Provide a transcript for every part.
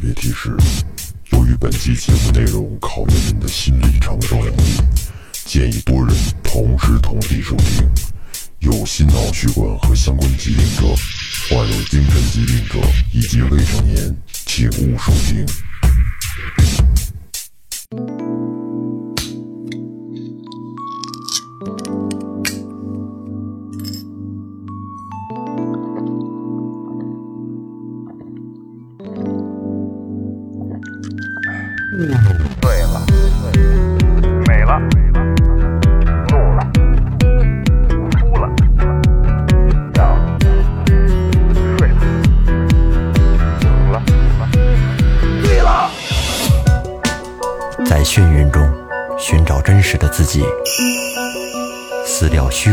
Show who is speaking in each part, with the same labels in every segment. Speaker 1: 别提示：由于本期节目内容考验您的心理承受能力，建议多人同时同地收听。有心脑血管和相关疾病者，患有精神疾病者以及未成年，请勿收听。
Speaker 2: 醉了，美了，怒了，哭了，笑了，睡了，醒了。
Speaker 3: 在眩晕中寻找真实的自己，撕掉虚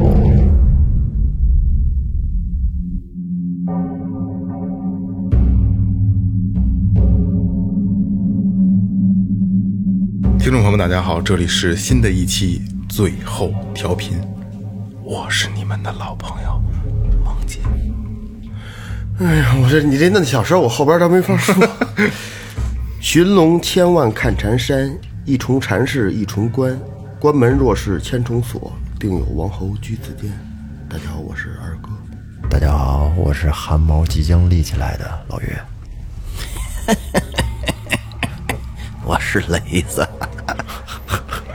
Speaker 4: 听众朋友们，大家好，这里是新的一期最后调频，我是你们的老朋友梦姐。
Speaker 5: 哎呀，我这你这那小声，我后边倒没 法说。寻龙千万看缠山，一重禅室一重关，关门若是千重锁，定有王侯居此间。大家好，我是二哥。
Speaker 3: 大家好，我是汗毛即将立起来的老 岳，我是雷子。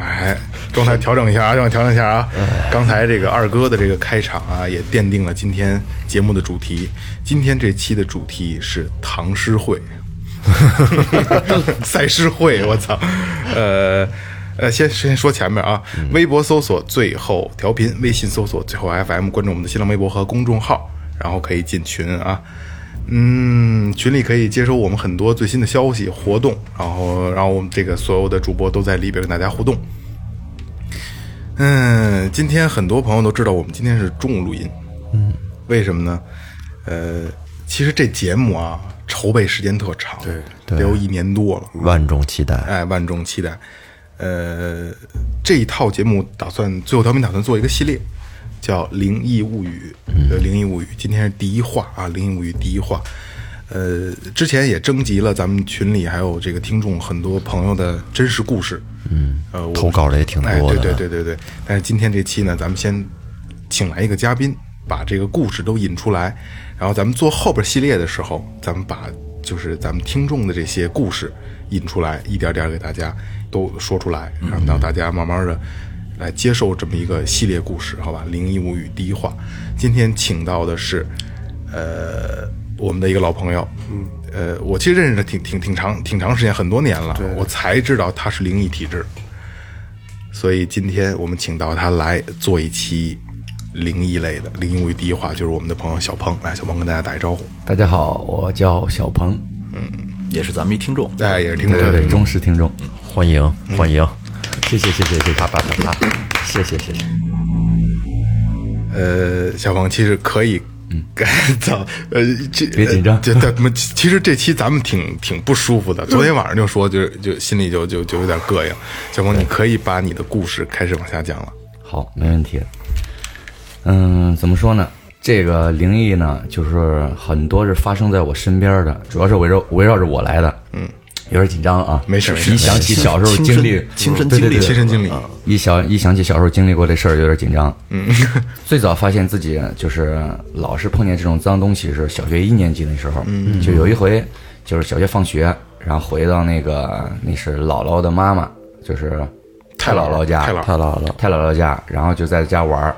Speaker 4: 哎，状态调整一下啊，让调整一下啊。刚才这个二哥的这个开场啊，也奠定了今天节目的主题。今天这期的主题是唐诗会， 赛诗会，我操，呃。呃，先先说前面啊，微博搜索最后调频，微信搜索最后 FM，关注我们的新浪微博和公众号，然后可以进群啊。嗯，群里可以接收我们很多最新的消息、活动，然后，然后我们这个所有的主播都在里边跟大家互动。嗯，今天很多朋友都知道我们今天是中午录音，嗯，为什么呢？呃，其实这节目啊，筹备时间特长，对，得有一年多了，
Speaker 3: 万众期待，
Speaker 4: 哎，万众期待。呃，这一套节目打算最后调频打算做一个系列，叫《灵异物语》。呃，《灵异物语》今天是第一话啊，《灵异物语》第一话。呃，之前也征集了咱们群里还有这个听众很多朋友的真实故事，嗯，呃，我
Speaker 3: 投稿的也挺多的
Speaker 4: 哎，对对对对对。但是今天这期呢，咱们先请来一个嘉宾，把这个故事都引出来，然后咱们做后边系列的时候，咱们把就是咱们听众的这些故事引出来，一点点给大家都说出来，然后
Speaker 3: 嗯
Speaker 4: 让大家慢慢的来接受这么一个系列故事，好吧？《灵异物语》第一话，今天请到的是，呃，我们的一个老朋友，嗯。呃，我其实认识他挺挺挺长挺长时间，很多年了，我才知道他是灵异体质。所以今天我们请到他来做一期灵异类的灵异物语第一话，就是我们的朋友小鹏。来，小鹏跟大家打一招呼，
Speaker 6: 大家好，我叫小鹏，
Speaker 3: 嗯
Speaker 7: 也是咱们一听众。
Speaker 4: 大家也是听众。
Speaker 6: 对对对，忠实听众，嗯
Speaker 3: 欢迎欢迎。
Speaker 6: 谢谢谢谢谢谢，啪啪啪啪，谢谢谢谢。
Speaker 4: 呃，小鹏其实可以。改造，呃， 这
Speaker 6: 别紧张
Speaker 4: 呃这咱们其其实这期咱们挺挺不舒服的，昨天晚上就说，就是就心里就就就有点膈应。小鹏，你可以把你的故事开始往下讲了。
Speaker 6: 好，没问题。嗯，怎么说呢？这个灵异呢，就是很多是发生在我身边的，主要是围绕围绕着我来的。嗯，有点紧张啊。
Speaker 4: 没事没事
Speaker 6: 一想起小时候经历，
Speaker 7: 亲身亲身
Speaker 6: 对
Speaker 7: 经历
Speaker 6: 对对
Speaker 4: 亲身经历，
Speaker 6: 一想一想起小时候经历过这事儿，有点紧张。嗯， 最早发现自己就是老是碰见这种脏东西是小学一年级那时候，嗯，就有一回就是小学放学，然后回到那个那是姥姥的妈妈，就是太姥姥家，
Speaker 4: 太姥姥太
Speaker 6: 姥姥太姥姥家，然后就在家玩儿。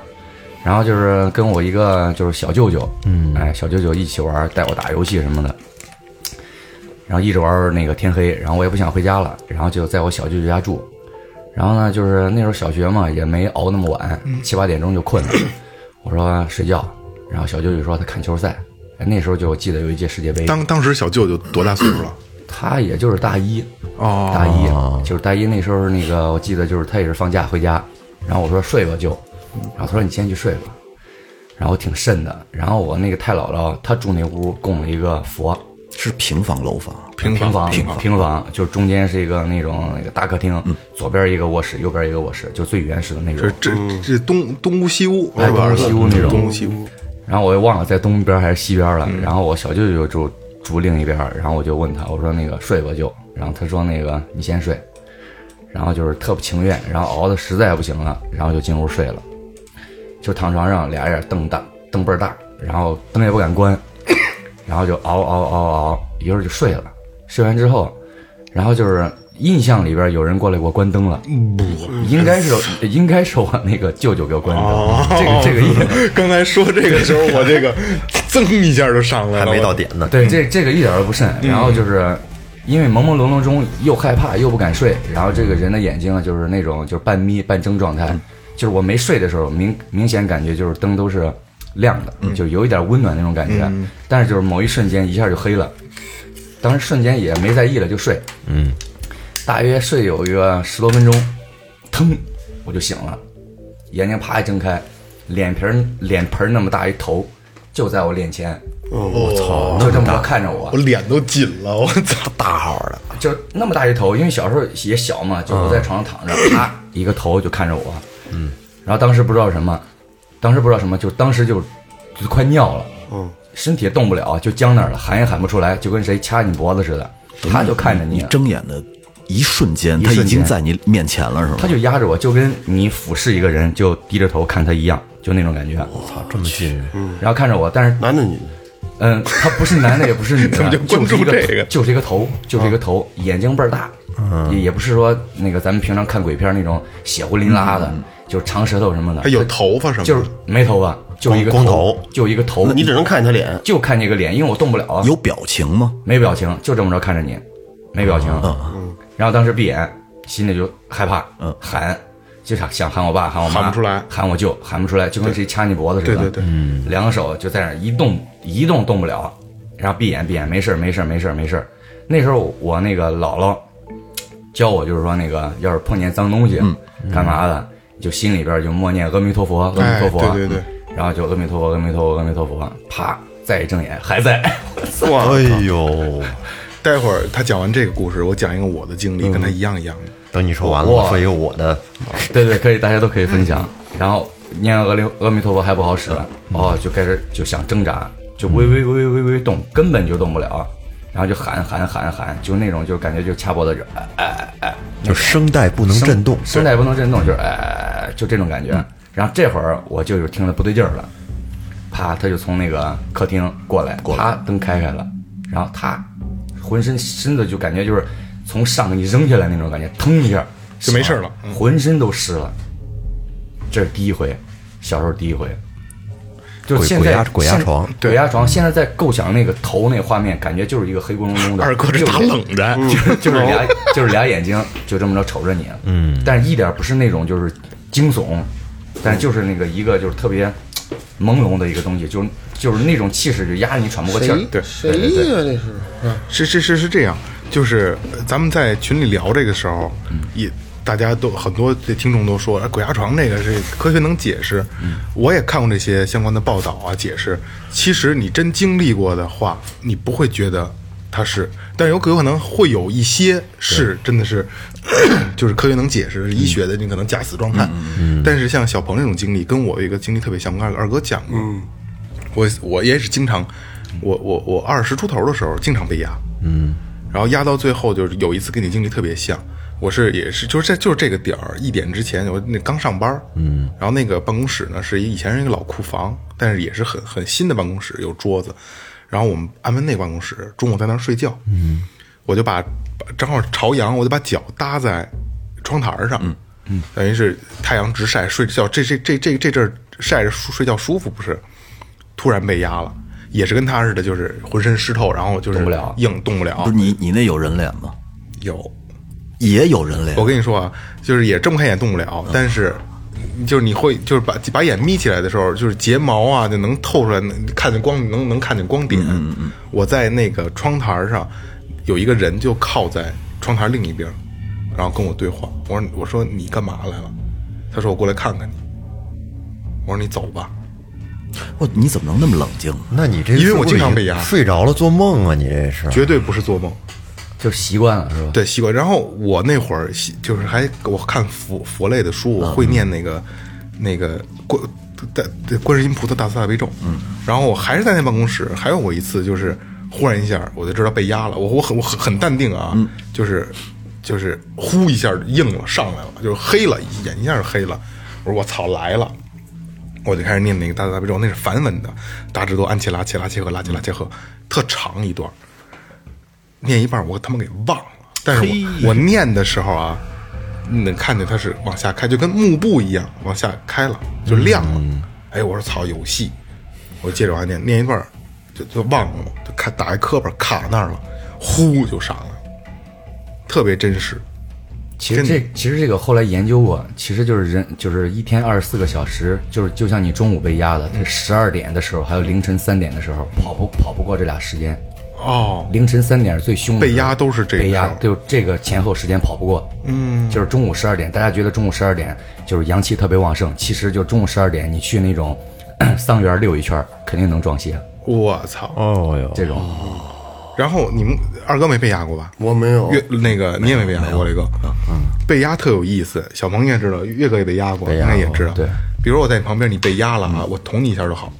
Speaker 6: 然后就是跟我一个就是小舅舅，嗯，哎，小舅舅一起玩儿，带我打游戏什么的，然后一直玩儿那个天黑，然后我也不想回家了，然后就在我小舅舅家住。然后呢，就是那时候小学嘛，也没熬那么晚，七八点钟就困了。我说睡觉，然后小舅舅说他看球赛。哎那时候就记得有一届世界杯，
Speaker 4: 当当时小舅舅多大岁数了？
Speaker 6: 他也就是大一，
Speaker 4: 哦
Speaker 6: 大一就是大一那时候那个，我记得就是他也是放假回家，然后我说睡吧舅，然后他说你先去睡吧，然后挺瘆的。然后我那个太姥姥她住那屋供了一个佛，
Speaker 7: 是平房楼房，
Speaker 4: 平
Speaker 6: 平
Speaker 4: 房嗯
Speaker 6: 平
Speaker 4: 啊平房
Speaker 6: 房，就是中间是一个那种那个大客厅，左边一个卧室，右边一个卧室，就最原始的那
Speaker 4: 呃这
Speaker 6: 种。
Speaker 4: 这这东东屋西屋
Speaker 6: 哎
Speaker 4: 是吧？
Speaker 6: 东屋西屋嗯那种
Speaker 4: 东屋西屋，
Speaker 6: 然后我也忘了在东边还是西边了。然后我小舅舅住住另一边，然后我就问他，我说那个睡吧舅，然后他说那个你先睡，然后就是特不情愿，然后熬的实在不行了，然后就进屋睡了，就躺床上俩人瞪大瞪倍儿大，然后灯也不敢 关，然后就熬熬熬熬，一会儿就睡了。睡完之后，然后就是印象里边有人过来给我关灯了，应该是应该是我那个舅舅给我关的 灯，这个这个一点
Speaker 4: 刚才说这个时候，我这个 噌一下就上来
Speaker 8: 还
Speaker 4: 了，
Speaker 8: 没到点呢。
Speaker 6: 对，这这个一点儿都不慎。然后就是因为朦朦胧胧中又害怕又不敢睡，然后这个人的眼睛啊就是那种就是半眯半睁状态，就是我没睡的时候明明显感觉就是灯都是亮的，就有一点温暖那种感觉，但是就是某一瞬间一下就黑了，当时瞬间也没在意了就睡，嗯，大约睡有一个十多分钟，腾我就醒了，眼睛啪一睁开，脸皮儿脸盆儿那么大一头就在我脸前。
Speaker 4: 我操！
Speaker 6: 就这么着看着我
Speaker 4: 我，脸都紧了，我操！大号的，
Speaker 6: 就那么大一头，因为小时候也小嘛，就我在床上躺着，啪、一个头就看着我，嗯，然后当时不知道什么，当时不知道什么，就当时就就快尿了，嗯，身体也动不了，就僵那儿了，喊也喊不出来，就跟谁掐你脖子似的，他就看着
Speaker 7: 你
Speaker 6: 你，
Speaker 7: 睁眼的一瞬间，
Speaker 6: 一
Speaker 7: 他
Speaker 6: 瞬
Speaker 7: 已
Speaker 6: 间
Speaker 7: 经在你面前了，是吗？
Speaker 6: 他就压着我，就跟你俯视一个人就低着头看他一样，就那种感觉，我操，这么近，嗯，然后看着我，但是
Speaker 5: 男的女的，
Speaker 6: 嗯，他不是男的，也不是女的，
Speaker 4: 怎么就关注
Speaker 6: 就是一
Speaker 4: 这个啊嗯
Speaker 6: 就是一个头，就是一个头，眼睛倍儿大，也也不是说那个咱们平常看鬼片那种血呼淋拉的，就是长舌头什么
Speaker 4: 嗯
Speaker 6: 的，
Speaker 4: 哎还有头发什么的，
Speaker 6: 就是没头发，就一个
Speaker 8: 光
Speaker 6: 头
Speaker 8: 光，
Speaker 6: 就一个头，
Speaker 5: 你只能看见他脸，
Speaker 6: 就看这个脸，因为我动不了啊，
Speaker 7: 有表情吗？
Speaker 6: 没表情，就这么着看着你，没表情。嗯，然后当时闭眼，心里就害怕，
Speaker 7: 嗯
Speaker 6: 喊，就想想喊我爸，喊我妈，
Speaker 4: 喊不出来
Speaker 6: 喊我舅，喊不出来，就跟谁掐你脖子似的。
Speaker 4: 对对对
Speaker 6: 嗯，两个手就在那儿一动一动动不了，然后闭眼闭眼，没事儿没事儿没事儿没事儿。那时候我那个姥姥教我，就是说那个要是碰见脏东西，
Speaker 4: 嗯
Speaker 6: 干嘛的，就心里边就默念阿弥陀佛，阿弥陀佛，
Speaker 4: 哎对对对
Speaker 6: 嗯然后就阿弥陀佛，阿弥陀佛，阿弥陀佛，啪，再一睁眼还在。
Speaker 8: 哎呦，
Speaker 4: 待会儿他讲完这个故事，我讲一个我的经历，跟他一样一样的。
Speaker 8: 等你说完了，我说一个我的，
Speaker 6: 对对，可以，大家都可以分享。然后念阿弥阿弥陀佛还不好使，
Speaker 4: 嗯
Speaker 6: 哦，就开始就想挣扎，就微微微微微微动，根本就动不了，然后就喊喊喊喊，就那种就感觉就掐脖子就哎哎哎，
Speaker 8: 就声带不能震动，
Speaker 6: 声带不能震动，就是哎哎哎，就这种感觉。然后这会儿我就有听着不对劲儿了，啪，他就从那个客厅过来，啪，灯开开了，然后他浑身身子就感觉就是从上给你扔下来那种感觉，腾一下
Speaker 4: 就没事儿了嗯
Speaker 6: 浑身都湿了。这是第一回，小时候第一回，就
Speaker 8: 鬼
Speaker 6: 现在
Speaker 8: 鬼压鬼压
Speaker 6: 现
Speaker 8: 床
Speaker 6: 鬼压床。现在在构想那个头那画面，感觉就是一个黑咕隆咚 的。
Speaker 4: 二哥这
Speaker 6: 就
Speaker 4: 打
Speaker 6: 是
Speaker 4: 冷战，
Speaker 6: 就是就是俩就是俩眼睛就这么着瞅着你，嗯，但是一点不是那种就是惊悚，但是就是那个一个就是特别朦胧的一个东西，就是就是那种气势就压得你喘不过气儿，
Speaker 4: 对
Speaker 5: 谁呀？这是
Speaker 4: 是是是是这样，就是呃咱们在群里聊这个时候，也大家都很多的听众都说，哎鬼压床这个是科学能解释。我也看过这些相关的报道啊，解释。其实你真经历过的话，你不会觉得它是，但是有可有可能会有一些是真的是， 就是科学能解释，是医学的你可能假死状态。但是像小鹏这种经历，跟我有一个经历特别像，我跟二二哥讲过。我我也是经常，我我我二十出头的时候经常被压，嗯，然后压到最后就是有一次跟你经历特别像，我是也是就是这就是这个点儿一点之前我那刚上班，嗯，然后那个办公室呢是以前是一个老库房，但是也是很很新的办公室，有桌子，然后我们安排那办公室，中午在那儿睡觉，嗯，我就把把正好朝阳，我就把脚搭在窗台儿上，嗯。等于是太阳直晒，睡觉这这这这这阵儿晒着睡觉舒服不是？突然被压了，也是跟他似的，就是浑身湿透，然后就是
Speaker 6: 动不了
Speaker 4: 硬动不了。
Speaker 7: 不是你，你那有人脸吗？
Speaker 4: 有，
Speaker 7: 也有人脸。
Speaker 4: 我跟你说啊，就是也睁不开眼动不了，但是就是你会就是把把眼眯起来的时候，就是睫毛啊就能透出来，能看见光，能能看见光点。嗯嗯我在那个窗台上有一个人就靠在窗台另一边，然后跟我对话。我说我说你干嘛来了？他说我过来看看你。我说你走吧，
Speaker 7: 我哦你怎么能那么冷静啊呢？
Speaker 8: 那你这
Speaker 4: 因为我
Speaker 8: 是不是
Speaker 4: 经常
Speaker 8: 已
Speaker 4: 被
Speaker 8: 经
Speaker 4: 压
Speaker 8: 睡着了做梦啊，你这是
Speaker 4: 绝对不是做梦。
Speaker 6: 就习惯了是吧？
Speaker 4: 对，习惯。然后我那会儿习就是还我看佛佛类的书，我会念那个、那个观大观世音菩萨大慈大悲咒。嗯，然后我还是在那办公室，还有我一次就是忽然一下我就知道被压了，我我很我很很淡定啊，就是就是呼一下硬了上来了，就是黑了眼一下就黑了，我说我操来了。我就开始念那个大慈大悲咒，那是梵文的，大智多安切拉切拉切和拉切拉切和，特长一段儿。念一半儿我他妈给忘了，但是我我念的时候啊，你能看见它是往下开，就跟幕布一样往下开了，就亮了。哎，我说操，有戏！我接着往下念，念一半儿就就忘了，就看打一磕巴卡那儿了，呼就上来了，特别真实。
Speaker 6: 其实这其实这个后来研究过，其实就是人就是一天二十四个小时，就是就像你中午被压的，这十二点的时候，还有凌晨三点的时候，跑不跑不过这俩时间。
Speaker 4: 哦，
Speaker 6: 凌晨三点是最凶的时候，
Speaker 4: 被压都是这个
Speaker 6: 被压
Speaker 4: 时候，
Speaker 6: 就这个前后时间跑不过。嗯，就是中午十二点，大家觉得中午十二点就是阳气特别旺盛，其实就中午十二点你去那种 桑园溜一圈儿，肯定能撞邪。
Speaker 4: 我操！
Speaker 8: 哦哟，
Speaker 6: 这种
Speaker 4: 然后你们二哥没被压过吧？
Speaker 5: 我没
Speaker 7: 哦
Speaker 5: 有
Speaker 4: 岳那个你也没被压过，雷哥，嗯，被压特有意思。小萌也知道，岳哥也被压过，
Speaker 6: 被压
Speaker 4: 那也
Speaker 6: 过
Speaker 4: 知道。
Speaker 6: 对，
Speaker 4: 比如我在你旁边，你被压了啊，我捅你一下就好，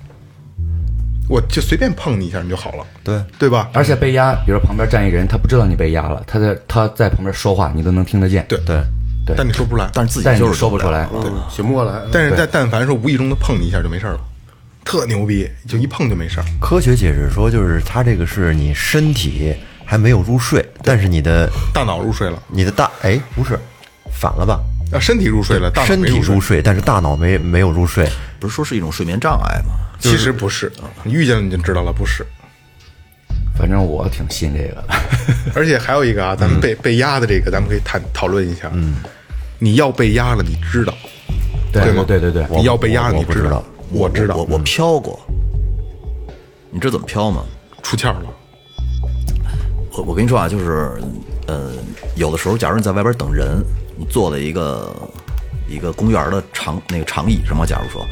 Speaker 4: 我就随便碰你一下你就好了，
Speaker 8: 对
Speaker 4: 对吧？
Speaker 6: 而且被压，比如旁边站一人，他不知道你被压了，他在他在旁边说话，你都能听得见。
Speaker 4: 对
Speaker 8: 对，
Speaker 6: 对
Speaker 4: 但你说不出来。
Speaker 7: 但是自
Speaker 6: 但
Speaker 7: 己
Speaker 6: 你
Speaker 7: 就是
Speaker 6: 说不出来。
Speaker 4: 对，
Speaker 5: 嗯醒不过来。
Speaker 4: 但是在但凡是无意中的碰你一下就没事儿了，特牛逼，就一碰就没事儿。
Speaker 8: 科学解释说，就是它这个是你身体还没有入睡，但是你的
Speaker 4: 大脑入睡了，
Speaker 8: 你的大哎不是反了吧？
Speaker 4: 啊，身体入睡了，大脑
Speaker 8: 身
Speaker 4: 没
Speaker 8: 体
Speaker 4: 睡
Speaker 8: 入。睡，但是大脑没没有入睡。
Speaker 7: 不是说是一种睡眠障碍吗？
Speaker 4: 其实不是，你遇见了你就知道了，不是。
Speaker 6: 反正我挺信这个的。
Speaker 4: 而且还有一个啊，咱们被、被压的这个，咱们可以探讨论一下。嗯，你要被压了，你知道，
Speaker 6: 对
Speaker 4: 吗？
Speaker 6: 对对对，
Speaker 4: 你要被压了，
Speaker 8: 我
Speaker 4: 你
Speaker 8: 我不知
Speaker 4: 道
Speaker 8: 道，
Speaker 4: 我知道，
Speaker 7: 我
Speaker 5: 嗯
Speaker 7: 我飘过，你知道怎么飘吗？
Speaker 4: 出窍了。
Speaker 7: 我我跟你说啊，就是，呃，有的时候，假如你在外边等人，你坐在一个一个公园的长那个长椅上嘛，假如说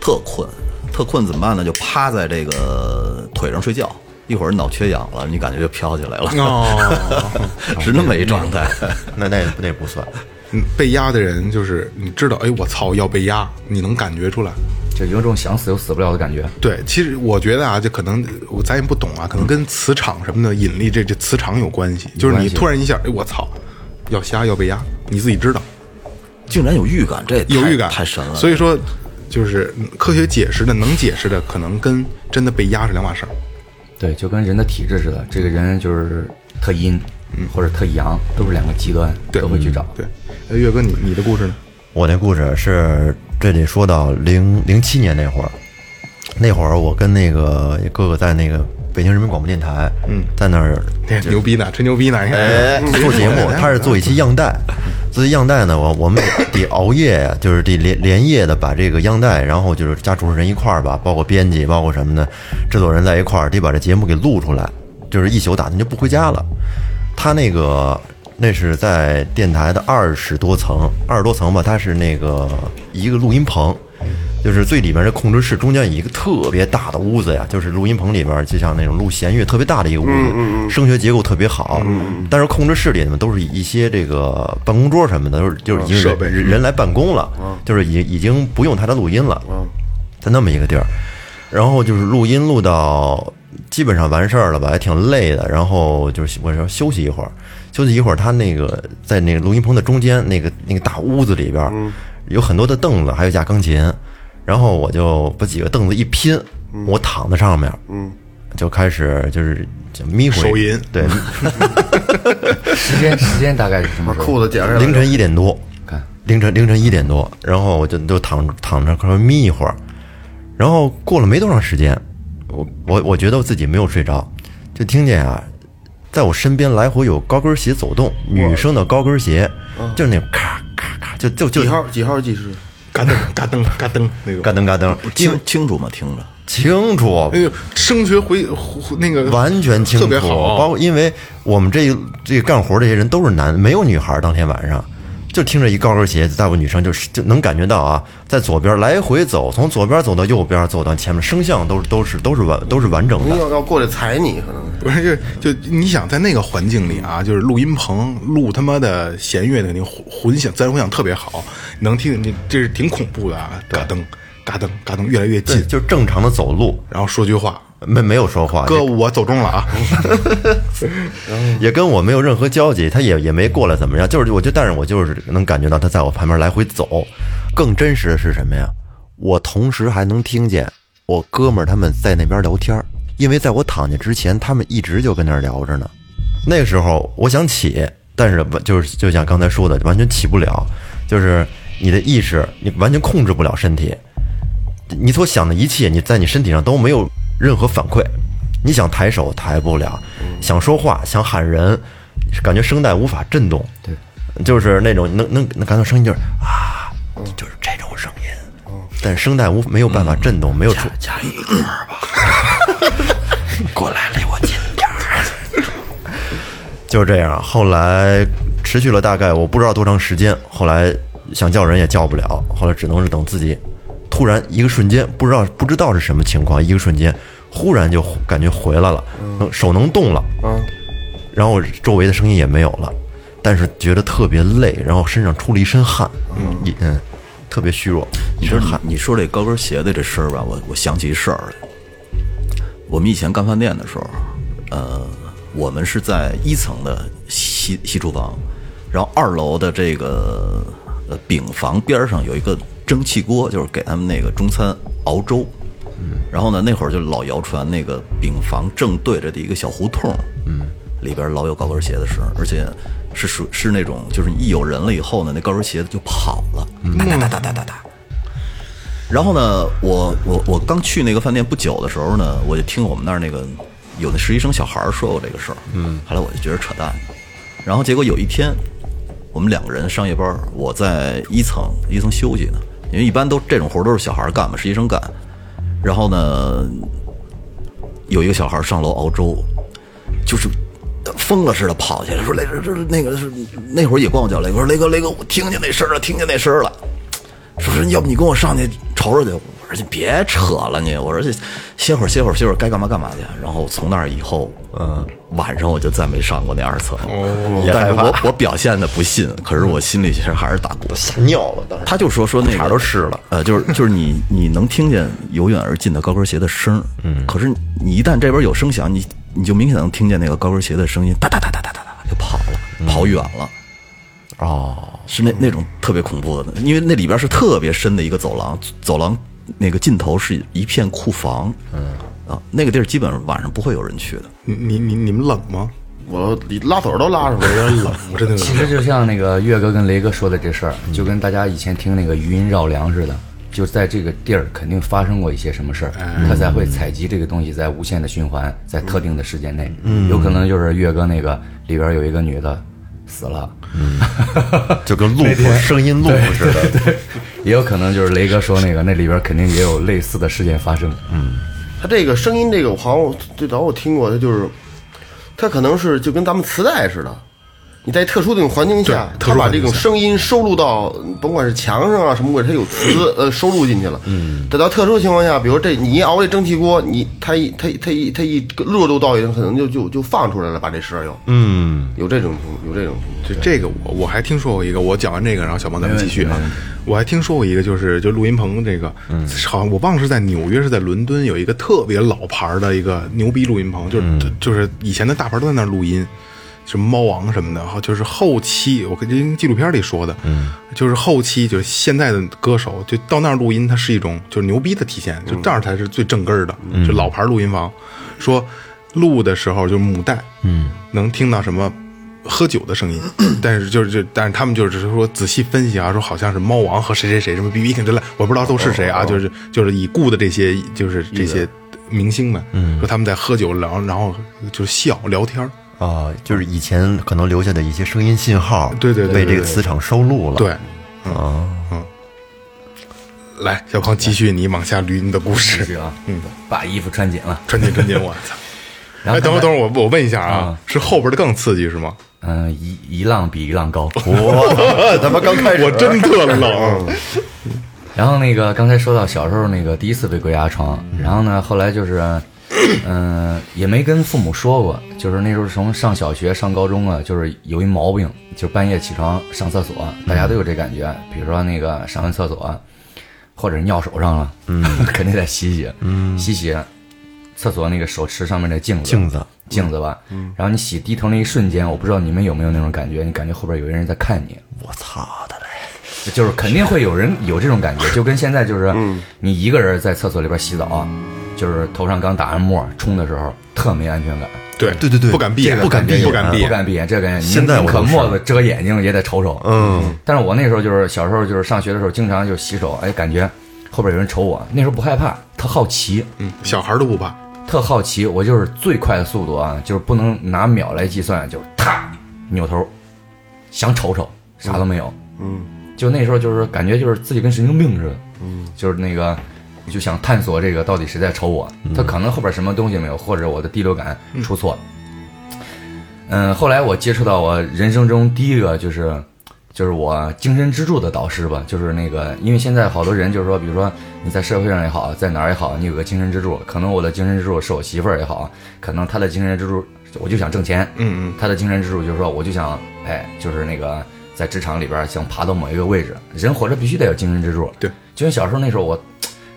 Speaker 7: 特困，特困怎么办呢？就趴在这个腿上睡觉，一会儿脑缺氧了，你感觉就飘起来了，
Speaker 4: 哦，
Speaker 7: 是那么一状态。
Speaker 8: 那那那不算，
Speaker 4: 嗯被压的人就是你知道，哎，我操，要被压，你能感觉出来。
Speaker 6: 就有种想死又死不了的感觉。
Speaker 4: 对，其实我觉得啊，就可能我咱也不懂啊，可能跟磁场什么的引力这这磁场有关系。就是你突然一下，哎，我操，要瞎要被压，你自己知道。
Speaker 7: 竟然有预感，这也太
Speaker 4: 有预感，
Speaker 7: 太神了。
Speaker 4: 所以说，就是嗯科学解释的能解释的，可能跟真的被压是两码事儿。
Speaker 6: 对，就跟人的体质似的，这个人就是特阴，或者特阳，都是两个极端，
Speaker 4: 对
Speaker 6: 都会去找。
Speaker 4: 对，呃岳哥，你你的 故事呢？
Speaker 8: 我那故事是这得说到零零七年那会儿，那会儿我跟那个哥哥在那个北京人民广播电台，嗯，在那儿
Speaker 4: 哎牛逼呢，吹牛逼呢！你 看
Speaker 8: 做节目，他是做一期样带。做一样带呢，我我们得熬夜呀，就是得连连夜的把这个样带，然后就是加主持人一块儿吧，包括编辑，包括什么的，制作人在一块儿，得把这节目给录出来。就是一宿打算就不回家了。他那个那是在电台的二十多层，二十多层吧，它是那个一个录音棚，就是最里面的控制室，中间有一个特别大的屋子呀，就是录音棚里面就像那种录弦乐特别大的一个屋
Speaker 4: 嗯
Speaker 8: 子，声学结构特别好。但是控制室里呢都是一些这个办公桌什么的，都是就是已经
Speaker 4: 设备嗯
Speaker 8: 人人来办公了，就是已已经不用他的录音了，
Speaker 4: 嗯
Speaker 8: 在那么一个地儿。然后就是录音录到基本上完事儿了吧，也挺累的。然后就是我说休息一会儿，休息一会儿，他那个在那个录音棚的中间那个那个大屋子里边儿，
Speaker 4: 嗯
Speaker 8: 有很多的凳子，还有架钢琴。然后我就把几个凳子一拼，我躺在上面，嗯，就开始就是就迷糊
Speaker 4: 手淫
Speaker 8: 对，
Speaker 6: 时间时间大概是什么时候？
Speaker 5: 裤子解释
Speaker 8: 凌晨一点多
Speaker 6: 看，
Speaker 8: 凌晨凌晨一点多，然后我就就躺躺着快眯一会儿，然后过了没多长时间，我我我觉得我自己没有睡着，就听见啊，在我身边来回有高跟鞋走动，女生的高跟鞋，就是那种咔咔咔，就就就
Speaker 5: 几号几号技师？
Speaker 4: 嘎噔嘎噔嘎噔那种，
Speaker 8: 嘎噔嘎噔，
Speaker 7: 清清楚吗？听着，
Speaker 8: 清楚
Speaker 4: 哎，呦，声学回回那个
Speaker 8: 完全清楚，
Speaker 4: 嗯特别好，
Speaker 8: 包括因为我们这这干活这些人都是男，没有女孩儿。当天晚上，就听着一高跟鞋，大部分女生就是就能感觉到啊，在左边来回走，从左边走到右边，走到前面，声像都是都是都是完都是完整的。
Speaker 5: 要要过来踩你，可能
Speaker 4: 不是哎就就你想在那个环境里啊，就是录音棚录他妈的弦乐，肯定混混响自然混响特别好，能听你这是挺恐怖的啊，嘎噔嘎噔嘎噔，越来越
Speaker 8: 对，
Speaker 4: 近，
Speaker 8: 就是正常的走路，
Speaker 4: 然后说句话，
Speaker 8: 没没有说话，
Speaker 4: 哥我走中了啊，
Speaker 8: 也跟我没有任何交集，他也也没过来怎么样，就是我就但是我就是能感觉到他在我旁边来回走。更真实的是什么呀？我同时还能听见我哥们儿他们在那边聊天儿，因为在我躺下之前，他们一直就跟那儿聊着呢。那个时候我想起，但是完就是就像刚才说的，完全起不了，就是你的意识你完全控制不了身体，你所想的一切，你在你身体上都没有任何反馈。你想抬手抬不了，想说话想喊人，感觉声带无法震动。对，就是那种能能能感到声音就是啊，就是这种声音。但声带无没有办法震动，没有出加一个吧，过来离我近点儿。就是这样，后来持续了大概我不知道多长时间，后来想叫人也叫不了，后来只能是等自己。突然一个瞬间，不知道不知道是什么情况，一个瞬间，忽然就感觉回来了，能手能动了，然后周围的声音也没有了，但是觉得特别累，然后身上出了一身汗，嗯，一嗯，特别虚弱，一
Speaker 7: 你
Speaker 8: 身
Speaker 7: 说
Speaker 8: 汗。
Speaker 7: 你说这高跟鞋的这事儿吧，我我想起一事儿来。我们以前干饭店的时候，呃，我们是在一层的西西厨房，然后二楼的这个呃饼房边上有一个蒸汽锅，就是给他们那个中餐熬粥。然后呢，那会儿就老谣传那个饼房正对着的一个小胡同，嗯，里边老有高跟鞋的声儿，而且是属是那种就是你一有人了以后呢，那高跟鞋就跑了，哒哒哒哒哒哒哒。然后呢，我我我刚去那个饭店不久的时候呢，我就听我们那儿那个有的实习生小孩儿说过这个事儿，嗯，后来我就觉得扯淡。然后结果有一天，我们两个人上夜班儿，我在一层一层休息呢，因为一般都这种活儿都是小孩儿干嘛，实习生干。然后呢，有一个小孩上楼熬粥，就是呃疯了似的跑起来，说雷哥，这那个是那会儿也管我叫雷哥，说雷哥雷哥，我听见那声儿了，听见那声儿了，说是要不你跟我上去瞅瞅去。我说你别扯了你，我说这歇会儿歇会儿歇会儿，该干嘛干嘛去。然后从那儿以后，嗯，晚上我就再没上过那二层。
Speaker 8: 哦
Speaker 7: 但是我我表现的不信，可是我心里其实还是打鼓。
Speaker 8: 吓尿了，当时
Speaker 7: 他就说说那
Speaker 8: 哪
Speaker 7: 个
Speaker 8: 儿都湿了，
Speaker 7: 呃，就是就是你你能听见由远而近的高跟鞋的声儿，嗯，可是你一旦这边有声响，你你就明显能听见那个高跟鞋的声音，哒哒哒哒哒哒哒就跑了，
Speaker 8: 嗯
Speaker 7: 跑远了，
Speaker 8: 哦，
Speaker 7: 是那那种特别恐怖的，因为那里边是特别深的一个走廊，走廊那个尽头是一片库房，嗯啊，那个地儿基本上晚上不会有人去的，
Speaker 4: 你你你你们冷吗？
Speaker 5: 我拉腿儿都拉出来，有点 冷。
Speaker 4: 我真的
Speaker 6: 其实就像那个岳哥跟雷哥说的这事儿，就跟大家以前听那个余音绕梁似的，就在这个地儿肯定发生过一些什么事儿，他才会采集这个东西，在无限的循环，在特定的时间内，有可能就是岳哥那个里边有一个女的死了，
Speaker 8: 就跟路虎声音路虎似的。
Speaker 6: 也有可能就是雷哥说那个那里边肯定也有类似的事件发生，嗯
Speaker 5: 他这个声音，这个我好像我最早我听过，他就是，他可能是就跟咱们磁带似的，你在特殊的那种环境下，
Speaker 4: 特殊
Speaker 5: 他把
Speaker 4: 环
Speaker 5: 这
Speaker 4: 境
Speaker 5: 种
Speaker 4: 下
Speaker 5: 声音收录到，甭管是墙上啊什么鬼，它有磁呃收录进去了。嗯，等到特殊情况下，比如这你一熬这蒸汽锅，你它一它一它一它一热度到一定，可能就就就放出来了，把这声又嗯有这种情有这种情
Speaker 4: 这这个我我还听说过一个，我讲完这个，然后小王咱们继续啊。我还听说过一个，就是就录音棚这个，好像我忘了是在纽约是在伦敦有一个特别老牌儿的一个牛逼录音棚，就是、就是以前的大牌都在那儿录音，什么猫王什么的，然后就是后期我跟纪录片里说的，就是后期就是现在的歌手就到那儿录音，它是一种就是牛逼的体现，就这儿才是最正根儿的，就老牌录音房，说录的时候就是母带，嗯，能听到什么。喝酒的声音， 但是就是就，但是他们就是说仔细分析啊，说好像是猫王和谁谁谁什么 B B 肯之类，我不知道都是谁啊，就是就是已故的这些就是嗯这些明星们，说他们在喝酒，然后然后就是笑聊天儿
Speaker 8: 啊，就是以前可能留下的一些声音信号，
Speaker 4: 对对对对
Speaker 8: 被这个磁场收录了。
Speaker 4: 对，嗯嗯，来，小胖继续你往下捋你的故
Speaker 6: 是
Speaker 4: 事，
Speaker 6: 是啊，嗯，把衣服穿紧了，
Speaker 4: 穿紧穿紧，我操！
Speaker 6: 然
Speaker 4: 哎
Speaker 6: 后
Speaker 4: 哎，等会儿等会儿我我问一下啊
Speaker 6: 啊，
Speaker 4: 是后边的更刺激是吗？
Speaker 6: 嗯、一一浪比一浪高。
Speaker 4: 哦
Speaker 8: 我他妈刚开始，
Speaker 4: 我真特冷，
Speaker 6: 然后那个刚才说到小时候那个第一次被鬼压床，然后呢，后来就是，嗯、也没跟父母说过，就是那时候从上小学上高中啊，就是有一毛病，就是半夜起床上厕所，大家都有这感觉，比如说那个上完厕所，啊或者尿手上了，嗯， 肯定得洗洗，嗯，洗洗，厕所那个手持上面的镜子，
Speaker 8: 镜子，嗯
Speaker 6: 镜子吧，然后你洗低头那一瞬间，我不知道你们有没有那种感觉，你感觉后边有一个人在看你，
Speaker 8: 我操的嘞！
Speaker 6: 就是肯定会有人有这种感觉，就跟现在就是，
Speaker 8: 嗯
Speaker 6: 你一个人在厕所里边洗澡，就是头上刚打完沫冲的时候，特没安全感，
Speaker 4: 对
Speaker 8: 对对对
Speaker 4: 不敢闭
Speaker 8: 这
Speaker 4: 眼，
Speaker 8: 个不敢闭
Speaker 4: 不敢
Speaker 8: 眼
Speaker 4: 闭
Speaker 6: 不
Speaker 4: 眼，
Speaker 6: 敢闭眼，这个感觉
Speaker 8: 现在
Speaker 6: 宁
Speaker 8: 我
Speaker 6: 可
Speaker 8: 都是
Speaker 6: 沫子遮眼睛也得瞅瞅。
Speaker 8: 嗯，
Speaker 6: 但是我那时候就是小时候就是上学的时候，经常就洗手，哎，感觉后边有人瞅我，那时候不害怕，特好奇，
Speaker 4: 嗯，小孩都不怕，
Speaker 6: 特好奇，我就是最快的速度啊，就是不能拿秒来计算，啊就是踏扭头，想瞅瞅，啥都没有。嗯，就那时候就是感觉就是自己跟神经病似的。嗯，就是那个就想探索这个到底谁在瞅我，他可能后边什么东西没有，或者我的第六感出错。嗯，后来我接触到我人生中第一个就是，就是我精神支柱的导师吧，就是那个，因为现在好多人就是说，比如说你在社会上也好，在哪儿也好，你有个精神支柱，可能我的精神支柱是我媳妇儿也好，可能她的精神支柱我就想挣钱，
Speaker 4: 嗯嗯，
Speaker 6: 她的精神支柱就是说我就想，哎，就是那个在职场里边想爬到某一个位置，人活着必须得有精神支柱，
Speaker 4: 对，
Speaker 6: 就像小时候那时候我，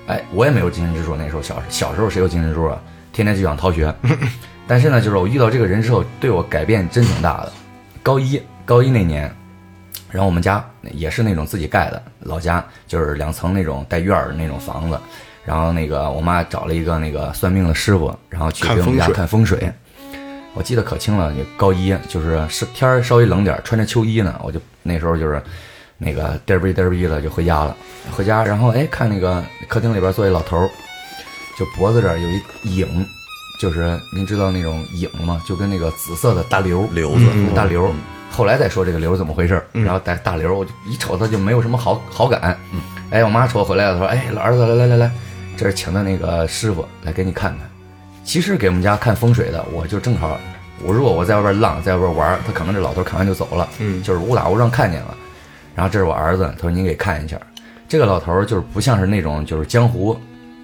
Speaker 6: 哎，我也没有精神支柱，那时候小小时候谁有精神支柱啊？天天就想逃学。但是呢，就是我遇到这个人之后，对我改变真挺大的。高一高一那年，然后我们家也是那种自己盖的，老家就是两层那种带院儿的那种房子。然后那个我妈找了一个那个算命的师傅，然后去
Speaker 4: 看
Speaker 6: 给我们
Speaker 4: 风
Speaker 6: 家
Speaker 4: 水
Speaker 6: 看风水。我记得可清了，也高一就是是天儿稍微冷点儿，穿着秋衣呢，我就那时候就是那个嘚儿逼嘚儿逼的就回家了。回家，然后哎，看那个客厅里边坐一老头儿，就脖子这儿有一影，就是您知道那种影吗？就跟那个紫色的大瘤
Speaker 7: 瘤子嗯
Speaker 6: 嗯大瘤。后来再说这个瘤怎么回事儿，然后大大瘤，我就一瞅他就没有什么好好感。哎，我妈瞅我回来了，她说：“哎，老儿子，来来来来，这是请的那个师傅来给你看看。”其实给我们家看风水的，我就正好，我如果我在外边浪，在外边玩儿，他可能这老头儿看完就走了，嗯，就是误打误撞看见了。然后这是我儿子，他说您给看一下。这个老头儿就是不像是那种就是江湖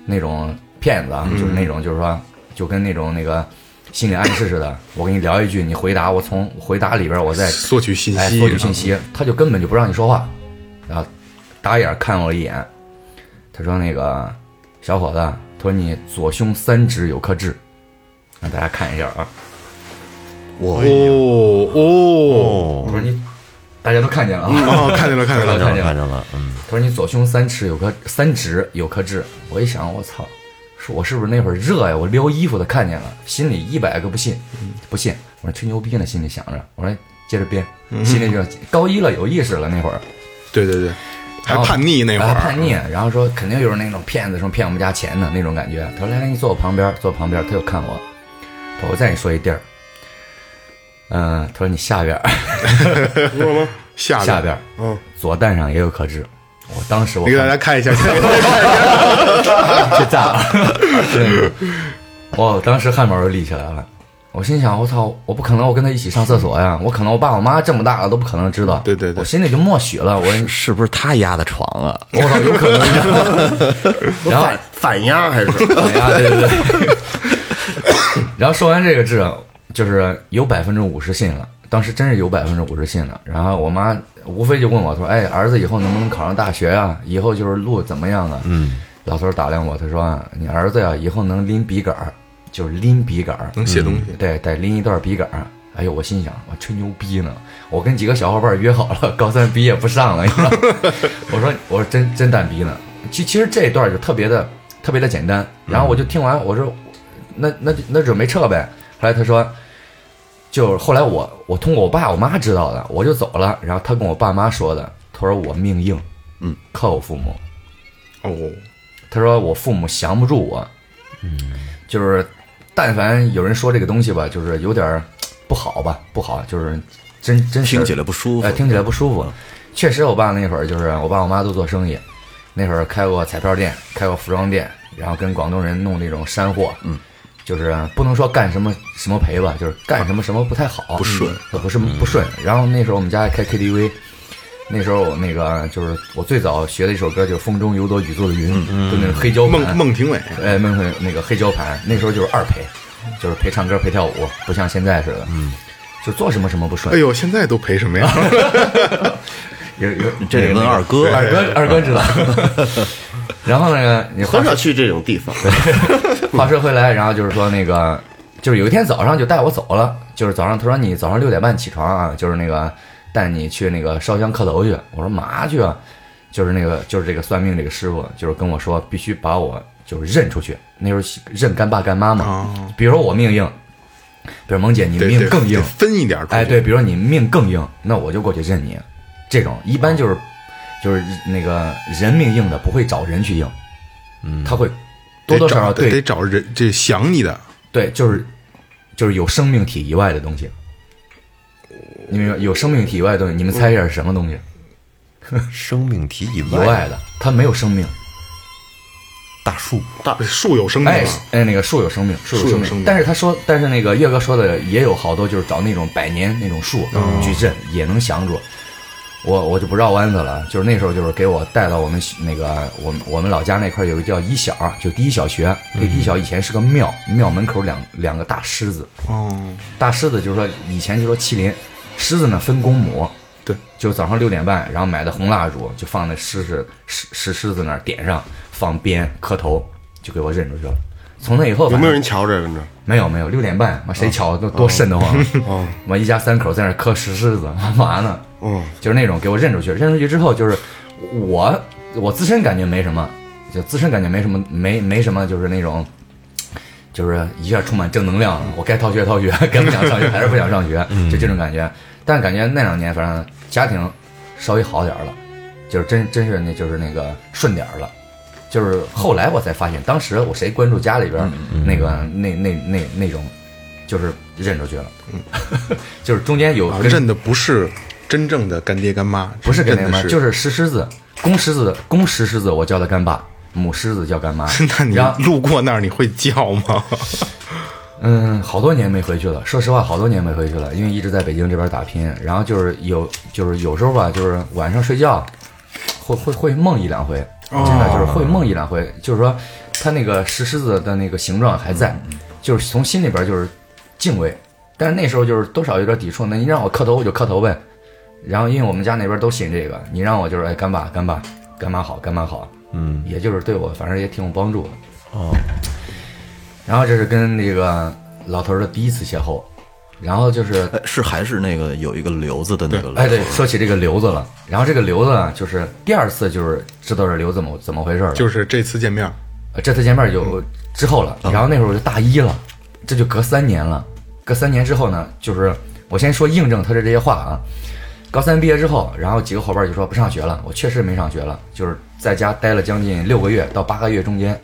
Speaker 6: 那种骗子啊，
Speaker 4: 嗯
Speaker 6: 就是那种就是说就跟那种那个心理暗示似的，我跟你聊一句，你回答，我从回答里边我再
Speaker 4: 索取信
Speaker 6: 哎，
Speaker 4: 息，嗯
Speaker 6: 获取信息，他就根本就不让你说话，然后打眼看我一眼，他说那个小伙子，他说你左胸三指有颗痣，让大家看一下啊，
Speaker 4: 哦哦
Speaker 6: 我说你大家都看见了啊，
Speaker 4: 哦，看见了看见
Speaker 6: 大
Speaker 4: 了，
Speaker 6: 家都看见了
Speaker 8: 看。着了，嗯，
Speaker 6: 他说你左胸三尺有颗三指有颗痣，我一想我操，是我是不是那会儿热呀？我撩衣服的看见了，心里一百个不信，不信，我说吹牛逼呢，心里想着，我说哎接着编，心里就高一了有意识了那会儿，
Speaker 4: 对对对，还
Speaker 6: 然后
Speaker 4: 叛逆那会
Speaker 6: 啊
Speaker 4: 儿，嗯
Speaker 6: 叛逆，然后说肯定有那种骗子什么骗我们家钱的那种感觉。他说来来，你坐我旁边，坐我旁边，他又看我，他说我再给你说一地儿，嗯、他说你下边儿。
Speaker 4: 下
Speaker 6: 下
Speaker 4: 边
Speaker 6: 边，嗯，左蛋上也有颗痣。我当时我
Speaker 4: 你给大家看一下，
Speaker 6: 就炸了，对，我当时汗毛就立起来了。我心想，我操，我不可能，我跟他一起上厕所呀！我可能我爸我妈这么大了都不可能知道，
Speaker 4: 对对对
Speaker 6: 我心里就默许了，我
Speaker 7: 是不是他压的床啊？
Speaker 6: 我操，有 可能。然后
Speaker 5: 反反压还是
Speaker 6: 哎呀，对对对。然后说完这个痣，就是有百分之五十信了，当时真是有百分之五十信了。然后我妈无非就问我说：“哎，儿子以后能不能考上大学啊？以后就是路怎么样啊？”嗯，老头儿打量我，他说啊：“你儿子呀、以后能拎笔杆儿，就是拎笔杆儿，
Speaker 4: 能写东西，
Speaker 6: 嗯对，得拎一段笔杆儿。”哎呦，我心想，我吹牛逼呢！我跟几个小伙伴约好了，高三毕业不上了。你知道吗 我说，我说真真蛋逼呢。其其实这一段就特别的特别的简单。然后我就听完，我说，那那就那准备撤呗。后来他说，就是后来我我通过我爸我妈知道的，我就走了。然后他跟我爸妈说的，他说我命硬，嗯，克我父母。
Speaker 4: 哦，
Speaker 6: 他说我父母降不住我，嗯，就是但凡有人说这个东西吧，就是有点儿不好吧，不好，就是真真是
Speaker 7: 听起来不舒服
Speaker 6: 哎，听起来不舒服。确实，我爸那会儿就是我爸我妈都做生意，那会儿开过彩票店，开过服装店，然后跟广东人弄那种山货，嗯，就是不能说干什么什么赔吧，就是干什么什么不太好，嗯
Speaker 7: 不顺，
Speaker 6: 不是不顺。然后那时候我们家还开 KTV，那时候我那个就是我最早学的一首歌就是《风中有朵雨做的云》，就那个黑胶
Speaker 4: 孟
Speaker 6: 盘，
Speaker 4: 孟庭苇，
Speaker 6: 哎，孟会那个黑胶盘，那时候就是二陪，就是陪唱歌陪跳舞，不像现在似的，嗯，就做什么什么不顺
Speaker 4: 哎。呦，现在都赔什么呀？
Speaker 6: 有有
Speaker 7: 这得问二哥，
Speaker 6: 二哥二哥知道。 然后呢，你话
Speaker 5: 很
Speaker 6: 说
Speaker 5: 少去这种地方。
Speaker 6: 话说回来，然后就是说那个，就是有一天早上就带我走了，就是早上他说你早上六点半起床啊，就是那个带你去那个烧香磕头去。我说嘛去啊？就是那个就是这个算命这个师傅，就是跟我说必须把我就是认出去。那时候认干爸干妈嘛，
Speaker 4: 哦
Speaker 6: 比如说我命硬，比如萌姐你
Speaker 4: 对
Speaker 6: 命
Speaker 4: 对，
Speaker 6: 更硬
Speaker 4: 得，分一点出去。
Speaker 6: 哎，对，比如说你命更硬，那我就过去认你。这种一般就是就是那个人命硬的不会找人去硬，嗯，他会多多少少
Speaker 4: 得找
Speaker 6: 对
Speaker 4: 得找人，这想你的，
Speaker 6: 对，就是就是有生命体以外的东西。你们有有生命体以外的东西，你们猜一下是什么东西？
Speaker 8: 生命体以
Speaker 6: 以外的，它没有生命。
Speaker 8: 大树，
Speaker 4: 树有生命啊
Speaker 6: 哎
Speaker 4: 嘛，
Speaker 6: 哎，那个树有生命，树
Speaker 4: 树有
Speaker 6: 有
Speaker 4: 生命
Speaker 6: 但是他说，但是那个岳哥说的也有好多，就是找那种百年那种树
Speaker 4: 嗯
Speaker 6: 矩阵也能降住。我我就不绕弯子了，就是那时候就是给我带到我们那个我们我们老家那块儿有一个叫一小，就第一小学。那
Speaker 4: 嗯
Speaker 6: 第一小以前是个庙，庙门口两两个大狮子，
Speaker 4: 哦，
Speaker 6: 大狮子就是说以前就说麒麟，狮子呢分公母，
Speaker 4: 对，
Speaker 6: 就早上六点半，然后买的红蜡烛就放在狮子狮石狮子那儿点上，放鞭磕头，就给我认出去了。从那以后
Speaker 5: 有
Speaker 6: 反
Speaker 5: 没
Speaker 6: 正
Speaker 5: 有人哦瞧这个呢？
Speaker 6: 没有没有，六点半，妈谁瞧都多瘆得慌。哦，我一家三口在那儿磕石狮子， 干嘛呢？
Speaker 5: 嗯，
Speaker 6: 就是那种给我认出去，认出去之后就是我我自身感觉没什么，就自身感觉没什么，没没什么，就是那种就是一下充满正能量了。我该逃学逃学，该不想上学还是不想上学，
Speaker 4: 嗯
Speaker 6: 就这种感觉。但感觉那两年反正家庭稍微好点儿了，就是真真是那就是那个顺点儿了。就是后来我才发现，当时我谁关注家里
Speaker 4: 嗯
Speaker 6: 边儿那个、那那那那种，就是认出去了， 就是中间有
Speaker 4: 嗯啊
Speaker 6: 跟
Speaker 4: 认的不是真正的干爹干妈，
Speaker 6: 不是跟那
Speaker 4: 认
Speaker 6: 个
Speaker 4: 的。
Speaker 6: 妈，就是石狮子，公狮子，公石狮子我叫他干爸，母狮子叫干妈
Speaker 4: 那
Speaker 6: 然后
Speaker 4: 你路过那儿你会叫吗？
Speaker 6: 嗯，好多年没回去了，说实话，好多年没回去了，因为一直在北京这边打拼。然后就是有，就是有时候吧，就是晚上睡觉会会会梦一两回，真的就是会梦一两回，就是说它那个石狮子的那个形状还在，就是从心里边就是敬畏。但是那时候就是多少有点抵触，那你让我磕头我就磕头呗。然后因为我们家那边都信这个，你让我就是哎干爸干爸干妈好干妈好，嗯，也就是对我反正也挺有帮助的。然后这是跟那个老头儿的第一次邂逅，然后就是
Speaker 7: 哎是还是那个有一个瘤子的那个瘤子，
Speaker 6: 哎对，说起这个瘤子了，然后这个瘤子啊，就是第二次就是知道这瘤怎么怎么回事了，
Speaker 4: 就是这次见面，
Speaker 6: 呃这次见面有之后了，然后那会儿我就大一了，这就隔三年了，隔三年之后呢，就是我先说印证他的这些话啊。高三毕业之后，然后几个伙伴就说不上学了，我确实没上学了，就是在家待了将近六个月到八个月中间，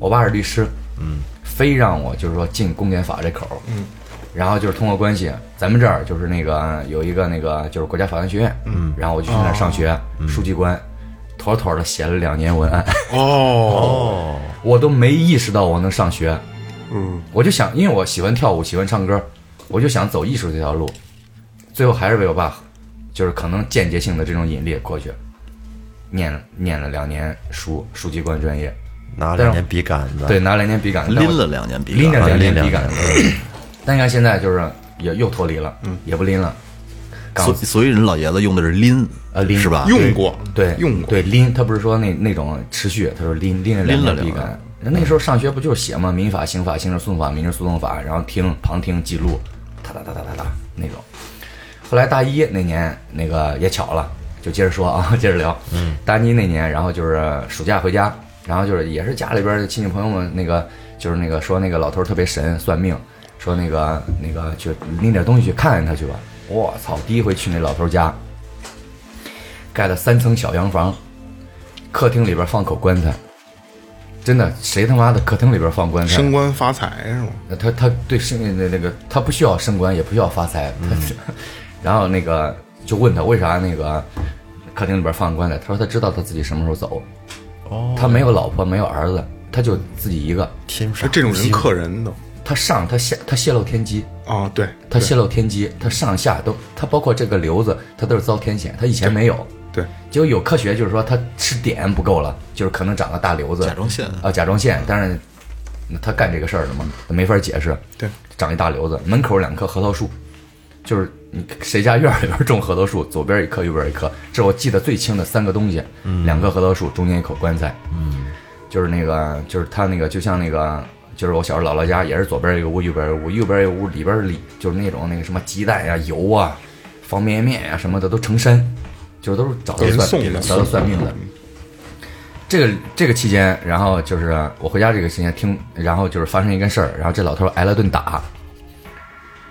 Speaker 6: 我爸是律师，嗯，非让我就是说进公检法这口，嗯，然后就是通过关系，咱们这儿就是那个有一个那个就是国家法官学院，嗯，哦然后我就去那儿上学，书记官，妥妥的写了两年文案。
Speaker 4: 哦，
Speaker 6: 我都没意识到我能上学。嗯，我就想，因为我喜欢跳舞，喜欢唱歌，我就想走艺术这条路。最后还是被我爸，就是可能间接性的这种引力过去，念了念了两年书，书记官专业，
Speaker 8: 拿两年笔杆子，
Speaker 6: 对，，拿了两年笔杆，但我
Speaker 7: 拎了两年鼻
Speaker 6: 拎着
Speaker 7: 梁，
Speaker 6: 两
Speaker 8: 拎
Speaker 6: 年
Speaker 8: 两
Speaker 6: 笔杆。但你看现在就是也又脱离了，也不拎了，
Speaker 7: 所以所以人老爷子用的是拎，
Speaker 6: 呃拎
Speaker 7: 是吧？
Speaker 4: 用过，
Speaker 6: 对，
Speaker 4: 用过，
Speaker 6: 对拎，他不是说那那种持续，他说拎拎着两
Speaker 7: 拎了
Speaker 6: 个
Speaker 7: 两
Speaker 6: 笔
Speaker 7: 个
Speaker 6: 杆。那时候上学不就是写嘛，民法、刑法、刑事诉讼法、民事诉讼法，然后听旁听记录，哒哒哒哒哒哒那种。后来大一那年，那个也巧了，就接着说啊， 接着聊。嗯，大一那年，然后就是暑假回家，然后就是也是家里边的亲戚朋友们，那个就是那个说那个老头儿特别神，算命，说那个那个去拎点东西去看看他去吧。我操！第一回去那老头儿家，盖了三层小洋房，客厅里边放口棺材，真的，谁他妈的客厅里边放棺材？啊
Speaker 4: 升官发财是吗？
Speaker 6: 那他他对升那那个他不需要升官，也不需要发财，他 然后那个就问他为啥那个客厅里边放棺材，他说他知道他自己什么时候走，哦，他没有老婆没有儿子，他就自己一个，
Speaker 8: 天
Speaker 4: 是
Speaker 8: 上
Speaker 4: 这种人克人都
Speaker 6: 它上它下它泄露天机，
Speaker 4: 哦，对，
Speaker 6: 它泄露天机，它上下都，它包括这个瘤子，它都是遭天险，它以前没有。
Speaker 4: 对对
Speaker 6: 结果有科学就是说它吃碘不够了，就是可能长个大瘤子，
Speaker 7: 甲状腺
Speaker 6: 啊，甲状腺，但是那他干这个事儿的嘛，没法解释。
Speaker 4: 对，
Speaker 6: 长一大瘤子，门口两棵核桃树，就是你谁家院儿里边种核桃树， 左边一棵，右边一棵，这是我记得最清的三个东西，
Speaker 4: 嗯
Speaker 6: 两棵核桃树，中间一口棺材，嗯，就是那个，就是他那个，就像那个。就是我小时候姥姥家也是左边一个屋，右边一个屋，右边一个屋里边里就是那种那个什么鸡蛋呀、油啊、方便面呀、什么的都成山，就是都是早就
Speaker 4: 人
Speaker 6: 算
Speaker 4: 送
Speaker 6: 命
Speaker 4: 的嗯
Speaker 6: 早就算命的。这个这个期间，然后就是我回家这个期间听，然后就是发生一件事儿，然后这老头儿挨了顿打，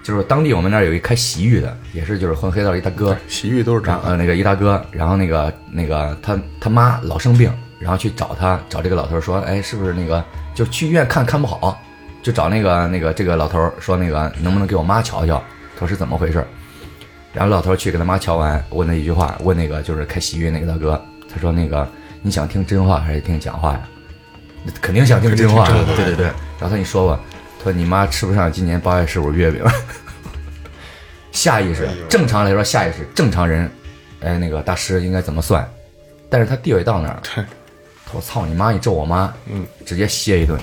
Speaker 6: 就是当地我们那儿有一开洗浴的，也是就是混黑道一大哥，
Speaker 4: 洗浴都是这
Speaker 6: 然
Speaker 4: 样
Speaker 6: 后呃那个一大哥，然后那个那个他他妈老生病，然后去找他找这个老头儿说，哎，是不是那个就去医院看看不好，就找那个那个这个老头儿说那个能不能给我妈瞧瞧，他说是怎么回事儿？然后老头儿去给他妈瞧完，问了一句话，问那个就是开洗浴那个大哥，他说那个你想听真话还是听假话呀？肯定想听真话，啊对对对。然后他说你说吧，他说你妈吃不上今年八月十五月饼。下意
Speaker 4: 哎
Speaker 6: 识，正常来说下意识，正常人，哎，那个大师应该怎么算？但是他地位到那儿了，他说操你妈，你咒我妈，嗯，直接歇一顿。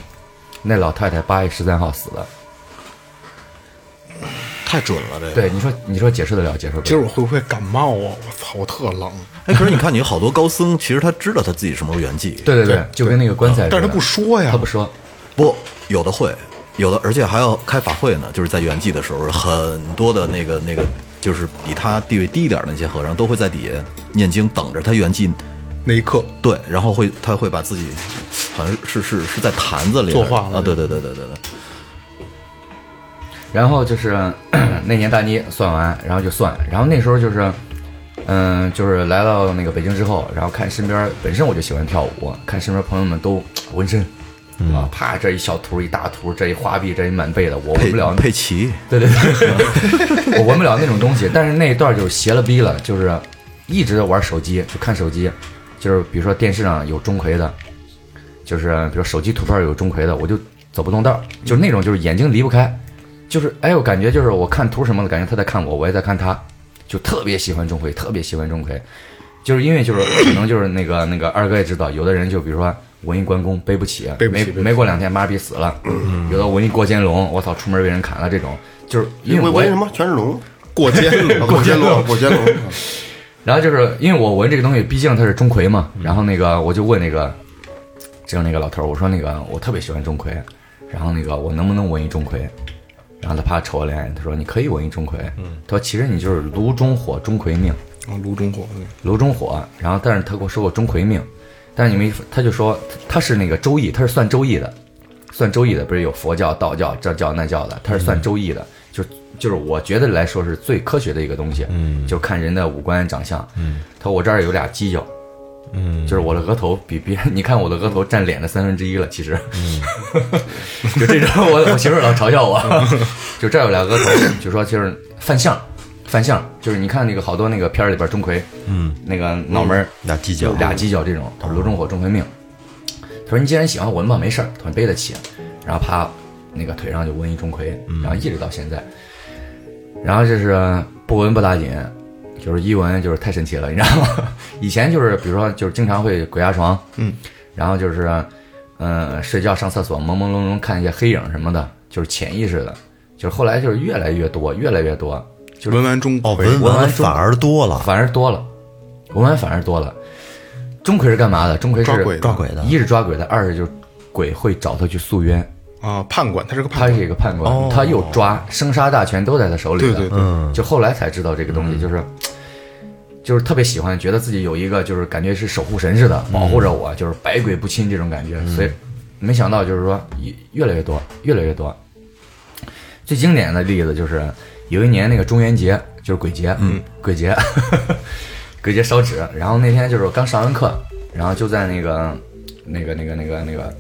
Speaker 6: 那老太太八月十三号死的，
Speaker 7: 太准了这个。
Speaker 6: 对，你说你说解释得了解释不
Speaker 4: 今
Speaker 6: 了？
Speaker 4: 儿我会不会感冒啊？我操，我特冷，
Speaker 7: 哎，可是你看，你有好多高僧，其实他知道他自己什么时候圆寂。
Speaker 6: 对对对，就跟那个棺材似的，
Speaker 4: 但是他不说呀
Speaker 6: 他不说，
Speaker 7: 不，有的会，有的，而且还要开法会呢。就是在圆寂的时候，很多的那个那个，就是比他地位低一点的那些和尚，都会在底下念经，等着他圆寂。
Speaker 4: 那一刻
Speaker 7: 对，然后会他会把自己，好像是是是在坛子里
Speaker 4: 作画了
Speaker 7: 啊，对对对对对对，
Speaker 6: 然后就是 那年大妮算完，然后就算，然后那时候就是，嗯，就是来到那个北京之后，然后看身边，本身我就喜欢跳舞，看身边朋友们都纹身，啊，啪这一小图一大图，这一花臂这一满背的，我纹不了，
Speaker 7: 佩佩奇，
Speaker 6: 对对对， 我纹不了那种东西，但是那一段就是邪了逼了，就是一直玩手机，就看手机，就是比如说电视上有钟馗的，就是比如手机图片有钟馗的，我就走不动道儿，就是那种就是眼睛离不开，就是哎，我感觉就是我看图什么的，感觉他在看我，我也在看他，就特别喜欢钟馗，特别喜欢钟馗，就是因为就是可能就是那个那个二哥也知道，有的人就比如说文艺关公背不起，
Speaker 4: 背不起背不嗯
Speaker 6: 没没过两天妈逼死了，有的文艺过肩龙，我操，出门被人砍了这种，就是因为我
Speaker 5: 为
Speaker 6: 也
Speaker 5: 什么全是 龙？
Speaker 4: 过肩
Speaker 5: 啊
Speaker 4: 了，
Speaker 5: 过肩龙，过肩龙。
Speaker 6: 然后就是因为我闻这个东西，毕竟它是钟馗嘛，然后那个我就问那个，只有那个老头儿，我说那个我特别喜欢钟馗，然后那个我能不能闻一钟馗？然后他啪瞅我两眼，他说你可以闻一钟馗，他说其实你就是炉中火，钟馗命，
Speaker 4: 啊，炉中火，对
Speaker 6: 炉中火。然后但是他跟我说过钟馗命，但是你没，他就说他他是那个周易，他是算周易的，算周易的，不是有佛教、道教、这教那教的，它是算周易的，就就是我觉得来说是最科学的一个东西，嗯，就看人的五官长相，嗯，他说我这儿有俩犄角，嗯，就是我的额头比别人，你看我的额头占脸的三分之一了，其实，
Speaker 8: 嗯
Speaker 6: 就这种我我媳妇儿老嘲笑 我，就这儿有俩额头，就说就是犯相。犯相就是你看那个好多那个片儿里边钟馗，嗯，那个脑门儿
Speaker 8: 俩犄角哦
Speaker 6: 俩犄角这种，他说炉中火，钟馗命，他说你既然喜欢纹吧，没事儿，他说你背得起，然后啪，那个腿上就纹一钟馗，
Speaker 8: 嗯
Speaker 6: 然后一直到现在，然后就是不纹不打紧，就是一纹就是太神奇了，你知道吗？ 以前就是比如说就是经常会鬼压床，嗯，然后就是嗯、呃睡觉上厕所朦朦胧胧看一些黑影什么的，就是潜意识的，就是后来就是越来越多，越来越多，就是
Speaker 4: 闻完钟
Speaker 8: 哦，
Speaker 4: 馗
Speaker 8: 文
Speaker 6: 文
Speaker 8: 玩
Speaker 6: 玩中
Speaker 8: 反而多了，
Speaker 6: 反而多了，文玩反而多了。钟馗是干嘛的？钟馗是
Speaker 4: 抓鬼的抓
Speaker 8: 鬼的
Speaker 6: 一是抓鬼的，二是就是鬼会找他去诉冤。
Speaker 4: 啊，判官，他是个
Speaker 6: 他
Speaker 4: 判
Speaker 6: 是
Speaker 4: 官，
Speaker 6: 一个判官，他又抓生杀大权都在他手里的。
Speaker 4: 对对对嗯
Speaker 6: 就后来才知道这个东西，就是、就是特别喜欢，觉得自己有一个就是感觉是守护神似的，保护着我，就是百鬼不侵这种感觉。
Speaker 4: 嗯
Speaker 6: 所以没想到就是说越越来越多，越来越多。最经典的例子就是有一年那个中元节，就是鬼节，嗯，鬼节， 鬼节烧纸。然后那天就是我刚上完课，然后就在那个那个那个那个那个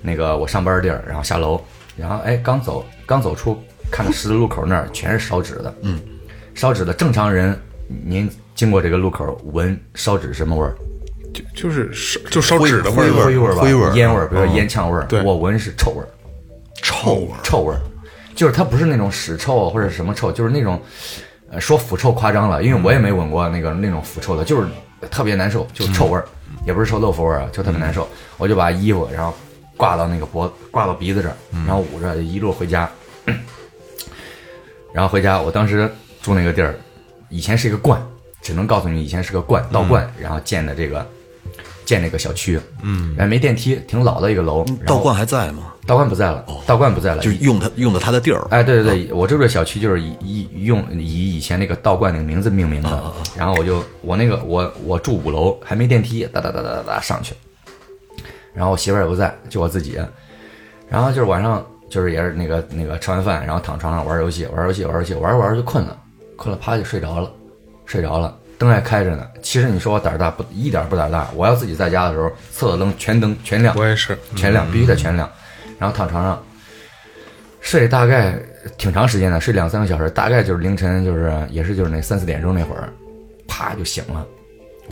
Speaker 6: 那个我上班的地儿，然后下楼，然后哎刚走刚走出，看到十字路口那儿全是烧纸的，嗯，烧纸的正常人，您经过这个路口闻烧纸什么味儿？
Speaker 4: 就就是烧就烧纸的味
Speaker 8: 灰
Speaker 4: 儿，
Speaker 8: 味儿
Speaker 6: 灰味儿吧，
Speaker 8: 灰味儿
Speaker 6: 烟味儿，比如说烟呛味儿，
Speaker 4: 对
Speaker 6: 我闻是臭味儿，
Speaker 4: 臭味儿，
Speaker 6: 臭味儿，就是它不是那种屎臭啊或者什么臭，就是那种，呃，说腐臭夸张了，因为我也没闻过那个那种腐臭的，就是特别难受，就是臭味儿，也不是臭豆腐味儿啊，就特别难受。我就把衣服然后挂到那个脖，挂到鼻子这儿，
Speaker 7: 嗯
Speaker 6: 然后捂着一路回家。 然后回家，我当时住那个地儿，以前是一个罐，只能告诉你以前是个罐，道观，
Speaker 7: 嗯
Speaker 6: 然后建的这个建那个小区，嗯，然后没电梯，挺老的一个楼，然后
Speaker 7: 道观还在吗？
Speaker 6: 道观不在了，道观不在了，
Speaker 7: 就用它用的它的地儿。
Speaker 6: 哎，对对对，我这个小区就是以以用以以前那个道观那个名字命名的。然后我就我那个我我住五楼，还没电梯，哒哒哒哒哒哒上去。然后我媳妇儿也不在，就我自己。然后就是晚上就是也是那个那个吃完饭，然后躺床上玩游戏，玩游戏玩游戏，玩着玩着就困了，困了啪就睡着了，睡着了。灯还开着呢。其实你说我胆儿大不一点儿不胆儿大，我要自己在家的时候，厕所灯全灯全亮，
Speaker 4: 我也是，
Speaker 6: 全亮，必须得全亮。然后躺床上睡大概挺长时间的，睡两三个小时，大概就是凌晨就是也是就是那三四点钟那会儿，啪就醒了，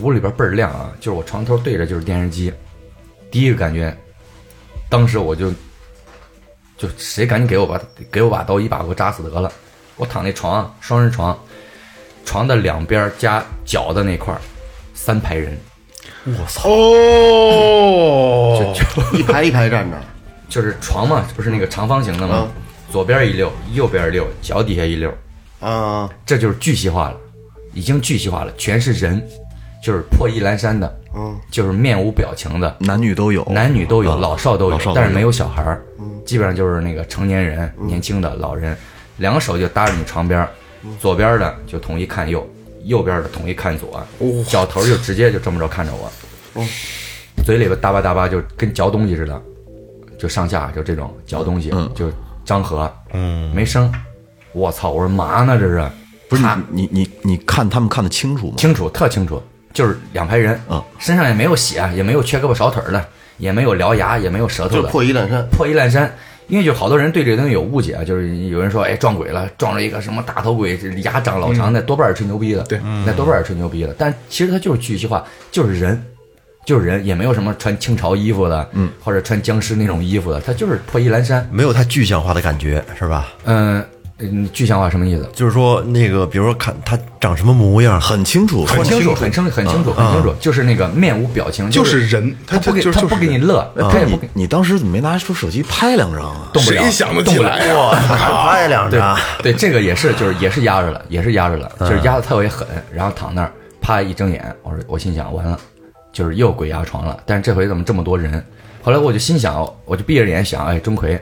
Speaker 6: 屋里边倍儿亮啊，就是我床头对着就是电视机，第一个感觉，当时我就就谁赶紧给我把给我把刀，一把给我扎死得了。我躺那床啊双人床，床的两边加脚的那块儿，三排人，
Speaker 4: 哦，
Speaker 5: 一排一排站着，
Speaker 6: 就是床嘛，不是那个长方形的嘛，左边一溜，右边一溜，脚底下一溜，
Speaker 5: 啊，
Speaker 6: 这就是巨细化了，已经巨细化了，全是人，就是破衣烂衫的，嗯，就是面无表情的，
Speaker 7: 男女都有，啊
Speaker 6: 男女都有，老少都有，
Speaker 7: 哦老少都有嗯
Speaker 6: 但是没有小孩儿，基本上就是那个成年人、年轻的老人，两个手就搭着你床边儿，
Speaker 7: 嗯
Speaker 6: 左边的就统一看右，右边的统一看左，
Speaker 7: 哦
Speaker 6: 脚头就直接就这么着看着我，嘴里边哒巴哒巴就跟嚼东西似的，就上下就这种嚼东西，
Speaker 7: 嗯
Speaker 6: 就张合，嗯，没声，我操，我说嘛呢这是。
Speaker 7: 不是你你你你看他们看得清楚吗？
Speaker 6: 清楚，特清楚，就是两排人，
Speaker 7: 嗯，
Speaker 6: 身上也没有血，也没有缺胳膊少腿儿的，也没有獠牙，也没有舌头
Speaker 5: 就
Speaker 6: 的，
Speaker 5: 破衣烂衫，
Speaker 6: 破衣烂衫。因为就好多人对这个东西有误解，啊就是有人说，哎，撞鬼了，撞着一个什么大头鬼，牙长老长的，多半是吹牛逼的，
Speaker 4: 嗯对，嗯
Speaker 6: 那多半是吹牛逼的。但其实它就是巨细化，就是人，就是人，也没有什么穿清朝衣服的，嗯，或者穿僵尸那种衣服的，它就是破衣烂衫。
Speaker 8: 没有太具象化的感觉，是吧？
Speaker 6: 嗯、嗯，具象化什么意思？
Speaker 8: 就是说那个，比如说看他长什么模样，
Speaker 7: 很清楚，
Speaker 6: 很清楚，很清，很清楚，很清楚，就是那个面无表情，
Speaker 4: 嗯就是
Speaker 6: 是
Speaker 4: 人
Speaker 6: 他
Speaker 4: 他
Speaker 6: 不
Speaker 4: 就
Speaker 6: 给
Speaker 4: 就
Speaker 6: 他
Speaker 4: 就是
Speaker 6: 不给你
Speaker 4: 人嗯
Speaker 6: 乐，他哎也不
Speaker 7: 你
Speaker 6: 给
Speaker 7: 你当时怎么没拿出手机拍两张啊？
Speaker 6: 动不了，
Speaker 4: 谁想得起来呀？
Speaker 8: 拍两
Speaker 6: 对
Speaker 8: 张，
Speaker 6: 对，这个也是，就是也是压着了，也是压着了，就是压的特别狠，然后躺那儿，啪一睁眼，我说我心想完了，就是又鬼压床了，但是这回怎么这么多人？后来我就心想，我就闭着眼想，哎，钟馗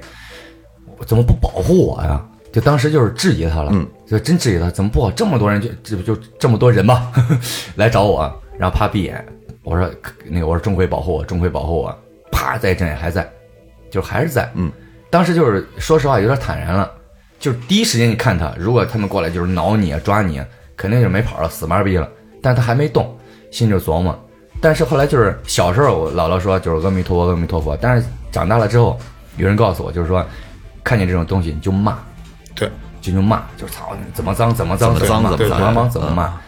Speaker 6: 我怎么不保护我呀？就当时就是质疑他了，就真质疑他，怎么不好？这么多人就这就这么多人吧， 来找我，然后啪闭眼，我说那个我说钟馗保护我，钟馗保护我，啪再一睁眼还在，就还是在，嗯，当时就是说实话有点坦然了，就是第一时间你看他，如果他们过来就是挠你啊抓你啊，肯定就没跑了，死妈逼了，但是他还没动，心就琢磨，但是后来就是小时候我姥姥说就是阿弥陀佛阿弥陀佛，但是长大了之后有人告诉我就是说，看见这种东西你就骂，
Speaker 4: 对，
Speaker 6: 就就骂，就是操你怎么脏怎么脏
Speaker 7: 怎么脏
Speaker 6: 怎
Speaker 7: 怎么
Speaker 6: 么脏
Speaker 7: 脏
Speaker 6: 怎么骂，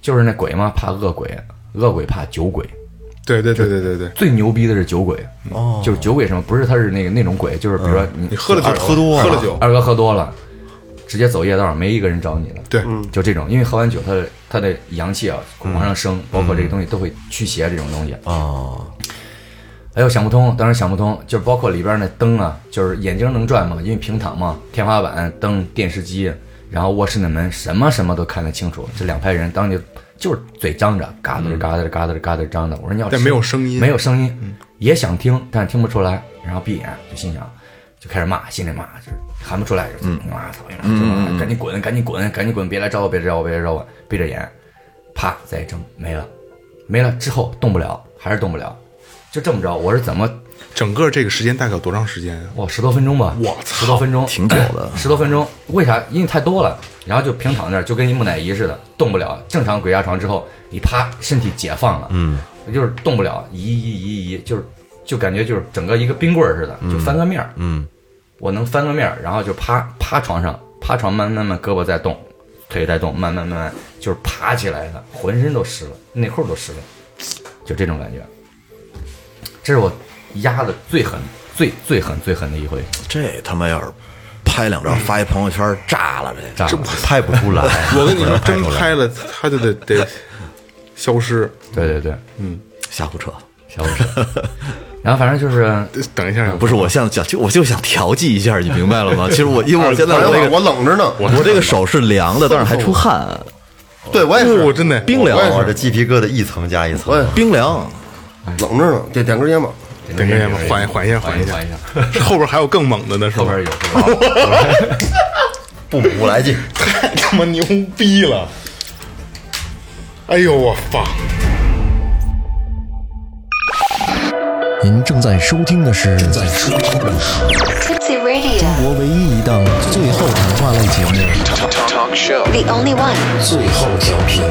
Speaker 6: 就是那鬼嘛怕恶鬼，恶鬼怕酒鬼，
Speaker 4: 对对对对对对，
Speaker 6: 最牛逼的是酒鬼，哦，就是酒鬼什么不是他是那个那种鬼，就是比如说你
Speaker 4: 你喝了酒，
Speaker 8: 喝多了
Speaker 4: 喝了酒，
Speaker 6: 啊二哥喝多了，直接走夜道，没一个人找你的。
Speaker 4: 对，
Speaker 6: 就这种，因为喝完酒，他的他的阳气啊往
Speaker 4: 嗯
Speaker 6: 上升，包括这个东西都会驱邪这种东西。
Speaker 8: 哦，
Speaker 6: 哎呦，想不通，当时想不通，就是包括里边那灯啊，就是眼睛能转吗？因为平躺嘛，天花板、灯、电视机，然后卧室的门，什么什么都看得清楚。这两派人当年就是嘴张着，嘎吱嘎吱嘎吱嘎吱张着。我说你要
Speaker 4: 嗯但
Speaker 6: 吃
Speaker 4: 没有声音
Speaker 6: 没有声音，也想听，但是听不出来。然后闭眼就心想，就开始骂，心里骂，就是喊不出来，就是啊操你妈，就是
Speaker 4: 嗯
Speaker 6: 骂赶紧滚，赶紧滚，赶紧滚，别来找我，别来找我，别来找我，闭着眼，啪再一睁没了，没了之后动不了，还是动不了。就这么着，我是怎么
Speaker 4: 整个这个时间大概有多长时间啊？
Speaker 6: 哇，十多分钟吧，
Speaker 4: 我操
Speaker 6: 十多分钟，
Speaker 7: 挺久的
Speaker 6: 十多分钟。为啥？因为太多了，然后就平躺那儿，就跟一木乃伊似的，动不了。正常鬼压床之后，你啪，身体解放了，嗯，就是动不了，移移移移，就是就感觉就是整个一个冰棍儿似的，就翻个面儿，嗯，我能翻个面儿，然后就趴趴床上，趴床慢慢慢胳膊在动，腿在动，慢慢慢慢就是爬起来的，浑身都湿了，内裤都湿了，就这种感觉。这是我压的最狠、最最狠、最狠的一回。
Speaker 7: 这他妈要是拍两张发一朋友圈，炸了这
Speaker 6: 炸
Speaker 7: 个。
Speaker 6: 了
Speaker 8: 拍不出来。
Speaker 4: 我跟你说，
Speaker 8: 拍
Speaker 4: 真
Speaker 8: 不出来
Speaker 4: 拍了他就得得消失。
Speaker 6: 对对对，
Speaker 7: 下火车，
Speaker 6: 小火车。然后反正就是
Speaker 4: 等一下，
Speaker 7: 不是，我现在想就我就想调剂一下，你明白了吗？其实我因为我现在我这
Speaker 5: 我
Speaker 7: 个
Speaker 5: 我冷着呢，
Speaker 7: 我这个手是凉的，但是还出汗，
Speaker 5: 对我也是
Speaker 4: 我真的
Speaker 7: 冰凉
Speaker 5: 我也
Speaker 7: 啊
Speaker 5: 是
Speaker 8: 我这鸡皮疙瘩一层加一层
Speaker 5: 我也。
Speaker 7: 冰凉。
Speaker 5: 冷着呢，点点根烟吧。
Speaker 4: 等一下吧，缓一缓一下，
Speaker 6: 缓
Speaker 4: 一
Speaker 6: 下，缓一下，
Speaker 4: 下，后边还有更猛的呢，是
Speaker 6: 后
Speaker 4: 吧？
Speaker 6: 边有是吧？
Speaker 8: 不补来劲，
Speaker 4: 他妈牛逼了！哎呦我操！
Speaker 9: 您正在收听的是正在收听的是
Speaker 10: Tipsy Radio,
Speaker 9: 中国唯一一档最后谈话类节目《
Speaker 10: the only one.
Speaker 9: 最后调频》。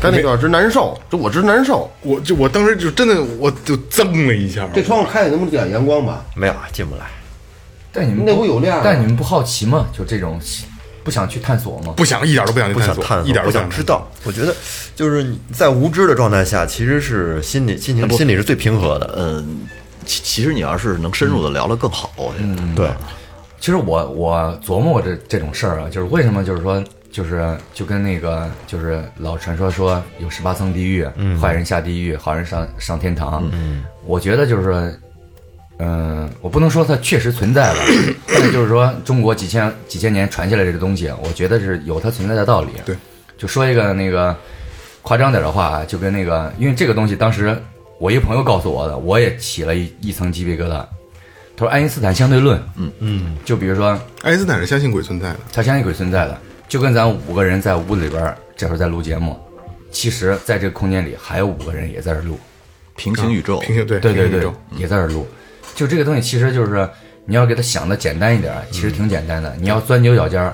Speaker 5: 但那个直难受，这我直难受。
Speaker 4: 我就我当时就真的我就噌了一下，
Speaker 5: 这窗户开开能不能点阳光吧？
Speaker 8: 没有啊，进不来。
Speaker 6: 但你们
Speaker 5: 那屋有亮啊
Speaker 6: 但你们不好奇吗？就这种不想去探索吗？
Speaker 4: 不想一点都不想去
Speaker 8: 不想
Speaker 4: 探索，
Speaker 8: 探索，
Speaker 4: 一点都
Speaker 8: 不
Speaker 4: 不
Speaker 8: 想
Speaker 4: 探
Speaker 8: 知道。我觉得就是你在无知的状态下，其实是心里心情心里是最平和的。
Speaker 7: 嗯，其其实你要是能深入的聊了更好，我觉得。
Speaker 8: 对，
Speaker 6: 其实我我琢磨过这这种事儿啊，就是为什么就是说就是就跟那个就是老传说说有十八层地狱，坏人下地狱，好人上上天堂。嗯，我觉得就是说，嗯、我不能说它确实存在了，但是就是说中国几千几千年传下来这个东西，我觉得是有它存在的道理。
Speaker 4: 对，
Speaker 6: 就说一个那个夸张点的话啊，就跟那个因为这个东西当时我一个朋友告诉我的，我也起了一一层鸡皮疙瘩。他说爱因斯坦相对论，嗯嗯，就比如说
Speaker 4: 爱因斯坦是相信鬼存在的，
Speaker 6: 他相信鬼存在的，就跟咱五个人在屋子里边儿这会儿在录节目，其实在这个空间里还有五个人也在这儿录，
Speaker 7: 平行宇宙，
Speaker 4: 平行对
Speaker 6: 对对
Speaker 4: 平行宇
Speaker 6: 对
Speaker 4: 宙，
Speaker 6: 也在这儿录。就这个东西，其实就是你要给他想的简单一点儿，其实挺简单的。你要钻牛角尖儿，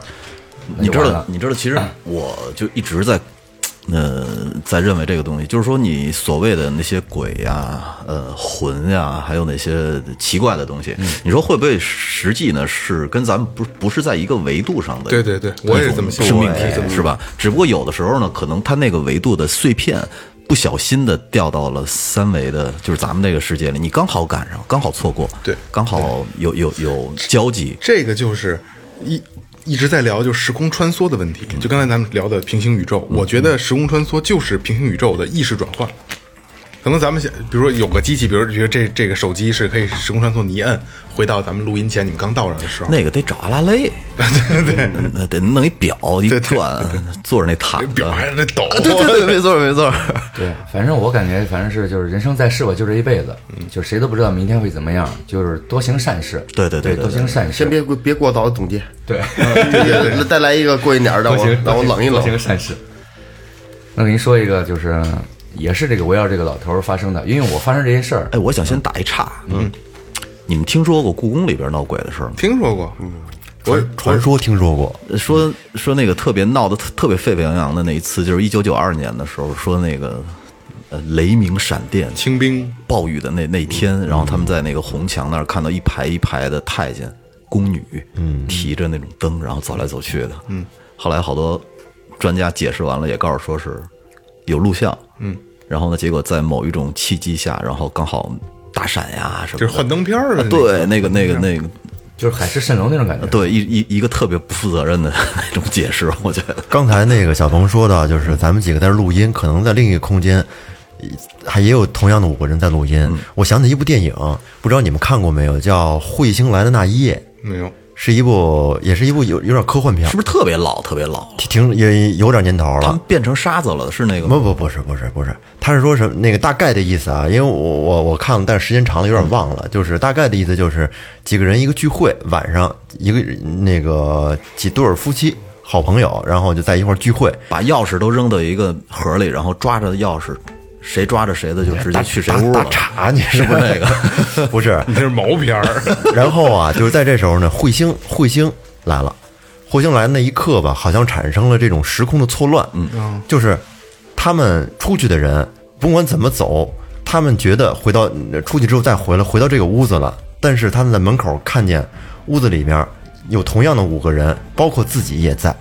Speaker 6: 那
Speaker 7: 你
Speaker 6: 就
Speaker 7: 知
Speaker 6: 完
Speaker 7: 道
Speaker 6: 了，
Speaker 7: 你知道，其实我就一直在，呃，在认为这个东西，就是说你所谓的那些鬼呀、呃魂呀、还有那些奇怪的东西，
Speaker 4: 嗯
Speaker 7: 你说会不会实际呢？是跟咱们不不是在一个维度上的？
Speaker 4: 对对对我也是这么想
Speaker 7: 生命体
Speaker 4: 我也是这么想
Speaker 7: 是吧？只不过有的时候呢，可能它那个维度的碎片。不小心的掉到了三维的，就是咱们这个世界里，你刚好赶上，刚好错过，
Speaker 4: 对
Speaker 7: 刚好有有有交集，
Speaker 4: 这个就是一一直在聊就时空穿梭的问题，就刚才咱们聊的平行宇宙，我觉得时空穿梭就是平行宇宙的意识转换。可能咱们想，比如说有个机器，比如觉得这这个手机是可以时空穿梭，你一摁回到咱们录音前你们刚到这儿的时候，
Speaker 7: 那个得找阿拉蕾， 对对，得弄一表一转，坐着那毯子，
Speaker 4: 表还在那抖，
Speaker 7: 对对对，没错没错，
Speaker 6: 对，反正我感觉，反正是就是人生在世吧，就这一辈子，
Speaker 7: 嗯
Speaker 6: 就谁都不知道明天会怎么样，就是多行善事。
Speaker 7: 对对对
Speaker 6: 对，
Speaker 7: 对
Speaker 6: 多行善
Speaker 5: 先
Speaker 6: 事。
Speaker 5: 别过别过早总结，
Speaker 6: 对，
Speaker 5: 再再来一个过一点儿，让
Speaker 6: 多
Speaker 5: 我
Speaker 6: 行，
Speaker 5: 让我冷一冷
Speaker 6: 多。行善事。那我跟您说一个，就是也是这个围绕这个老头儿发生的，因为我发生这些事儿，
Speaker 7: 哎，我想先打一岔，嗯，你们听说过故宫里边闹鬼的事儿吗？
Speaker 4: 听说过，我
Speaker 8: 传传说听说过，
Speaker 7: 说说那个特别闹得特特别沸沸扬扬的那一次，就是一九九二年的时候，说那个呃雷鸣闪电
Speaker 4: 清兵
Speaker 7: 暴雨的那那天，然后他们在那个红墙那儿看到一排一排的太监、宫女，嗯，提着那种灯，然后走来走去的，嗯。后来好多专家解释完了，也告诉说是有录像，嗯。然后呢，结果在某一种契机下，然后刚好打闪呀什么的，
Speaker 4: 就是幻灯片儿
Speaker 7: 啊
Speaker 4: 的，
Speaker 7: 对，那个那个那个，
Speaker 6: 就是海市蜃楼那种感觉。
Speaker 7: 呃对，一一一个特别不负责任的 那种解释，我觉得。
Speaker 8: 刚才那个小鹏说到，就是咱们几个在这录音，可能在另一个空间，呃还也有同样的五个人在录音。我想起一部电影，不知道你们看过没有，叫《彗星来的那一夜》，
Speaker 4: 没有，
Speaker 8: 是一部也是一部有有点科幻片
Speaker 7: 是，不是特别老，特别老？
Speaker 8: 挺挺也有点年头
Speaker 7: 他
Speaker 8: 了
Speaker 7: 们。变成沙子了，是那个吗？
Speaker 8: 不不不是不是不是，他是说什么那个大概的意思啊？因为我我我看了，但是时间长了有点忘了，就是大概的意思就是几个人一个聚会，晚上一个那个几对儿夫妻好朋友，然后就在一块儿聚会，
Speaker 7: 把钥匙都扔到一个盒里，然后抓着钥匙，谁抓着谁的就直接去谁屋
Speaker 8: 打
Speaker 7: 了
Speaker 8: 打。岔，你是
Speaker 7: 是不是 那个？
Speaker 8: 个？不是，
Speaker 4: 那是毛片儿，
Speaker 8: 然后啊，就是在这时候呢，彗星彗星来了，彗星来的那一刻吧，好像产生了这种时空的错乱。嗯，就是他们出去的人，不管怎么走，他们觉得回到出去之后再回来，回到这个屋子了，但是他们在门口看见屋子里面有同样的五个人，包括自己也在，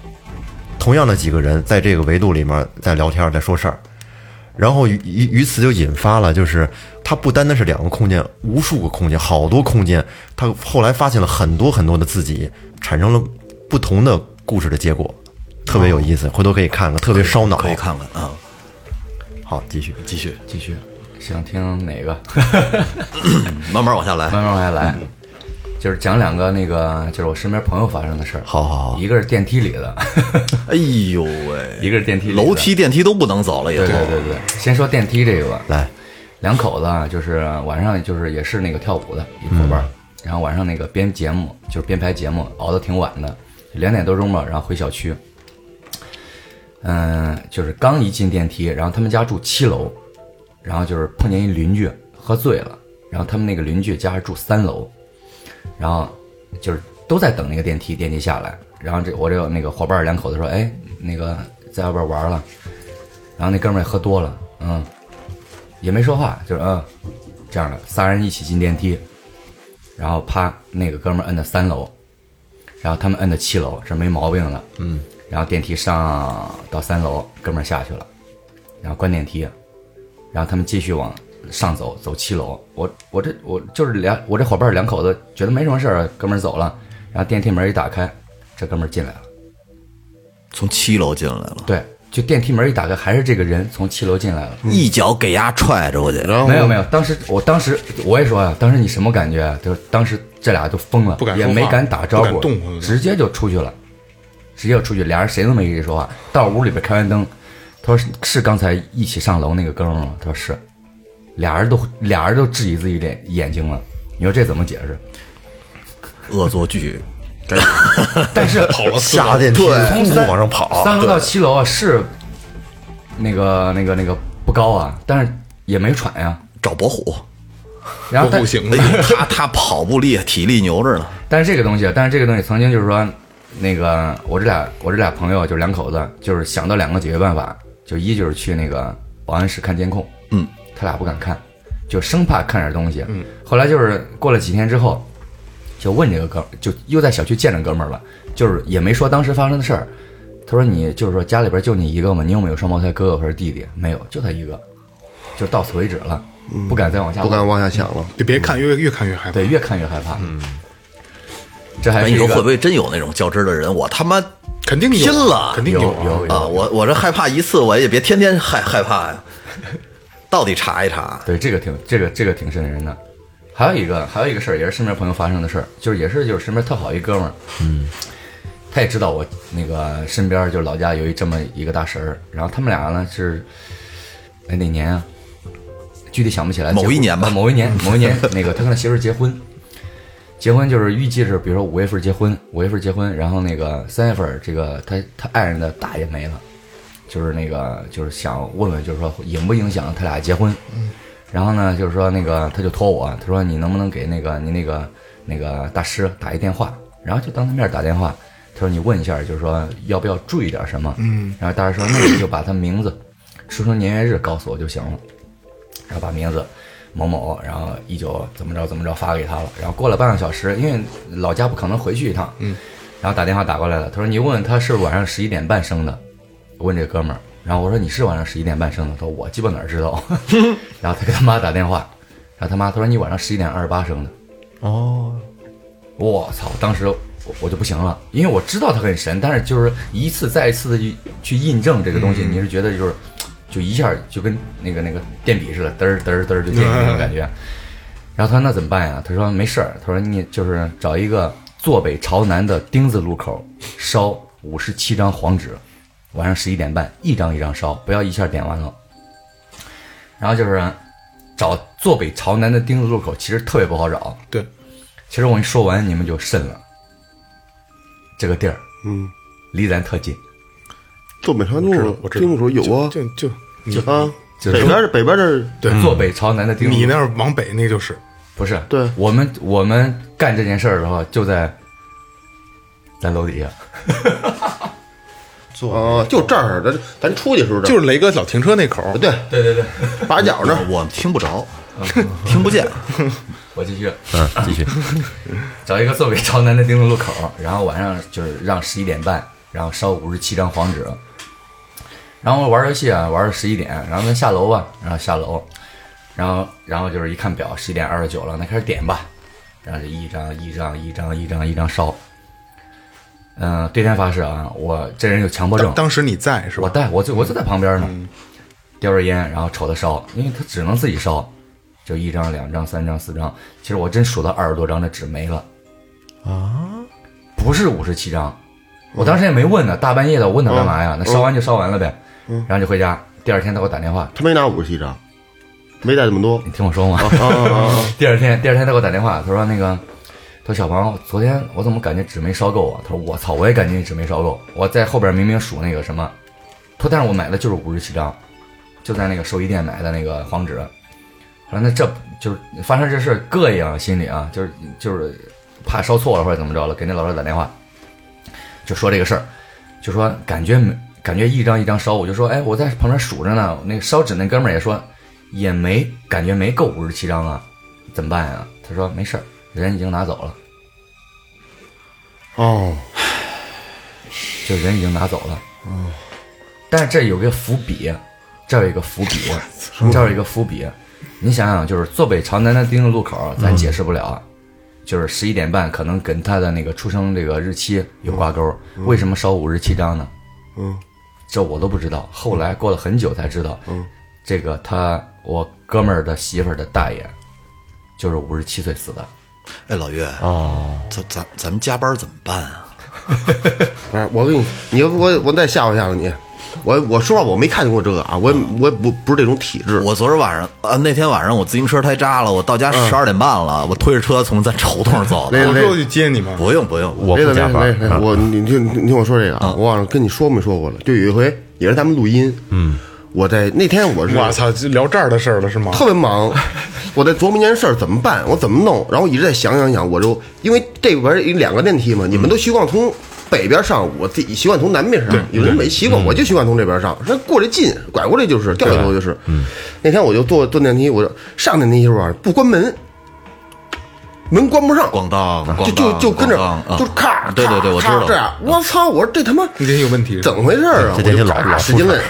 Speaker 8: 同样的几个人在这个维度里面在聊天，在说事儿。然后于于于此就引发了，就是它不单单是两个空间，无数个空间，好多空间，他后来发现了很多很多的自己，产生了不同的故事的结果，特别有意思，回头可以看看，特别烧脑。
Speaker 7: 可以看看啊、
Speaker 8: 好，继续。
Speaker 7: 继续
Speaker 6: 继续，想听哪个？
Speaker 7: 嗯慢慢往下来。
Speaker 6: 慢慢往下来，就是讲两个那个，就是我身边朋友发生的事儿。
Speaker 8: 好好好
Speaker 6: 一个是电梯里的，
Speaker 7: 哎呦喂，
Speaker 6: 一个是电梯里的
Speaker 7: 楼梯、电梯都不能走了，也
Speaker 6: 对
Speaker 7: 都
Speaker 6: 对对对，先说电梯这个吧。
Speaker 8: 来，
Speaker 6: 两口子啊，就是晚上就是也是那个跳舞的一伙伴儿，然后晚上那个编节目就是编排节目，熬得挺晚的，两点多钟吧，然后回小区。嗯，就是刚一进电梯，然后他们家住七楼，然后就是碰见一邻居喝醉了，然后他们那个邻居家是住三楼，然后就是都在等那个电梯，电梯下来，然后这我这有那个伙伴儿两口子说，哎，那个在外边玩了，然后那哥们儿也喝多了，嗯，也没说话，就是嗯，这样的，仨人一起进电梯，然后啪，那个哥们儿摁的三楼，然后他们摁的七楼是没毛病的，嗯，然后电梯上到三楼，哥们儿下去了，然后关电梯，然后他们继续往上走，走七楼。我我这我就是两我这伙伴两口子觉得没什么事儿，哥们儿走了，然后电梯门一打开，这哥们儿进来了。
Speaker 7: 从七楼进来了，
Speaker 6: 对，就电梯门一打开，还是这个人从七楼进来了。
Speaker 7: 一脚给丫踹着过去，
Speaker 4: 哦
Speaker 7: 然
Speaker 6: 没有没有，当时我当时我也说呀、当时你什么感觉啊？就是当时这俩都疯了，
Speaker 4: 不敢
Speaker 6: 也
Speaker 4: 说话
Speaker 6: 没敢打招
Speaker 4: 不敢
Speaker 6: 呼
Speaker 4: 动了，
Speaker 6: 直接就出去了，直接就出去，俩人谁都没跟谁说话。到屋里边开完灯，他说是是刚才一起上楼那个哥们儿吗？他说是，俩人都俩人都质疑自己眼眼睛了。你说这怎么解 释？
Speaker 7: 恶作剧，
Speaker 6: 但是
Speaker 4: 跑了四
Speaker 8: 下
Speaker 4: 楼，
Speaker 8: 电梯从
Speaker 6: 从三
Speaker 8: 往上跑，
Speaker 6: 三楼到七楼啊是那个那个那个不高啊，但是也没喘呀、
Speaker 7: 找伯虎。
Speaker 6: 然后
Speaker 4: 我
Speaker 6: 但
Speaker 4: 不行
Speaker 7: 哎
Speaker 4: 了。
Speaker 7: 呦，他他跑步厉害，体力牛着呢。
Speaker 6: 但是这个东西，但是这个东西曾经就是说，那个我这俩我这俩朋友就是两口子，就是想到两个解决办法，就一就是去那个保安室看监控，
Speaker 7: 嗯，
Speaker 6: 他俩不敢看，就生怕看点东西，嗯，后来就是过了几天之后，就问这个哥，就又在小区见着哥们儿了，就是也没说当时发生的事儿，他说你就是说家里边就你一个吗？你有没有双胞胎哥哥或者弟弟？没有，就他一个，
Speaker 7: 嗯
Speaker 6: 就到此为止了，不敢再往下问，
Speaker 5: 不敢往下想了。
Speaker 4: 就别看，越越看越害怕。
Speaker 6: 对，越看越害怕，嗯，这还
Speaker 7: 哎，
Speaker 6: 是
Speaker 7: 你
Speaker 6: 一
Speaker 7: 说
Speaker 6: 个
Speaker 7: 会不会真有那种较真的人？我他妈
Speaker 4: 肯定有啊
Speaker 7: 拼了
Speaker 4: 肯定有啊
Speaker 6: 有有
Speaker 7: 啊，我我这害怕一次，我也别天天害害怕呀。到底查一查，
Speaker 6: 对，这个挺这个这个挺瘆人的。还有一个还有一个事儿，也是身边朋友发生的事儿，就是也是就是身边特好一哥们儿，嗯，他也知道我那个身边就是老家有一这么一个大神儿，然后他们俩呢是，哎哪年啊？具体想不起来，
Speaker 7: 某
Speaker 6: 结婚
Speaker 7: 一年吧
Speaker 6: 啊某一年某一年那个他跟他媳妇儿结婚，结婚就是预计是比如说五月份结婚，五月份结婚，然后那个三月份儿这个他他爱人的大爷没了。就是那个，就是想问问，就是说影不影响他俩结婚？然后呢，就是说那个他就托我，他说你能不能给那个你那个那个大师打一电话？然后就当他面打电话，他说你问一下，就是说要不要注意点什么？嗯，然后大师说那你就把他名字、出生年月日告诉我就行了，然后把名字某某，然后一九怎么着怎么着发给他了。然后过了半个小时，因为老家不可能回去一趟，嗯，然后打电话打过来了，他说你问问他是不是晚上十一点半生的，我问这哥们儿，然后我说你是晚上十一点半生的，他说我鸡巴哪儿知道， 然后他给他妈打电话，然后他妈他说你晚上十一点二十八生的，我操！当时我我就不行了，因为我知道他很神，但是就是一次再一次的去去印证这个东西，你是觉得就是就一下就跟那个那个电笔似的，嘚儿嘚儿嘚儿就电那种感觉。然后他说那怎么办呀？他说没事儿，他说你就是找一个坐北朝南的丁字路口烧五十七张黄纸，晚上十一点半一张一张烧，不要一下点完了。然后就是找坐北朝南的丁字路口，其实特别不好找。
Speaker 4: 对，
Speaker 6: 其实我跟你说完，你们就渗了。这个地儿，嗯，离咱特近，
Speaker 5: 坐北朝南
Speaker 4: 知
Speaker 5: 路
Speaker 4: 道，我知道
Speaker 5: 丁字路口有啊
Speaker 4: 就就你
Speaker 5: 啊，
Speaker 6: 就是
Speaker 5: 北边儿北边儿
Speaker 4: 对
Speaker 6: 坐北朝南的丁字路口。
Speaker 4: 你那儿往北那就是
Speaker 6: 不是？
Speaker 5: 对
Speaker 6: 我们我们干这件事儿的时候，就在咱楼底下。
Speaker 5: 这啊，就这儿，咱咱出去的时候这儿
Speaker 4: 就是雷哥老停车那口儿，
Speaker 5: 对对对对，把角那儿
Speaker 7: 我听不着， 听不 见。
Speaker 6: 我继续
Speaker 8: 嗯，继续。
Speaker 6: 找一个坐北朝南的丁字路口，然后晚上就是让十一点半，然后烧五十七张黄纸，然后玩游戏啊，玩到十一点，然后那下楼吧，然后下楼，然后然后就是一看表，十一点二十九了，那开始点吧，然后就一张一张一张一张一张烧。嗯、对天发誓啊，我这人有强迫症
Speaker 4: 当，当时你在是
Speaker 6: 我
Speaker 4: 吧？
Speaker 6: 带我就我就在旁边呢，叼着烟，然后瞅他烧，因为他只能自己烧，就一张、两张、三张、四张。其实我真数到二十多张，那纸没了啊，不是五十七张，我当时也没问呢，大半夜的我问他干嘛呀？那烧完就烧完了呗，然后就回家。第二天他给我打电话，
Speaker 5: 他没拿五十七张，没带这么多。
Speaker 6: 你听我说嘛，第二天第二天他给我打电话，他说那个，他说小王，昨天我怎么感觉纸没烧够啊？他说我操，我也感觉你纸没烧够，我在后边明明数那个什么，他说但是我买的就是五十七张，就在那个寿衣店买的那个黄纸。他说那这就是发生这事儿膈应啊心里啊，就是就是怕烧错了或者怎么着了，给那老师打电话，就说这个事儿，就说感觉没感觉一张一张烧，我就说哎我在旁边数着呢，那烧纸那哥们儿也说也没感觉没够五十七张啊，怎么办呀、他说没事儿，人已经拿走了，
Speaker 5: 哦，
Speaker 6: 就人已经拿走了。嗯，但是这有个伏笔，这有一个伏 笔，这有一个伏笔。你想想，就是坐北朝南的丁字路口，咱解释不
Speaker 5: 嗯
Speaker 6: 了，嗯就是十一点半可能跟他的那个出生这个日期有挂钩。为什么烧五十七张呢？
Speaker 5: 嗯，
Speaker 6: 这我都不知道，后来过了很久才知道。嗯，这个他我哥们儿的媳妇儿的大爷，就是五十七岁死的。
Speaker 7: 哎，老岳哦，咱咱咱们加班怎么办啊？
Speaker 5: 哎，我给你，你要不我我再吓唬吓唬你。我我说实话，我没看见过这个啊，我也我也不不是这种体质。
Speaker 7: 我昨儿晚上啊，那天晚上我自行车胎扎了，我到家十二点半了，我推着车从咱胡同走的。
Speaker 5: 嗯那
Speaker 4: 我
Speaker 5: 那
Speaker 4: 最后去接你吗？
Speaker 7: 不用不用，
Speaker 8: 我
Speaker 5: 别
Speaker 8: 不
Speaker 5: 的
Speaker 8: 加
Speaker 5: 别的
Speaker 8: 班
Speaker 5: 别的，我你听你听我说这个啊，我忘了跟你说没说过了，就有一回也是咱们录音，嗯，我在那天我是
Speaker 4: 我操，就聊这儿的事儿了是吗？
Speaker 5: 特别忙，我在琢磨一件事儿怎么办，我怎么弄，然后一直在想想想，我就因为这边有两个电梯嘛，你们都习惯从北边上，我自己习惯从南边上，有人没习惯，我就习惯从这边上，那过来近，拐过来就是掉下头就是。那天我就坐坐电梯，我就上电梯的时候啊不关门，门关不上，
Speaker 7: 咣当，咣
Speaker 5: 就
Speaker 7: 当
Speaker 5: 就就跟着
Speaker 7: 咣当啊
Speaker 5: 就咔，
Speaker 7: 对对对，
Speaker 5: 咔
Speaker 7: 我知
Speaker 5: 咔
Speaker 7: 道嗯
Speaker 5: 这样，我操！我说这他妈
Speaker 4: 你这有问题是吧
Speaker 5: 怎么回事儿啊？
Speaker 8: 这电梯老
Speaker 5: 我就
Speaker 8: 老
Speaker 5: 咔
Speaker 8: 出
Speaker 5: 使劲
Speaker 8: 事儿
Speaker 5: 摁，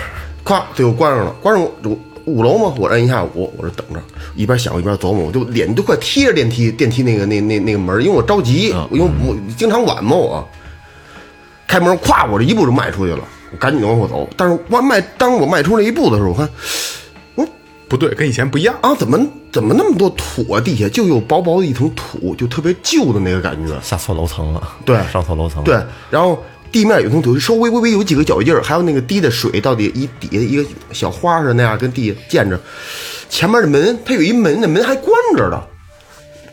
Speaker 5: 咔，最后关上了，关上我我五楼嘛，我摁一下五，我说等着，一边想一边琢磨，我就脸都快贴着电梯电梯那个那那那个门儿，因为我着急，
Speaker 7: 嗯
Speaker 5: 因为我经常晚嘛我。开门，咵，我这一步就迈出去了，我赶紧往后走。但是我迈，当我迈出那一步的时候，我看
Speaker 4: 不对，跟以前不一样。
Speaker 5: 啊，怎么怎么那么多土啊？地下就有薄薄的一层土，就特别旧的那个感觉。
Speaker 8: 下错楼层了，
Speaker 5: 对
Speaker 8: 上错楼层了，
Speaker 5: 对，然后地面有层土，稍微微微有几个脚印儿，还有那个滴的水到底一底下一个小花似的那样跟地溅着。前面的门，它有一门，那门还关着的。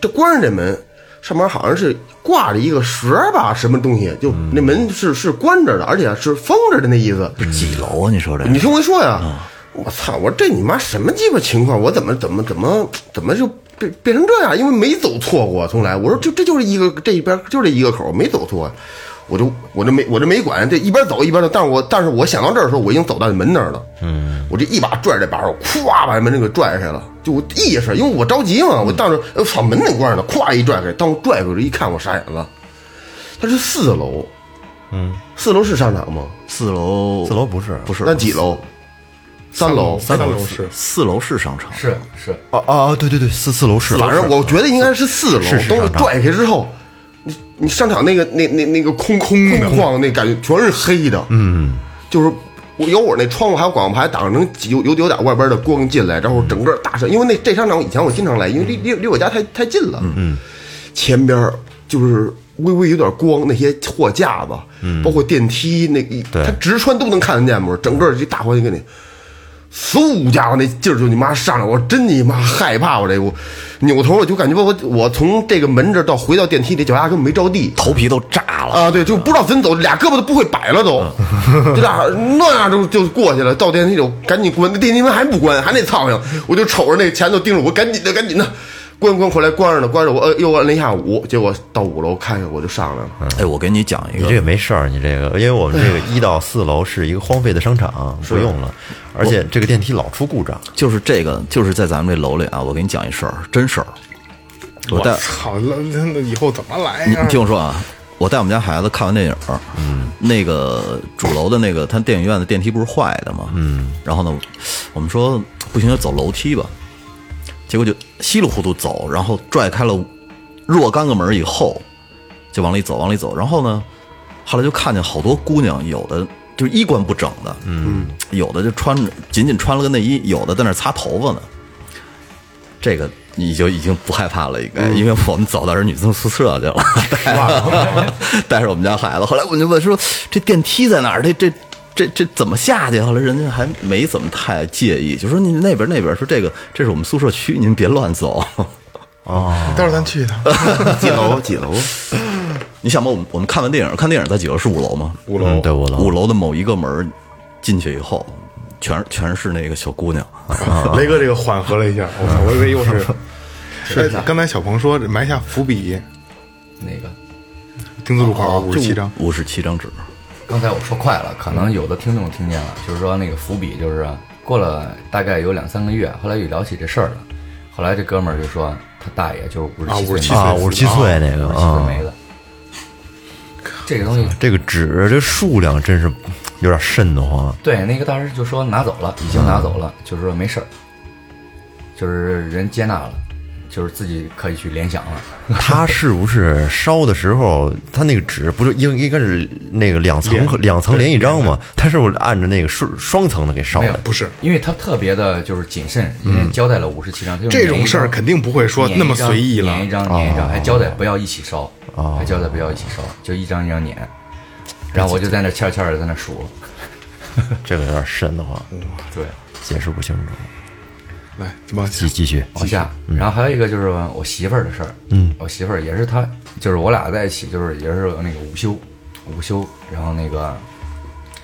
Speaker 5: 这关着这门，上面好像是挂着一个绳儿吧，什么东西，就那门是是关着的，而且是封着的那意思。
Speaker 7: 几楼啊？你说这
Speaker 5: 你听我说呀，我操！我说这你妈什么鸡巴情况？我怎么怎么怎么怎么就变变成这样？因为没走错过，从来我说就这就是一个这一边就这一个口没走错，啊我就我就没我就没管，这一边走一边走。但是我但是我想到这儿的时候，我已经走到门那儿了。嗯，我这一把拽着把手，咵把门那个拽开了，就我意识，因为我着急嘛，我当时呃操门那关上了，咵一拽开，当我拽过去一看，我傻眼了，它是四楼。嗯，四楼是商场吗？
Speaker 7: 四楼，
Speaker 8: 四楼不是
Speaker 7: 不是
Speaker 5: 那几楼？三楼，啊
Speaker 4: 三楼是
Speaker 7: 四楼是商场，
Speaker 6: 是是，
Speaker 8: 哦哦哦，对对对，四四楼是，
Speaker 5: 反正我觉得应该是四楼
Speaker 8: 是是，
Speaker 5: 等我
Speaker 8: 上场
Speaker 5: 拽开之后，你你商场那个那那那个空空空旷的那感觉全是黑的，嗯，就是我有我那窗户还有广告牌挡着，能有有有点外边的光进来，然后整个大山，因为那这商场以前我经常来，因为离离离我家太太近了，嗯，前边儿就是微微有点光，那些货架子，嗯，包括电梯那一，它直穿都能看得见不是？整个这大环境给你。嗖家伙，那劲儿就你妈上来，我真你妈害怕！我这我扭头我就感觉我我从这个门这儿到回到电梯里，脚丫根本没着地
Speaker 7: 头皮都炸了。
Speaker 5: 啊！对，就不知道怎么走，俩胳膊都不会摆了 都，就那样那样就就过去了。到电梯里，我赶紧关，那电梯门还不关，还那苍蝇，我就瞅着那前头盯着我，赶紧的，赶紧的。关关回来，关上了，关上我，呃，又摁了一下五，结果到五楼开开我就上来了。
Speaker 7: 哎，我给你讲一
Speaker 8: 你这
Speaker 7: 个，
Speaker 8: 个没事儿，你这个，因为我们这个一到四楼是一个荒废的商场，不用了，而且这个电梯老出故障，
Speaker 7: 就是这个，就是在咱们这楼里啊，我给你讲一事儿，真事儿。我带
Speaker 4: 操，那那那以后怎么来
Speaker 7: 你
Speaker 4: 哎呀
Speaker 7: 你？听我说啊，我带我们家孩子看完电影，嗯，那个主楼的那个他电影院的电梯不是坏的吗？嗯，然后呢，我们说不行就走楼梯吧，结果就稀里糊涂走，然后拽开了若干个门以后，就往里走，往里走，然后呢，后来就看见好多姑娘，有的就是衣冠不整的，嗯，有的就穿着仅仅穿了个内衣，有的在那儿擦头发呢，这个。你就已经不害怕了，应
Speaker 8: 嗯
Speaker 7: 该，因为我们走到人女生宿舍去 了，带着我们家孩子。后来我们就问说，这电梯在哪儿？这这这这怎么下去？后来人家还没怎么太介意，就说你那边那边，说这个这是我们宿舍区，您别乱走。
Speaker 4: 待会儿咱去一趟。
Speaker 5: 几楼？几楼？
Speaker 7: 你想吧，我们我们看完电影，看电影在几楼？是五楼吗？
Speaker 4: 五
Speaker 8: 嗯，
Speaker 4: 楼
Speaker 8: 对，五楼，
Speaker 7: 五楼的某一个门儿进去以后，全全是那个小姑娘。
Speaker 4: 雷哥这个缓和了一下，我操，我以为又是。是刚才小鹏说埋下伏笔，
Speaker 6: 那个
Speaker 4: 钉子路
Speaker 8: 哦
Speaker 4: 口五十七章，
Speaker 7: 五十七张纸，
Speaker 6: 刚才我说快了，可能有的听众听见了，就是说那个伏笔，就是过了大概有两三个月，后来又聊起这事儿了，后来这哥们儿就说他大爷就是五
Speaker 4: 啊
Speaker 6: 十
Speaker 4: 57
Speaker 6: 七岁
Speaker 8: 啊，
Speaker 6: 嘛
Speaker 8: 五十七岁那个
Speaker 6: 57
Speaker 8: 啊
Speaker 6: 岁，没了，这个东西
Speaker 8: 这个纸这数量真是有点瘆得慌。
Speaker 6: 对，那个当时就说拿走了，已经拿走了，就是说没事儿，就是人接纳了，就是自己可以去联想了。
Speaker 8: 他是不是烧的时候，他那个纸不是应应该是那个两层和两层连一张吗？他是不是按着那个双双层的给烧
Speaker 6: 没有
Speaker 8: 的？，
Speaker 4: 不是
Speaker 6: 因为他特别的就是谨慎，因为交代了五十七张，就
Speaker 4: 嗯
Speaker 6: 是
Speaker 4: 这种
Speaker 6: 每一张
Speaker 4: 事儿肯定不会说
Speaker 6: 粘一
Speaker 4: 那么
Speaker 6: 张
Speaker 4: 随意了哦
Speaker 6: 粘一张粘一张，还交代不要一起烧，还交代不要一起烧，就一张一张粘。然后我就在那悄悄的在那数，
Speaker 8: 这个有点瘆得慌，
Speaker 6: 对，
Speaker 8: 解释不清楚。
Speaker 4: 来往下
Speaker 8: 继继续，嗯
Speaker 6: 往下。然后还有一个就是我媳妇儿的事儿，嗯，我媳妇儿也是她，就是我俩在一起，就是也是那个午休，午休，然后那个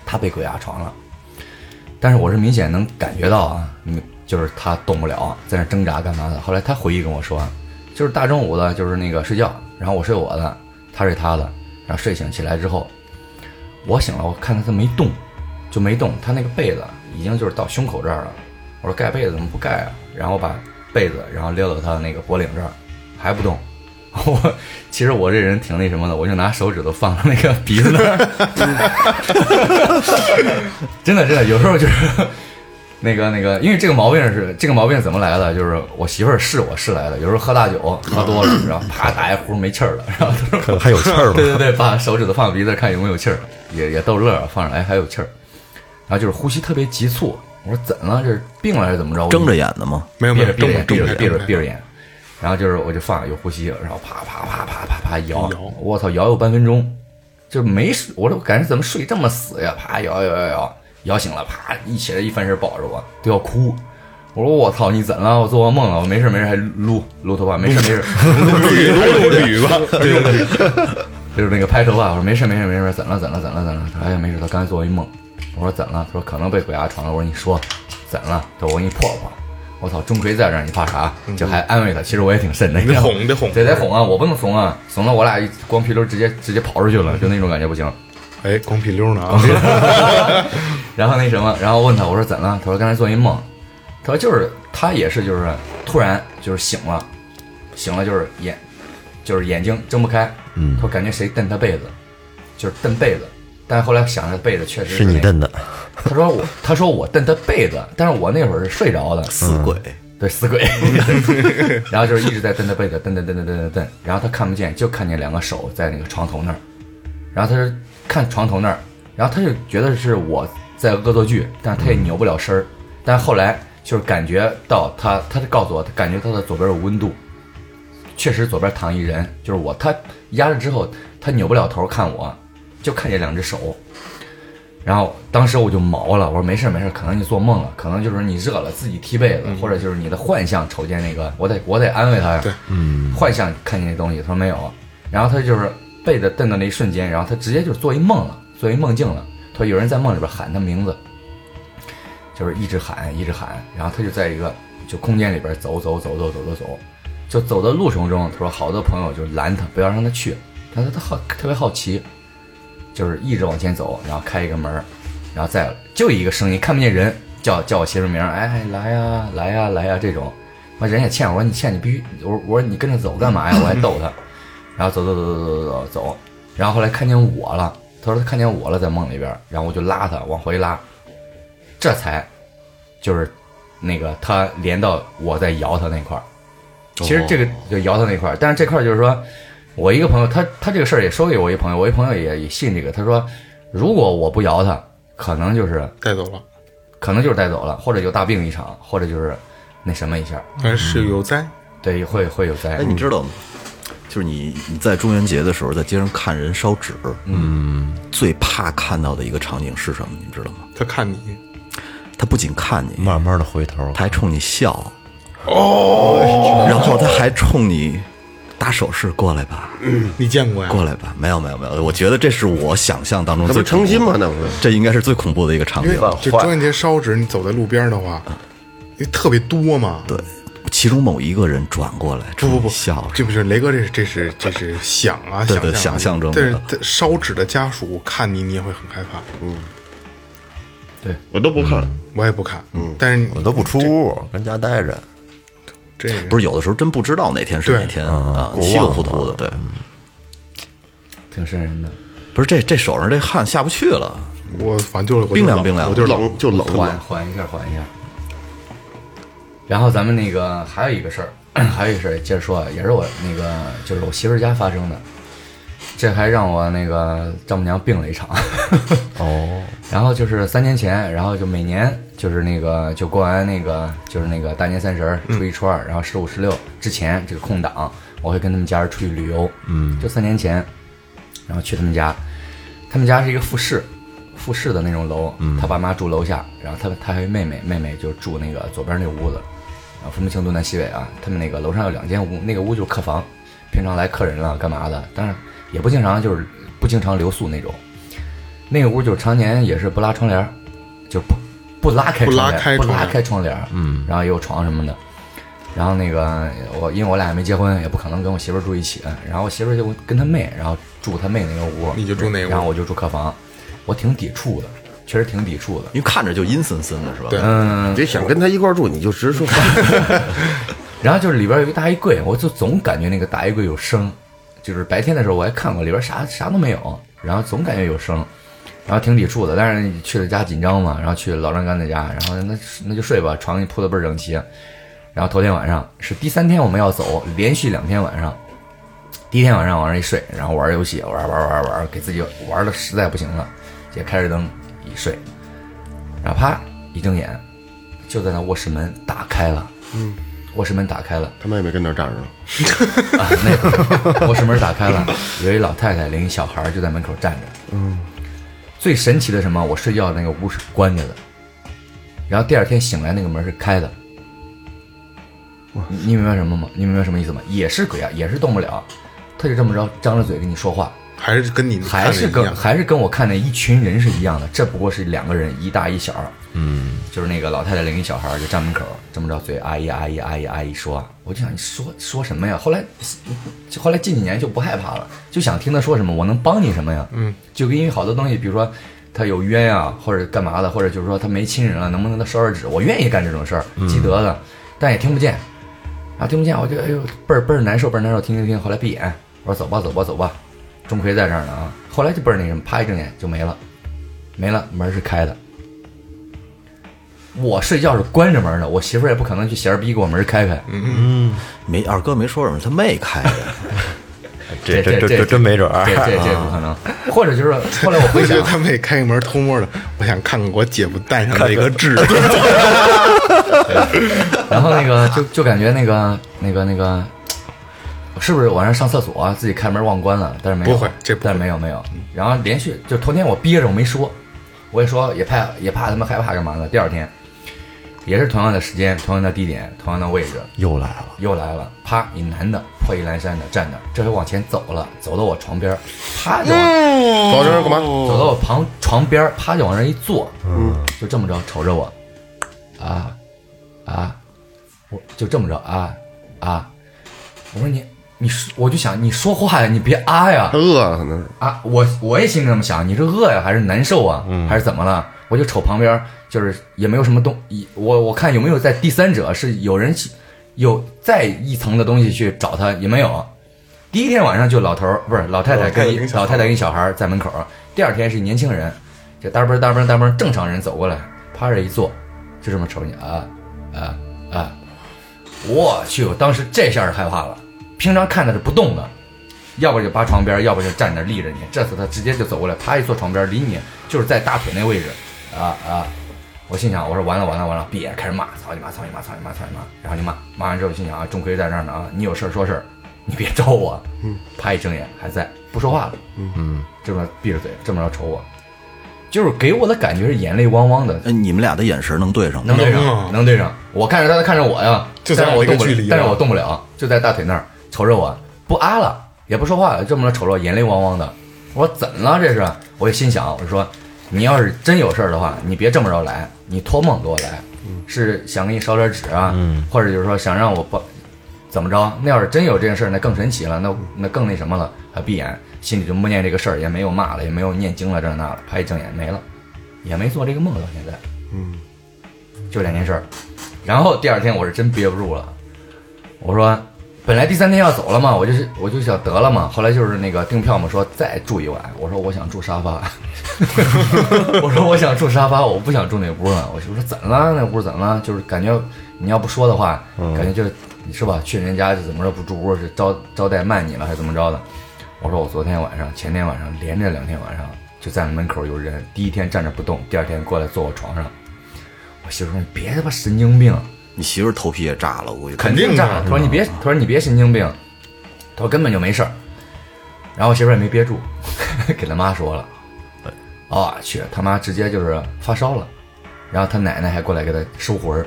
Speaker 6: 她被鬼压床了，但是我是明显能感觉到啊，嗯就是她动不了，在那挣扎干嘛的。后来她回忆跟我说，就是大中午的，就是那个睡觉，然后我睡我的，她睡她的，然后睡醒起来之后，我醒了，我看她她没动，就没动，她那个被子已经就是到胸口这儿了。我说盖被子怎么不盖啊？然后把被子，然后撩到她的那个脖领这儿，还不动。 我其实我这人挺那什么的，我就拿手指头放到那个鼻子那儿， 真的真的，有时候就是那个那个，因为这个毛病是这个毛病怎么来的？就是我媳妇儿是我是来的，有时候喝大酒喝多了，然后啪打一呼没气儿了，然后她说
Speaker 8: 还还有气儿吗
Speaker 6: 对对对，把手指头放鼻子看有没有气儿，也也逗乐儿，放上哎还有气儿，然后就是呼吸特别急促。我说怎了？这是病了还是怎么着？我就
Speaker 7: 睁着眼的吗？
Speaker 8: 嗯
Speaker 4: 没有没
Speaker 6: 闭
Speaker 4: 有
Speaker 6: 着闭着眼，闭着眼，闭着
Speaker 4: 睁
Speaker 6: 闭着眼，然后就是我就放有呼吸，然后啪啪啪啪啪啪摇
Speaker 4: 摇，
Speaker 6: 我操，摇有半分钟，就没睡我说我感觉怎么睡这么死呀？啪摇摇摇摇，摇醒了，啪一起来一翻身抱着我都要哭。我说我操，你怎了？我做噩梦了，我没事没事还撸撸头发，没事没事，
Speaker 4: 捋捋捋吧，对对对，
Speaker 6: 就是那个拍头发，我说没事没事没事，怎了怎了怎了怎了？他说哎呀没事，他刚才做一梦。我说怎了？他说可能被鬼压床了。我说你说怎了？他说我给你破破。我操，钟馗在这儿，你怕啥？就还安慰他。其实我也挺瘆的，
Speaker 4: 嗯你得哄，你得哄，
Speaker 6: 得得。哄啊！我不能怂啊，怂了我俩一光屁溜直接直接跑出去了，就那种感觉不行。
Speaker 4: 哎，光屁溜呢啊！
Speaker 6: 然后那什么，然后问他，我说怎了？他说刚才做一梦，他说就是他也是就是突然就是醒了，醒了就是眼就是眼睛睁不开，嗯，他感觉谁蹬他被子，就是蹬被子，但是后来想着被子确实
Speaker 8: 是你
Speaker 6: 那个
Speaker 8: 瞪的，
Speaker 6: 他说我，他说我蹬他被子，但是我那会儿是睡着的，死
Speaker 7: 鬼，
Speaker 6: 对死鬼， 然后就是一直在蹬他被子，蹬蹬蹬蹬蹬蹬蹬，然后他看不见，就看见两个手在那个床头那儿，然后他就看床头那儿，然后他就觉得是我在恶作剧，但是他也扭不了身儿，但是后来就是感觉到他，他就告诉我，他感觉到他左边有温度，确实左边躺一人，就是我，他压着之后他扭不了头看我，就看见两只手。然后当时我就毛了，我说没事没事，可能你做梦了，可能就是你热了自己踢被子，或者就是你的幻象瞅见那个，我得我得安慰他呀。
Speaker 4: 对，
Speaker 6: 嗯，幻象看见那东西，他说没有，然后他就是被子蹬的那一瞬间，然后他直接就是做一梦了，做一梦境了，他说有人在梦里边喊他名字，就是一直喊一直喊，然后他就在一个就空间里边走走走走走走走，就走的路程中，他说好多朋友就拦他，不要让他去，但他他好特别好奇，就是一直往前走，然后开一个门儿，然后再就一个声音，看不见人，叫叫我媳妇名儿，哎来呀来呀来呀这种，我说人也欠我说你欠你必须，我说我说你跟着走干嘛呀？我还逗他，然后走走走走走走走，然后后来看见我了，他说他看见我了，在梦里边儿，然后我就拉他往回拉，这才就是那个他连到我在摇他那块儿。其实这个就摇他那块儿，但是这块儿就是说，我一个朋友，他他这个事儿也说给我一朋友，我一朋友也也信这个，他说如果我不摇他，可能就是
Speaker 4: 带走了，
Speaker 6: 可能就是带走了，或者有大病一场，或者就是那什么一下，
Speaker 4: 还是有灾。
Speaker 6: 对，会会有灾。
Speaker 7: 哎，你知道吗？就是你你在中元节的时候，在街上看人烧纸，嗯，最怕看到的一个场景是什么？你知道吗？
Speaker 4: 他看你，
Speaker 7: 他不仅看你，
Speaker 5: 嗯
Speaker 8: 慢慢的回头，
Speaker 7: 他还冲你笑，哦，然后他还冲你打手势过来吧，
Speaker 4: 你见过呀？
Speaker 7: 过来吧。没有没有没有，我觉得这是我想象当中
Speaker 5: 那
Speaker 7: 最
Speaker 5: 不是诚心
Speaker 7: 恐怖
Speaker 5: 吗？
Speaker 7: 的
Speaker 5: 那不是
Speaker 7: 这应该是最恐怖的一个场景。
Speaker 4: 就中元节烧纸，你走在路边的话，因为特别多嘛。
Speaker 7: 对，其中某一个人转过来
Speaker 4: 不
Speaker 7: 冲
Speaker 4: 不
Speaker 7: 你
Speaker 4: 不，
Speaker 7: 笑，
Speaker 4: 这不是雷哥，这是这是这是想啊，
Speaker 7: 对
Speaker 4: 想
Speaker 7: 对
Speaker 4: 象啊
Speaker 7: 想象中的
Speaker 4: 但是他烧纸的家属看你，你也会很害怕。
Speaker 11: 我都不看。
Speaker 4: 我也不看，但是你
Speaker 8: 我都不出屋，跟家待着。
Speaker 4: 这个
Speaker 7: 不是有的时候真不知道哪天是哪
Speaker 4: 对
Speaker 7: 天啊，稀里糊涂的。对，
Speaker 6: 挺瘆人的。
Speaker 7: 不是这这手上这汗下不去了，
Speaker 4: 我反正就是我就
Speaker 7: 冰凉
Speaker 4: 冷
Speaker 7: 冰凉
Speaker 4: 我就是
Speaker 5: 冷就冷，
Speaker 6: 缓缓一下，缓一下。然后咱们那个还有一个事儿， 还有一个事儿，接着说，啊，也是我那个就是我媳妇儿家发生的，这还让我那个丈母娘病了一场。
Speaker 8: 哦，
Speaker 6: 然后就是三年前，然后就每年就是那个就过完那个就是那个大年三十儿、初一、初二，然后十五、十六之前这个空档，我会跟他们家人出去旅游。嗯，就三年前，然后去他们家，他们家是一个复式，复式的那种楼，他爸妈住楼下，然后他他还有妹妹，妹妹就住那个左边那屋子，啊，分不清东南西北啊。他们那个楼上有两间屋，那个屋就是客房，平常来客人了干嘛的，但是也不经常就是不经常留宿那种。那个屋就常年也是不拉窗帘儿，就不不拉开
Speaker 4: 不拉
Speaker 6: 窗帘
Speaker 4: 开
Speaker 6: 儿，不
Speaker 4: 窗
Speaker 6: 拉
Speaker 4: 帘儿
Speaker 6: 开窗帘儿，嗯，然后也有床什么的。然后那个我因为我俩也没结婚，也不可能跟我媳妇儿住一起，啊然后我媳妇儿就跟她妹，然后住她妹那个屋，
Speaker 4: 你就住那个屋
Speaker 6: 然后我就住客房，我挺抵触的，确实挺抵触的。
Speaker 7: 因为看着就阴森森的，是吧？
Speaker 4: 对
Speaker 6: 嗯，
Speaker 5: 别想跟他一块儿住，你就直说。
Speaker 6: 然后就是里边有一大衣柜，我就总感觉那个大衣柜有声，就是白天的时候我还看过，里边啥啥都没有，然后总感觉有声，然后挺抵触的。但是去了家紧张嘛，然后去老丈干的家，然后那那就睡吧，床也铺的倍儿整齐。然后头天晚上是第三天我们要走，连续两天晚上，第一天晚上往那一睡，然后玩游戏，玩玩玩玩，给自己玩的实在不行了，也开着灯一睡，然后啪一睁眼，就在那卧室门打开了，嗯，卧室门打开了。
Speaker 5: 他妹妹跟那儿站着呢，
Speaker 6: 啊，那卧室门打开了，有一老太太领一小孩儿就在门口站着。嗯，最神奇的是什么？我睡觉那个屋是关着的，然后第二天醒来那个门是开的。你你明白什么吗？你明白什么意思吗？也是鬼啊，也是动不了，他就这么着张着嘴跟你说话，
Speaker 4: 还是跟你看
Speaker 6: 还
Speaker 4: 的
Speaker 6: 是
Speaker 4: 一
Speaker 6: 跟
Speaker 4: 样。
Speaker 6: 还是跟我看那一群人是一样的，这不过是两个人，一大一小。嗯，就是那个老太太领一小孩儿就站门口，这么着嘴阿姨阿姨阿姨阿姨说，我就想你说说什么呀？后来，就后来近几年就不害怕了，就想听她说什么，我能帮你什么呀？嗯，就因为好多东西，比如说他有冤呀、或者干嘛的，或者就是说他没亲人了，能不能他烧烧纸？我愿意干这种事儿，
Speaker 4: 嗯
Speaker 6: 积德的，但也听不见。啊，听不见，我就哎呦倍儿倍儿难受，倍儿难受，听听听，后来闭眼，我说走吧走吧走吧，钟馗在这儿呢啊，后来就倍儿那什么，啪一睁眼就没了，没了，门是开的。我睡觉是关着门的，我媳妇儿也不可能去闲儿逼给我门开开，
Speaker 7: 没二哥没说什么，他妹开 的，
Speaker 6: 这
Speaker 8: 这
Speaker 6: 这
Speaker 8: 这真没准儿
Speaker 6: 这这这不可能。或者就是后来我
Speaker 4: 我
Speaker 6: 回
Speaker 4: 觉
Speaker 6: 想
Speaker 4: 得，他们也开个门偷摸的，我想看看我姐夫戴上的一个痣。
Speaker 6: 然后那个就就感觉那个那个那个，是不是晚上上厕所、自己开门忘关了？但是没有，
Speaker 4: 不会这不会
Speaker 6: 但是没有没有。然后连续就头天我憋着我没说，我也说也怕也怕他们害怕干嘛的。第二天也是同样的时间、同样的地点、同样的位置，
Speaker 8: 又来了，
Speaker 6: 又来了，啪，一男的破衣烂衫的站那儿，这回往前走了，走到我床边儿，啪就往
Speaker 5: 哦
Speaker 4: 老丈人干嘛？
Speaker 6: 走到我旁床边儿，啪就往那儿一坐，嗯，就这么着瞅着我，啊啊，我就这么着啊啊，我说你你说我就想你说话呀，你别啊呀
Speaker 5: 他饿了可能是。
Speaker 6: 啊，我我也心里这么想，你是饿呀还是难受啊，还是怎么了？我就瞅旁边儿，就是也没有什么东，一我我看有没有在第三者是有人去有再一层的东西去找他，也没有。第一天晚上就老头儿不是老太太跟一
Speaker 4: 老太太跟小孩
Speaker 6: 老太太跟小孩儿在门口儿，第二天是一年轻人，就搭嘣搭嘣搭嘣正常人走过来，趴着一坐，就这么瞅你啊啊啊！我去，我当时这下是害怕了，平常看他是不动的，要不就扒床边儿，要不就站那儿立着你，这次他直接就走过来，啪一坐床边儿，离你就是在大腿那位置，啊啊！我心想，我说完了完了完了，别开始骂，操你妈，操你妈，操你妈，操你妈，然后就骂，骂完之后心想啊，钟馗在那儿呢啊，你有事儿说事儿，你别招我。嗯， 啪一睁眼还在，不说话了。嗯，这么闭着嘴，这么着瞅我，就是给我的感觉是眼泪汪汪的，
Speaker 7: 哎，你们俩的眼神能对上吗？
Speaker 6: 能对
Speaker 4: 能啊
Speaker 6: 上，能对上。我看着他，他看着我呀，
Speaker 4: 就咱
Speaker 6: 但
Speaker 4: 俩
Speaker 6: 是我
Speaker 4: 这个
Speaker 6: 动不了
Speaker 4: 距离啊
Speaker 6: 但是我动不了，就在大腿那儿瞅着我，不啊了，也不说话了，这么着瞅着我，眼泪汪汪的。我说怎么了？这是？我就心想，我说你要是真有事儿的话，你别这么着来，你托梦给我来，
Speaker 4: 嗯
Speaker 6: 是想给你烧点纸啊，或者就是说想让我帮怎么着？那要是真有这件事儿，那更神奇了，
Speaker 4: 嗯
Speaker 6: 那那更那什么了。啊，闭眼心里就默念这个事儿，也没有骂了，也没有念经了，这那了，啪一睁眼没了，也没做这个梦到现在。嗯，就两件事儿。然后第二天我是真憋不住了，我说本来第三天要走了嘛，我就是我就想得了嘛，后来就是那个订票嘛，说再住一晚，我说我想住沙发， 我说我想住沙发，我不想住那屋了，我就说怎了那屋怎了，就是感觉你要不说的话，感觉就是你是吧，去人家就怎么着不住屋是招招待慢你了还是怎么着的？我说我昨天晚上、前天晚上连着两天晚上就在门口有人，第一天站着不动，第二天过来坐我床上，我媳妇说你别他妈神经病。
Speaker 7: 你媳妇儿头皮也炸了，我估计
Speaker 6: 肯定炸了。他说你别，他说你别神经病，他说根本就没事儿。然后我媳妇儿也没憋住， 给他妈说了，啊、去他妈直接就是发烧了，然后他奶奶还过来给他收魂儿，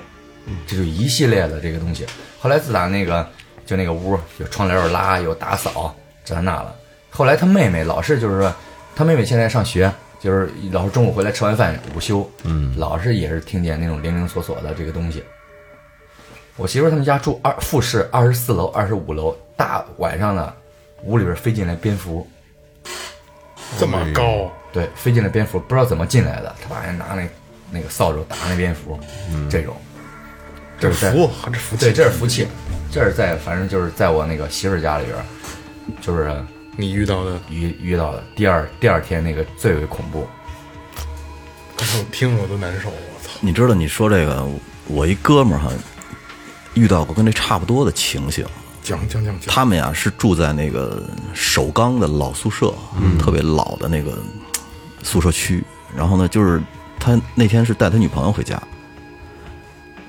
Speaker 6: 这就一系列的这个东西。后来自打那个就那个屋有窗帘有拉有打扫这那了，后来他妹妹老是就是说，他妹妹现在上学。就是老是中午回来吃完饭午休，嗯，老是也是听见那种零零琐琐的这个东西，我媳妇儿他们家住二复式二十四楼、二十五楼，大晚上呢，屋里边飞进来蝙蝠，
Speaker 4: 这么高，啊
Speaker 6: 对，飞进来蝙蝠，不知道怎么进来的，他爸还拿那那个扫帚打那蝙蝠，这种，
Speaker 4: 嗯这
Speaker 6: 是在
Speaker 4: 福，这福气。
Speaker 6: 对，这是福气，这是在反正就是在我那个媳妇儿家里边儿，就是
Speaker 4: 你遇到的，
Speaker 6: 遇遇到的第二第二天那个最为恐怖，
Speaker 4: 刚才我听着我都难受，我操！
Speaker 7: 你知道，你说这个，我一哥们儿哈，遇到过跟这差不多的情形。
Speaker 4: 讲讲讲讲，
Speaker 7: 他们呀是住在那个首钢的老宿舍，特别老的那个宿舍区。然后呢，就是他那天是带他女朋友回家，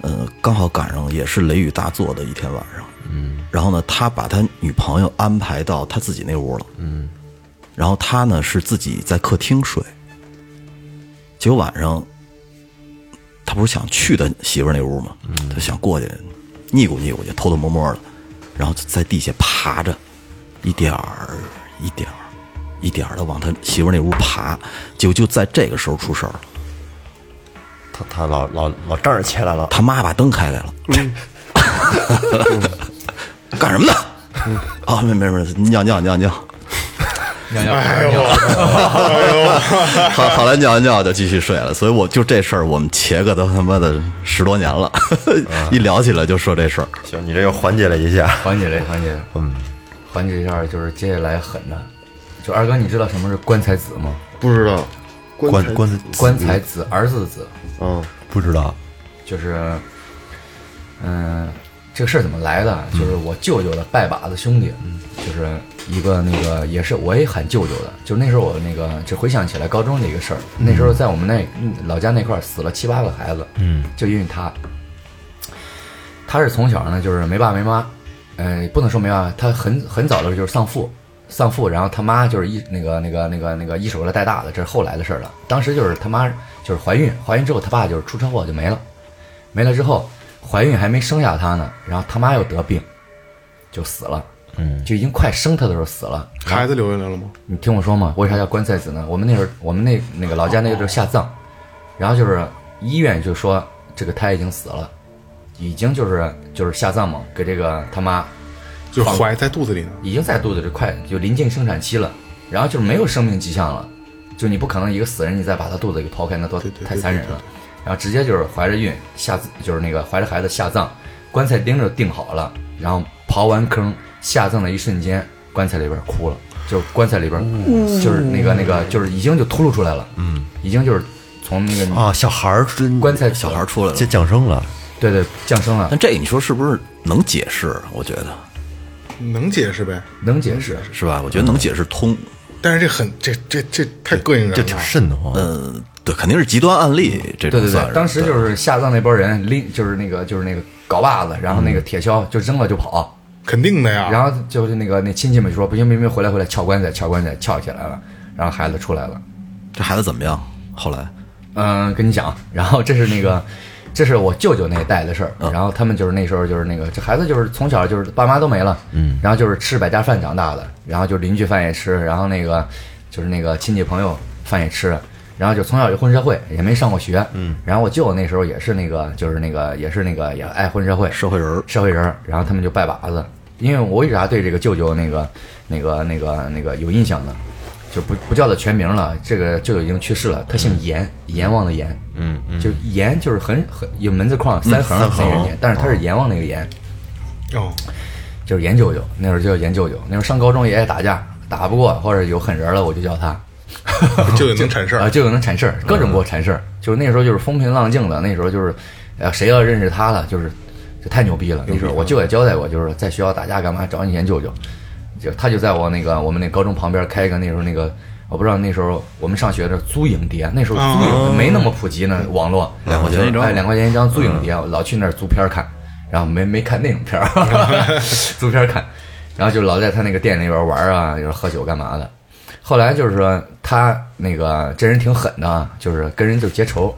Speaker 7: 呃，刚好赶上也是雷雨大作的一天晚上。嗯。然后呢，他把他女朋友安排到他自己那屋了。嗯。然后他呢是自己在客厅睡，结果晚上他不是想去他媳妇儿那屋吗？他想过去腻咕腻咕去，偷偷摸摸的，然后在地下爬着，一点儿一点儿一点儿的往他媳妇儿那屋爬，结果就在这个时候出事儿了，
Speaker 8: 他他老老老仗着起来了，
Speaker 7: 他妈把灯开开了， 干什么呢？啊，没没没，尿尿尿尿，
Speaker 6: 娘娘
Speaker 4: 哎呦，
Speaker 7: 后后来尿完尿就继续睡了，所以我就这事儿，我们茄个都他妈的十多年了， 一聊起来就说这事儿。
Speaker 8: 行，你这又缓解了一下，
Speaker 6: 缓解了缓解了，嗯，缓解一下就是接下来狠的，就二哥你知道什么是棺材子吗？
Speaker 5: 不知道，棺材
Speaker 8: 棺棺
Speaker 6: 棺材子儿子的子。
Speaker 5: 嗯，
Speaker 8: 不知道，
Speaker 6: 就是，嗯、这个事儿怎么来的？就是我舅舅的拜把子兄弟，就是一个那个也是我也喊舅舅的，就那时候我那个这回想起来高中的一个事儿，那时候在我们那嗯老家那块儿死了七八个孩子，嗯，就因为他，他是从小呢就是没爸没妈，呃，不能说没爸，他很很早的时候就是丧父。丧父，然后他妈就是一那个那个那个那个一手给他带大的，这是后来的事儿了。当时就是他妈就是怀孕，怀孕之后他爸就是出车祸就没了，没了之后，怀孕还没生下他呢，然后他妈又得病，就死了。嗯，就已经快生他的时候死了。
Speaker 4: 孩子留下来了吗？
Speaker 6: 你听我说嘛，为啥叫棺材子呢？我们那时候，我们那那个老家那个就是下葬，然后就是医院就说这个胎已经死了，已经就是就是下葬嘛，给这个他妈
Speaker 4: 就是怀在肚子里呢。
Speaker 6: 已经在肚子里快就临近生产期了，然后就是没有生命迹象了，就你不可能一个死人你再把他肚子给剖开，那多
Speaker 4: 对对对
Speaker 6: 太残忍了。然后直接就是怀着孕下就是那个怀着孩子下葬，棺材钉就定好了，然后刨完坑下葬的一瞬间，棺材里边哭了，就是棺材里边，就是那个那个，就是已经就秃噜出来了，嗯，已经就是从那个
Speaker 8: 啊，小孩儿真
Speaker 6: 棺材
Speaker 7: 小孩出来了
Speaker 8: 降。降生了，
Speaker 6: 对对降生了
Speaker 7: 但，这你说是不是能解释？啊我觉得
Speaker 4: 能解释呗。
Speaker 6: 能解释，
Speaker 7: 是吧？我觉得能解释通。
Speaker 4: 但是这很这这这太膈应人了，
Speaker 8: 这挺瘆得慌。
Speaker 7: 嗯，对，肯定是极端案例，这种
Speaker 6: 对对
Speaker 7: 算
Speaker 6: 对，
Speaker 7: 是。
Speaker 6: 当时就是下葬那波人拎，就是那个就是那个镐把子，然后那个铁锹就扔了就跑，
Speaker 4: 肯定的呀。
Speaker 6: 然后就是那个那亲戚们就说不行不行，不行回来回来撬棺材撬棺材撬起来了，然后孩子出来了。
Speaker 7: 这孩子怎么样？后来
Speaker 6: 嗯，跟你讲，然后这是那个，这是我舅舅那一代的事儿。
Speaker 7: 嗯
Speaker 6: 然后他们就是那时候就是那个，这孩子就是从小就是爸妈都没了，嗯，然后就是吃百家饭长大的，然后就邻居饭也吃，然后那个就是那个亲戚朋友饭也吃，然后就从小就混社会，也没上过学，嗯，然后我舅那时候也是那个，就是那个也是那个也爱混社会，
Speaker 7: 社会人儿
Speaker 6: 社会人儿，然后他们就拜把子。因为我为啥对这个舅舅那个、那个、那个、那个有印象呢？就不不叫他全名了，这个舅舅已经去世了，他姓阎，阎王的阎，嗯，就阎就是很很有门字框三横三人阎，但是他是阎王那个阎，
Speaker 4: 哦，
Speaker 6: 就是阎舅舅，那会儿就叫阎舅舅，那会儿上高中也爱打架，打不过或者有狠人了，我就叫他，
Speaker 4: 就得能产事
Speaker 6: 啊，
Speaker 4: 儿。
Speaker 6: 就有能产事儿，各种给我产事儿。就是那时候就是风平浪静的，那时候就是，呃，谁要认识他了，就是就太牛逼了。嗯那时候我舅也交代过，就是在学校打架干嘛找你严舅舅，就他就在我那个我们那高中旁边开一个那时候那个。我不知道那时候我们上学的时候租影碟，那时候租影没那么普及呢，网络两块钱一张，哎，两块钱一张租影碟，我老去那儿租片儿看，然后没没看那种片儿， 租片儿看，然后就老在他那个店里边玩儿啊，就是喝酒干嘛的，后来就是说他那个这人挺狠的啊，就是跟人就结仇，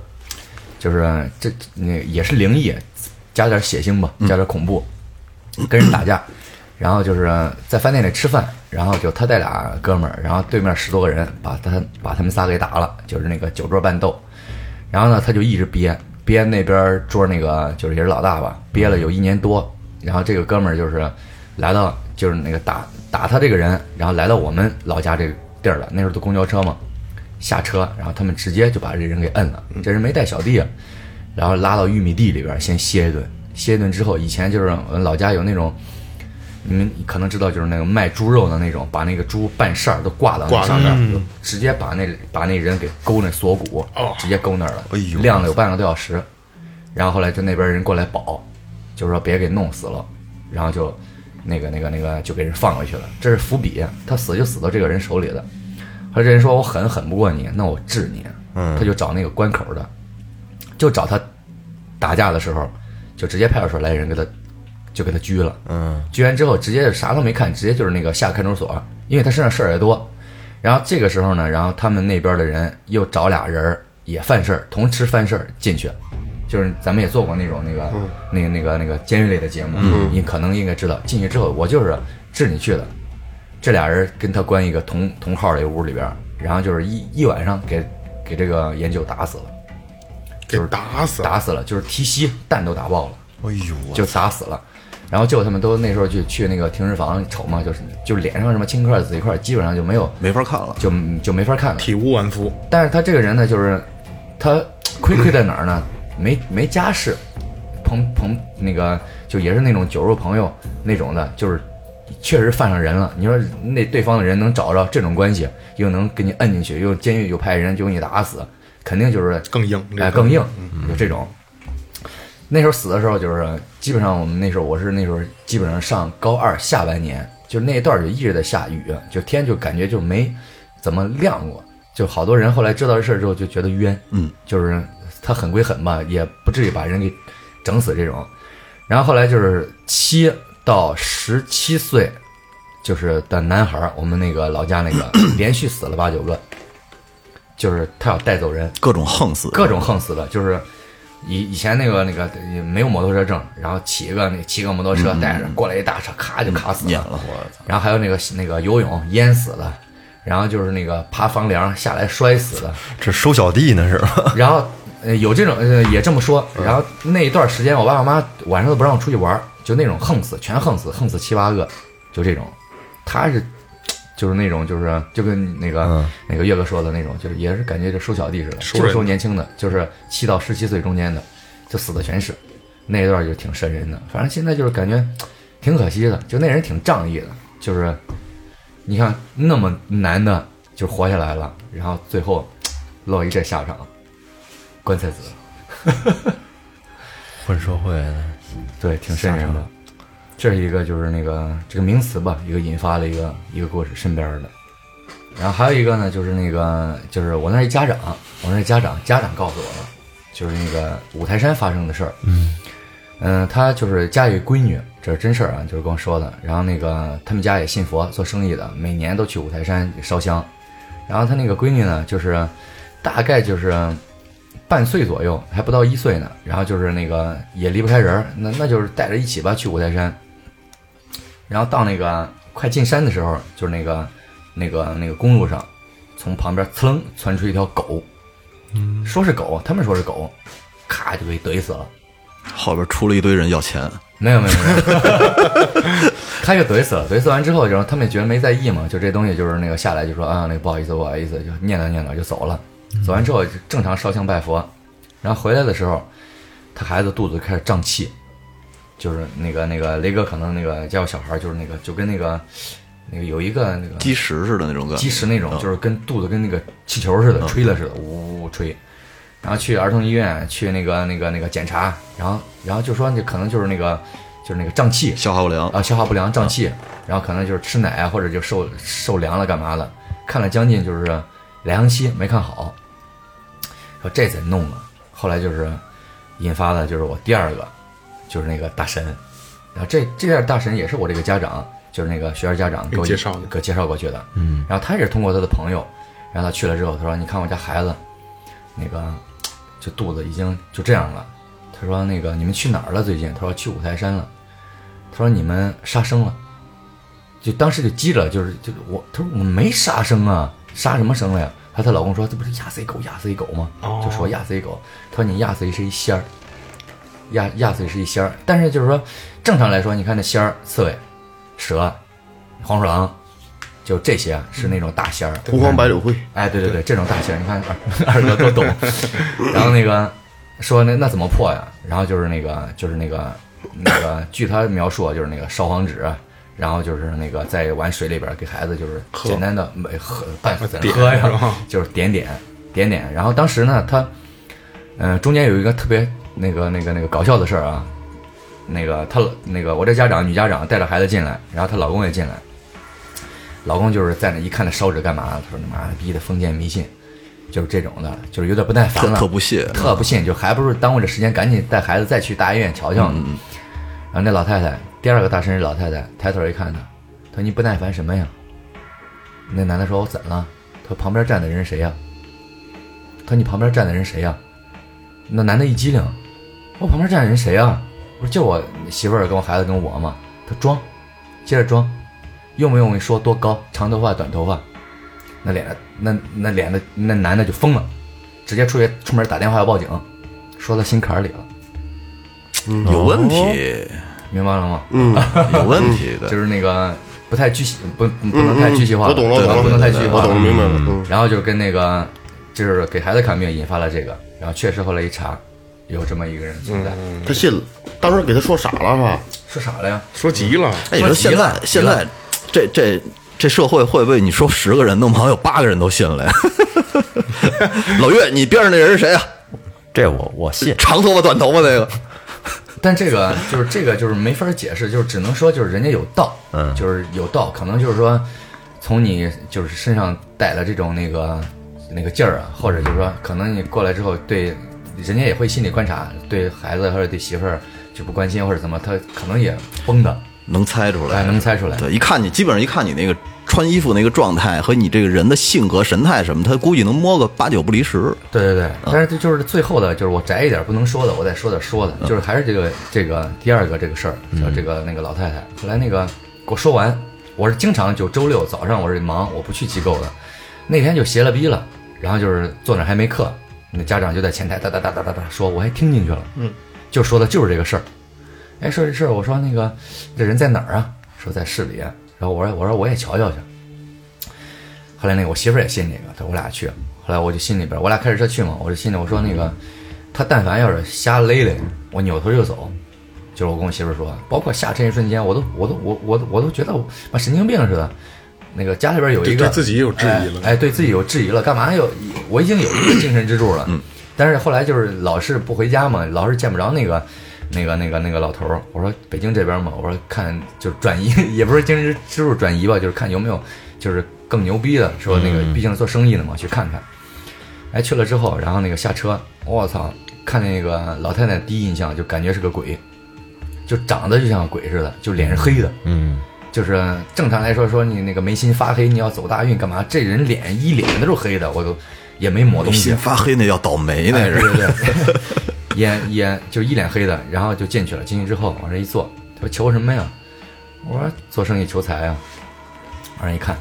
Speaker 6: 就是这那也是灵异，加点血腥吧，加点恐怖，跟人打架，然后就是在饭店里吃饭，然后就他带俩哥们儿，然后对面十多个人把他把他们仨给打了，就是那个酒桌伴斗，然后呢他就一直憋憋那边桌那个就是也是老大吧，憋了有一年多，然后这个哥们儿就是来到就是那个打打他这个人，然后来到我们老家这个地儿了，那时候坐公交车嘛，下车，然后他们直接就把这人给摁了。这人没带小弟啊，然后拉到玉米地里边儿先歇一顿，歇一顿之后，以前就是我们老家有那种，你们可能知道，就是那个卖猪肉的那种，把那个猪半扇儿都挂到那上面，
Speaker 8: 嗯
Speaker 6: 直接把那把那人给勾那锁骨，直接勾那儿了，
Speaker 8: 哎呦
Speaker 6: 晾了有半个多小时，然后后来就那边人过来保，就说别给弄死了，然后就那个那个那个就给人放回去了，这是伏笔，他死就死到这个人手里的。后来这人说我狠狠不过你，那我治你，
Speaker 8: 嗯
Speaker 6: 他就找那个关口的，就找他打架的时候，就直接派出所来人给他就给他拘了，嗯，拘完之后直接就啥都没看，直接就是那个下看守所，因为他身上事儿也多。然后这个时候呢，然后他们那边的人又找俩人儿也犯事儿，同时犯事儿进去，就是咱们也做过那种那个、那个那个那个监狱类的节目，你可能应该知道，进去之后我就是治你去的，这俩人跟他关一个同同号的一个屋里边儿，然后就是一一晚上给给这个研究打死了，
Speaker 4: 给打死了
Speaker 6: 打死了，就是提膝蛋都打爆了。
Speaker 8: 哎呦，我
Speaker 6: 就打死了。然后舅他们都那时候去去那个停尸房瞅嘛，就是就脸上什么青块紫一块，基本上就没有，
Speaker 7: 没法看了。
Speaker 6: 就就没法看了。
Speaker 4: 体无完肤，
Speaker 6: 但是他这个人呢，就是他亏亏在哪儿呢？没没家世，朋朋那个就也是那种酒肉朋友那种的，就是确实犯上人了。你说那对方的人能找着这种关系，又能给你摁进去，又监狱又派人就给你打死，肯定就是
Speaker 4: 更硬
Speaker 6: 哎，更硬，就这种。那时候死的时候，就是基本上我们那时候我是那时候基本上上高二下半年，就那一段就一直在下雨，就天就感觉就没怎么亮过。就好多人后来知道这事儿之后就觉得冤，嗯，就是他狠归狠吧，也不至于把人给整死这种。然后后来就是七到十七岁，就是的男孩儿，我们那个老家那个 连续死了八九个，就是他要带走人，
Speaker 7: 各种横死，
Speaker 6: 各种横死的，就是以以前那个那个也没有摩托车证，然后骑个那骑个摩托车带着过来一大车，咔就卡死
Speaker 7: 演
Speaker 6: 了。
Speaker 7: 了，
Speaker 6: 然后还有那个那个游泳淹死的，然后就是那个爬房梁下来摔死的，
Speaker 8: 这收小弟呢是吧？
Speaker 6: 然后呃有这种呃也这么说，然后那一段时间我爸我妈晚上都不让我出去玩儿，就那种横死，全横死，横死七八个，就这种，他是。就是那种，就是就跟那个、那个岳哥说的那种，就是也是感觉就收小弟似的，
Speaker 4: 收
Speaker 6: 就
Speaker 4: 人
Speaker 6: 收年轻的，就是七到十七岁中间的，就死的全是，那一段就挺瘆人的。反正现在就是感觉挺可惜的，就那人挺仗义的，就是你看那么难的就活下来了，然后最后落一这下场，棺材子，
Speaker 8: 混社会的，
Speaker 6: 对，挺瘆人的。这是一个就是那个这个名词吧，一个引发了一个一个故事身边的。然后还有一个呢，就是那个就是我那一家长，我那家长家长告诉我了，就是那个五台山发生的事儿。
Speaker 8: 嗯
Speaker 6: 嗯，他就是家有一闺女，这是真事儿啊，就是跟我说的。然后那个他们家也信佛，做生意的，每年都去五台山烧香。然后他那个闺女呢，就是大概就是半岁左右，还不到一岁呢。然后就是那个也离不开人儿，那那就是带着一起吧去五台山。然后到那个快进山的时候，就是那个那个那个公路上，从旁边噌窜出一条狗，说是狗，他们说是狗，咔就给怼死了。
Speaker 7: 后边出了一堆人要钱，
Speaker 6: 没有没有没有， 他就怼死了，怼死完之后，然后他们也觉得没在意嘛，就这东西就是那个下来就说啊，那不好意思不好意思，就念叨念叨就走了。走完之后就正常烧香拜佛，然后回来的时候，他孩子肚子开始胀气，就是那个那个雷哥可能那个家有小孩，就是那个就跟那个那个有一个那个
Speaker 7: 基石似的那种感觉，
Speaker 6: 基石那种，就是是跟肚子跟那个气球似的，吹了似的，呜呜呜吹。然后去儿童医院去那个那个那个检查，然后然后就说那可能就是那个就是那个胀气
Speaker 7: 消化不良。
Speaker 6: 啊，消化不良、胀气，然后可能就是吃奶啊，或者就受受凉了干嘛的。看了将近就是两星期没看好，说这怎弄啊？后来就是引发了就是我第二个，就是那个大神，然后这这件大神也是我这个家长，就是那个学员家长给我
Speaker 4: 给介绍的
Speaker 6: 给介绍过去的。嗯，然后他也是通过他的朋友，然后他去了之后，他说：“你看我家孩子，那个就肚子已经就这样了。”他说：“那个你们去哪儿了？最近？”他说：“去五台山了。”他说：“你们杀生了。”就当时就急了，就是就我，他说我没杀生啊，杀什么生了呀？她她老公说这不是压死一狗，压死一狗吗？就说压死一狗，他说你压死一是一仙儿，压压死是一仙儿，但是就是说正常来说，你看那仙儿、刺猬、蛇、黄鼠狼，就这些啊是那种大仙儿，
Speaker 5: 狐黄白柳灰，
Speaker 6: 哎，对对对，这种大仙儿，你看二二哥都懂。然后那个说那那怎么破呀？然后就是那个就是那个那个，据他描述啊就是那个烧黄纸，然后就是那个在碗水里边给孩子就是简单的没喝拌怎么喝
Speaker 4: 点是
Speaker 6: 呀
Speaker 4: 吧，
Speaker 6: 就是点点点点。然后当时呢，他嗯、呃中间有一个特别那个那个那个搞笑的事儿啊，那个她老那个我这家长女家长带着孩子进来，然后她老公也进来，老公就是在那一看那烧纸干嘛，他说你妈逼的封建迷信，就是这种的，就是有点不耐烦
Speaker 7: 特
Speaker 6: 了，
Speaker 7: 特不屑，
Speaker 6: 特不信，就还不如耽误这时间，赶紧带孩子再去大医院瞧瞧呢。
Speaker 7: 嗯
Speaker 6: 然后那老太太，第二个大神是老太太，抬头一看他，她说你不耐烦什么呀？那男的说我怎了？他说旁边站的人谁呀？他说你旁边站的人谁呀？那男的一激灵，我旁边站的人谁呀？我说就我媳妇儿跟我孩子跟我嘛。他装，接着装，用不用说多高，长头发短头发？那脸那那脸的那男的就疯了。直接出去出门打电话要报警，说到心坎儿里了，
Speaker 7: 嗯
Speaker 6: 嗯
Speaker 7: 有问题，
Speaker 6: 明白了吗？
Speaker 7: 有问题的
Speaker 6: 哦 就。是那个不太具体，不不不能太具体化，
Speaker 5: 嗯我懂了，
Speaker 6: 对
Speaker 5: 我懂了，
Speaker 6: 不能太具体化，
Speaker 5: 我懂了，明白了。嗯，
Speaker 6: 然后就跟那个就是给孩子看病引发了这个，然后确实后来一查，有这么一个人存在，
Speaker 5: 嗯他信了，当时给他说傻了是吧？
Speaker 6: 说啥了呀？
Speaker 4: 说急了，
Speaker 7: 哎，你说现在现在这这这社会会不会你说十个人弄不好有八个人都信了呀？ 老岳，你边上那人是谁啊？
Speaker 8: 这我我信。
Speaker 7: 长头发短头发那个？
Speaker 6: 但这个就是这个就是没法解释，就是只能说就是人家有道，嗯，就是有道，可能就是说从你就是身上带了这种那个那个劲儿啊，或者就是说可能你过来之后对人家也会心理观察，对孩子或者对媳妇儿就不关心或者怎么，他可能也崩的，
Speaker 7: 能猜出来，
Speaker 6: 哎能猜出来
Speaker 7: 对，一看你基本上一看你那个穿衣服那个状态和你这个人的性格神态什么，他估计能摸个八九不离十。
Speaker 6: 对对对，
Speaker 7: 嗯
Speaker 6: 但是这就是最后的，就是我宅一点不能说的，我再说点说
Speaker 7: 嗯
Speaker 6: 的，就是还是这个这个第二个这个事儿，叫这个那个老太太。后来那个给我说完，我是经常就周六早上我是忙，我不去机构的，那天就邪了逼了，然后就是坐那儿还没课，那家长就在前台哒哒哒哒哒哒说，我还听进去了，嗯，就说的就是这个事儿。哎，说这事儿，我说那个这人在哪儿啊？说在市里、啊。然后我说我说我也瞧瞧去。后来那个我媳妇儿也信这个，她说我俩去。后来我就心里边，我俩开着车去嘛，我就心里我说那个，他但凡要是瞎勒勒，我扭头就走。就是我跟我媳妇儿说，包括下车一瞬间，我都我都我我都我都觉得我妈神经病似的。那个家里边有一
Speaker 4: 对
Speaker 6: 个
Speaker 4: 对自己有质疑了
Speaker 6: 哎，哎对自己有质疑了，干嘛要？我已经有一个精神支柱了，嗯，但是后来就是老是不回家嘛，老是见不着那个。那个、那个、那个老头儿，我说北京这边嘛，我说看就是转移， 也不是精神支柱转移吧，就是看有没有就是更牛逼的，说那个毕竟是做生意的嘛，去看看。哎，去了之后，然后那个下车，我操，看那个老太太第一印象就感觉是个鬼，就长得就像个鬼似的，就脸是黑的，
Speaker 8: 嗯，
Speaker 6: 就是正常来说说你那个眉心发黑，你要走大运干嘛？这人脸一脸的都是黑的，我都也没抹东西，
Speaker 7: 心发黑那要倒霉那
Speaker 6: 哎
Speaker 7: 是。
Speaker 6: 对对对， 也也就是一脸黑的，然后就进去了。进去之后往这一坐，他说求什么呀？我说做生意求财啊。往上一看，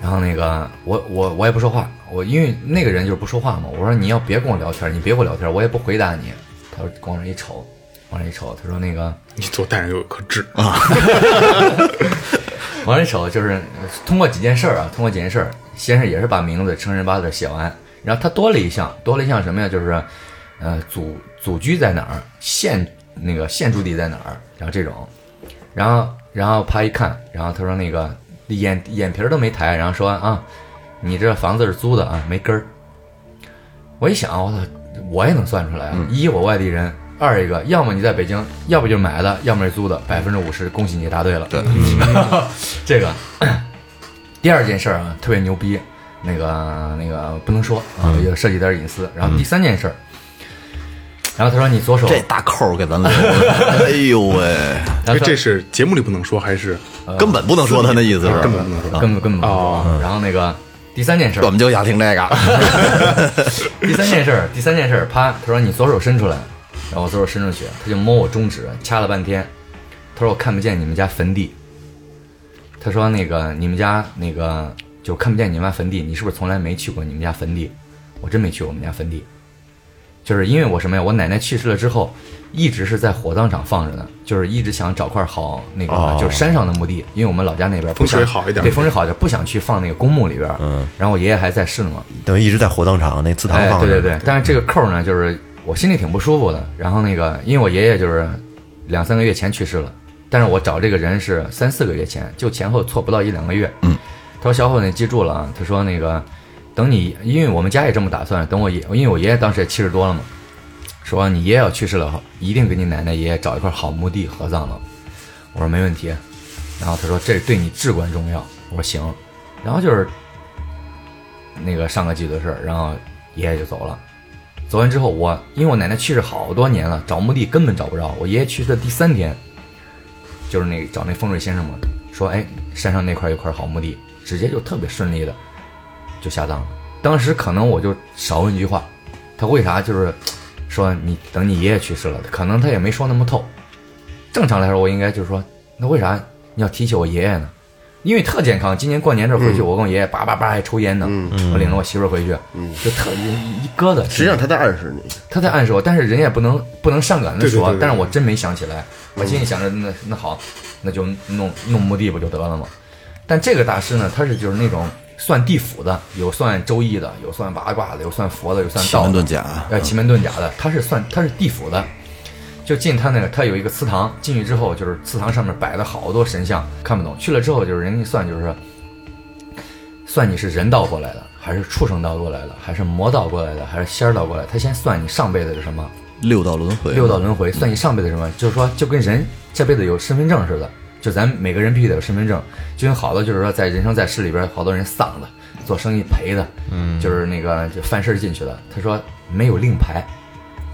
Speaker 6: 然后那个我我我也不说话，我因为那个人就是不说话嘛。我说你要别跟我聊天，你别跟我聊天，我也不回答你。他说往上一瞅，往上一瞅，他说那个
Speaker 4: 你左带上有一颗痣啊，
Speaker 6: 往上一瞅，就是呃通过几件事儿啊，通过几件事儿，先是也是把名字生辰八字写完，然后他多了一项，多了一项什么呀？就是，呃，祖祖居在哪儿，现那个现住地在哪儿，然后这种，然后然后啪一看，然后他说那个眼眼皮儿都没抬，然后说啊，你这房子是租的啊，没根儿。我一想，我操，我也能算出来啊！一我外地人，二一个要么你在北京，要不就是买的，要么是租的，百分之五十，恭喜你答对了。对， 这个 第二件事儿啊，特别牛逼，那个那个不能说啊，也涉及点隐私。然后第三件事儿，然后他说你左手
Speaker 7: 这大扣儿给咱留 了，哎呦喂，
Speaker 6: 然后他
Speaker 4: 这是节目里不能说还是
Speaker 7: 根本不能说他那意思是，
Speaker 4: 呃根本不能说？
Speaker 6: 根本根本不说啊。然后那个第三件事儿
Speaker 7: 我，们就想听这个。
Speaker 6: 第三件事儿，第三件事儿，啪，他说你左手伸出来，然后我左手伸出去，他就摸我中指，掐了半天，他说我看不见你们家坟地，他说那个你们家那个就看不见你们家坟地，你是不是从来没去过你们家坟地？我真没去过我们家坟地，就是因为我什么呀？我奶奶去世了之后，一直是在火葬场放着呢，就是一直想找块好那个、
Speaker 8: 哦
Speaker 6: 就是山上的墓地，因为我们老家那边不
Speaker 4: 风
Speaker 6: 想
Speaker 4: 水好一点
Speaker 6: 对风水好一点，不想去放那个公墓里边。嗯，然后我爷爷还在世呢嘛，
Speaker 8: 等于一直在火葬场那祠堂
Speaker 6: 哎，
Speaker 8: 放着。
Speaker 6: 对对对，但是这个扣儿呢，就是我心里挺不舒服的。然后那个，因为我爷爷就是两三个月前去世了，但是我找这个人是三四个月前，就前后错不到一两个月。嗯，他说小伙子，你记住了啊。他说那个，等你，因为我们家也这么打算，等我爷，因为我爷爷当时也七十多了嘛，说你爷爷要去世了，一定给你奶奶爷爷找一块好墓地合葬了。我说没问题。然后他说这对你至关重要。我说行。然后就是那个上个季度的事儿，然后爷爷就走了。走完之后我，因为我奶奶去世好多年了，找墓地根本找不着。我爷爷去世的第三天，就是那找那风水先生嘛，说哎山上那块有块好墓地，直接就特别顺利的就下葬了。当时可能我就少问一句话，他为啥就是说你等你爷爷去世了，可能他也没说那么透。正常来说，我应该就是说，那为啥你要提起我爷爷呢？因为特健康，今年过年这回去，我跟我爷爷叭叭叭还抽烟呢，
Speaker 4: 嗯
Speaker 6: 我领着我媳妇儿回去，就特一一疙瘩。
Speaker 5: 实际上他在暗示你，
Speaker 6: 他在暗示我，但是人也不能不能上赶着说，
Speaker 4: 对对对对嗯
Speaker 6: 但是我真没想起来，我心里想着那那好，那就弄弄墓地不就得了吗？但这个大师呢，他是就是那种算地府的，有算周易的，有算八卦的，有算佛的，有算
Speaker 7: 奇
Speaker 6: 道
Speaker 7: 门
Speaker 6: 的
Speaker 7: 遁，甲，
Speaker 6: 呃，奇门遁甲的，他是算他是地府的，就进他那个，他有一个祠堂，进去之后就是祠堂上面摆了好多神像，看不懂。去了之后就是人家算就是算你是人道过来的，还是畜生道过来的，还是魔道过来的，还是仙儿道过来的，他先算你上辈子是什么，
Speaker 7: 六道轮回，
Speaker 6: 六道轮回，算你上辈子什么，就是说就跟人这辈子有身份证似的，就咱每个人必须得有身份证，就跟好多就是说在人生在世里边，好多人丧的，做生意赔的，嗯，就是那个就犯事儿进去的，他说没有令牌，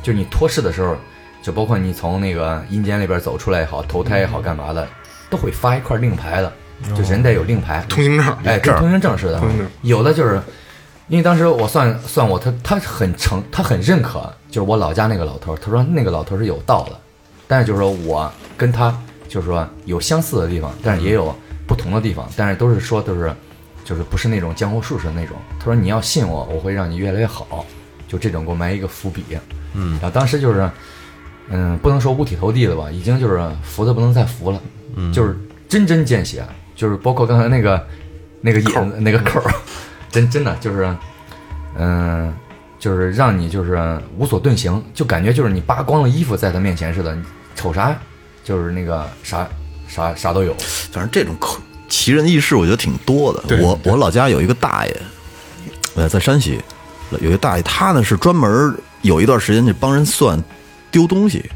Speaker 6: 就是你脱世的时候，就包括你从那个阴间里边走出来也好，投胎也
Speaker 4: 嗯
Speaker 6: 好，干嘛的，都会发一块令牌的，就人得有令牌，
Speaker 4: 哦通行证
Speaker 6: 哎，跟通行证似的
Speaker 4: 行证，
Speaker 6: 有的就是。因为当时我算算我，他他很承，他很认可，就是我老家那个老头儿，他说那个老头儿是有道的，但是就是说我跟他就是说有相似的地方，但是也
Speaker 4: 嗯
Speaker 6: 有不同的地方，但是都是说都是就是不是那种江湖术士那种。他说你要信我，我会让你越来越好，就这种给我埋一个伏笔。嗯，然后当时就是嗯，不能说五体投地了吧，已经就是服的不能再服了，就是针针见血，啊就是包括刚才那个那个引那个扣儿，嗯 真真的就是，嗯、就是让你就是无所遁形，就感觉就是你扒光了衣服在他面前似的，你瞅啥就是那个啥啥啥都有，
Speaker 7: 反正这种扣奇人异事，我觉得挺多的。
Speaker 4: 对
Speaker 7: 我
Speaker 4: 对
Speaker 7: 我老家有一个大爷，呃，在山西有一个大爷，他呢是专门儿有一段时间就帮人算丢东西，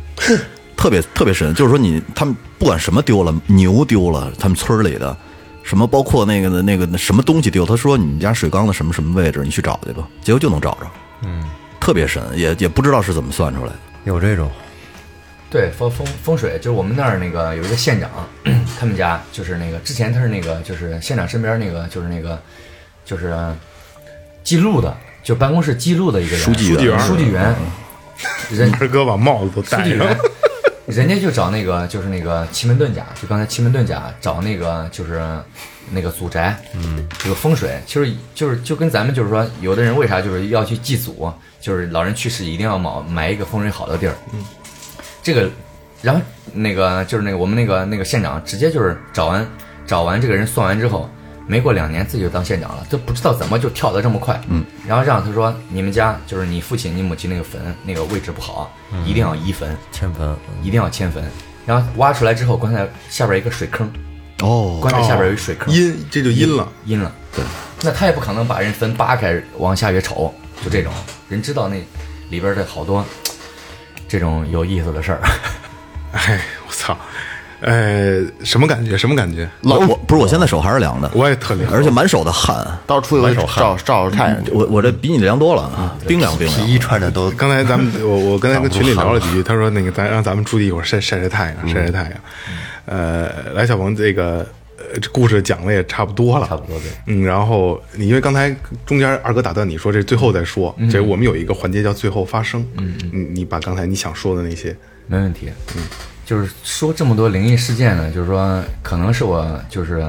Speaker 7: 特别特别神。就是说你他们不管什么丢了，牛丢了，他们村儿里的什么，包括那个的那个什么东西丢，他说你们家水缸的什么什么位置，你去找去吧，结果就能找着。嗯，特别神，也也不知道是怎么算出来的。
Speaker 8: 有这种，
Speaker 6: 对风风风水，就是我们那儿那个有一个县长，他们家就是那个之前他是那个就是县长身边那个就是那个就是记录的，就办公室记录的一个人，
Speaker 7: 书记员嗯书记员
Speaker 6: 书记员，人
Speaker 4: 二哥把帽子都
Speaker 6: 书
Speaker 4: 戴
Speaker 6: 记
Speaker 4: 上
Speaker 6: 员，人家就找那个就是那个奇门遁甲，就刚才奇门遁甲找那个就是那个祖宅，嗯，这个风水，其实就是就跟咱们就是说，有的人为啥就是要去祭祖，就是老人去世一定要买买一个风水好的地儿，嗯，这个，然后那个就是那个我们那个那个县长直接就是找完找完这个人算完之后。没过两年，自己就当县长了，都不知道怎么就跳得这么快。嗯，然后让他说，你们家就是你父亲、你母亲那个坟那个位置不好，一定要移坟。
Speaker 8: 千坟，
Speaker 6: 一定要迁坟。然后挖出来之后，棺材下边一个水坑，
Speaker 7: 哦
Speaker 6: 棺材下边有一水坑，
Speaker 4: 阴这就阴了。
Speaker 6: 阴了。对，那他也不可能把人坟扒开往下越瞅，就这种人知道那里边的好多这种有意思的事儿。
Speaker 4: 哎，我操！呃，什么感觉？什么感觉？
Speaker 7: 老我不是我现在手还是凉的，
Speaker 4: 我也特凉，
Speaker 7: 而且满手的汗。
Speaker 5: 到处有照照着太阳，
Speaker 7: 我我这比你凉多了啊，冰凉冰
Speaker 8: 皮
Speaker 7: 凉。
Speaker 8: 衣穿的都
Speaker 4: 刚才咱们我我刚才跟群里聊了几句，他说那个咱让咱们出去一会儿晒晒晒太阳，晒晒太阳。呃，来小鹏这个呃这故事讲的也差不多了，
Speaker 6: 差不多对。
Speaker 4: 嗯，然后你因为刚才中间二哥打断你说这最后再说，这我们有一个环节叫最后发声，嗯，你你把刚才你想说的那些，
Speaker 6: 没问题。嗯，就是说这么多灵异事件呢，就是说可能是我就是，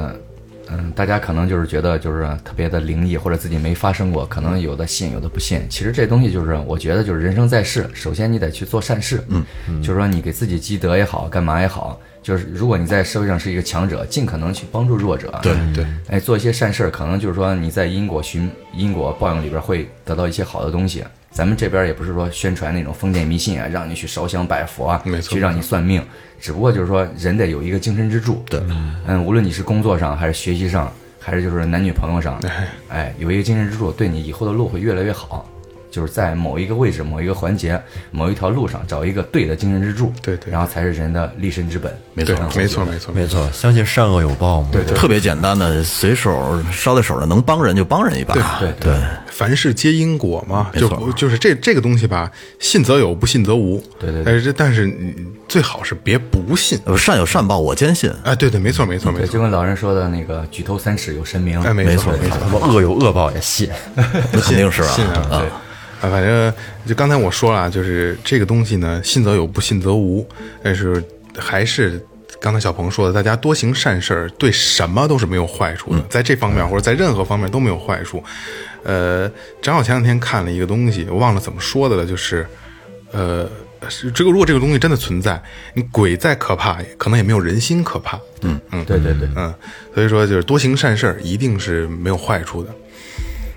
Speaker 6: 嗯，大家可能就是觉得就是特别的灵异，或者自己没发生过，可能有的信，有的不信。其实这东西就是，我觉得就是人生在世，首先你得去做善事，嗯，就是说你给自己积德也好，干嘛也好。就是如果你在社会上是一个强者，尽可能去帮助弱者，对
Speaker 4: 对，
Speaker 6: 哎，做一些善事儿，可能就是说你在因果循因果报应里边会得到一些好的东西。咱们这边也不是说宣传那种封建迷信啊，让你去烧香拜佛啊，
Speaker 4: 没错
Speaker 6: 去让你算命，只不过就是说人得有一个精神支柱。对，嗯，无论你是工作上还是学习上，还是就是男女朋友上，哎，有一个精神支柱，对你以后的路会越来越好。就是在某一个位置、某一个环节、某一条路上找一个对的精神支柱，
Speaker 4: 对对
Speaker 6: 然后才是人的立身之本。嗯没
Speaker 4: 对，没错没错，
Speaker 8: 没错，相信善恶有报嘛。对
Speaker 7: 特别简单的，随手捎在手上，能帮人就帮人一把。呃
Speaker 6: 对对
Speaker 4: 凡事皆因果嘛，就
Speaker 7: 错
Speaker 4: 不就是这这个东西吧，信则有，不信则无，
Speaker 6: 对对对
Speaker 4: 但是但是你最好是别不信，
Speaker 7: 呃善有善报，我坚信。
Speaker 4: 哎，对对，没错没错没
Speaker 6: 对，
Speaker 4: 错，
Speaker 6: 就跟老人说的那个“举头三尺有神明”，
Speaker 4: 哎，没错没错。
Speaker 8: 他妈恶有恶报也信，
Speaker 7: 那肯定是啊
Speaker 4: 信啊，
Speaker 7: 啊
Speaker 4: 对。啊，反正就刚才我说了啊，就是这个东西呢，信则有，不信则无。但是还是刚才小鹏说的，大家多行善事儿，对什么都是没有坏处的，在这方面或者在任何方面都没有坏处。呃，正好前两天看了一个东西，我忘了怎么说的了，就是呃，是这个如果这个东西真的存在，你鬼再可怕，可能也没有人心可怕。嗯嗯，
Speaker 6: 对对对，
Speaker 4: 嗯，所以说就是多行善事儿，一定是没有坏处的。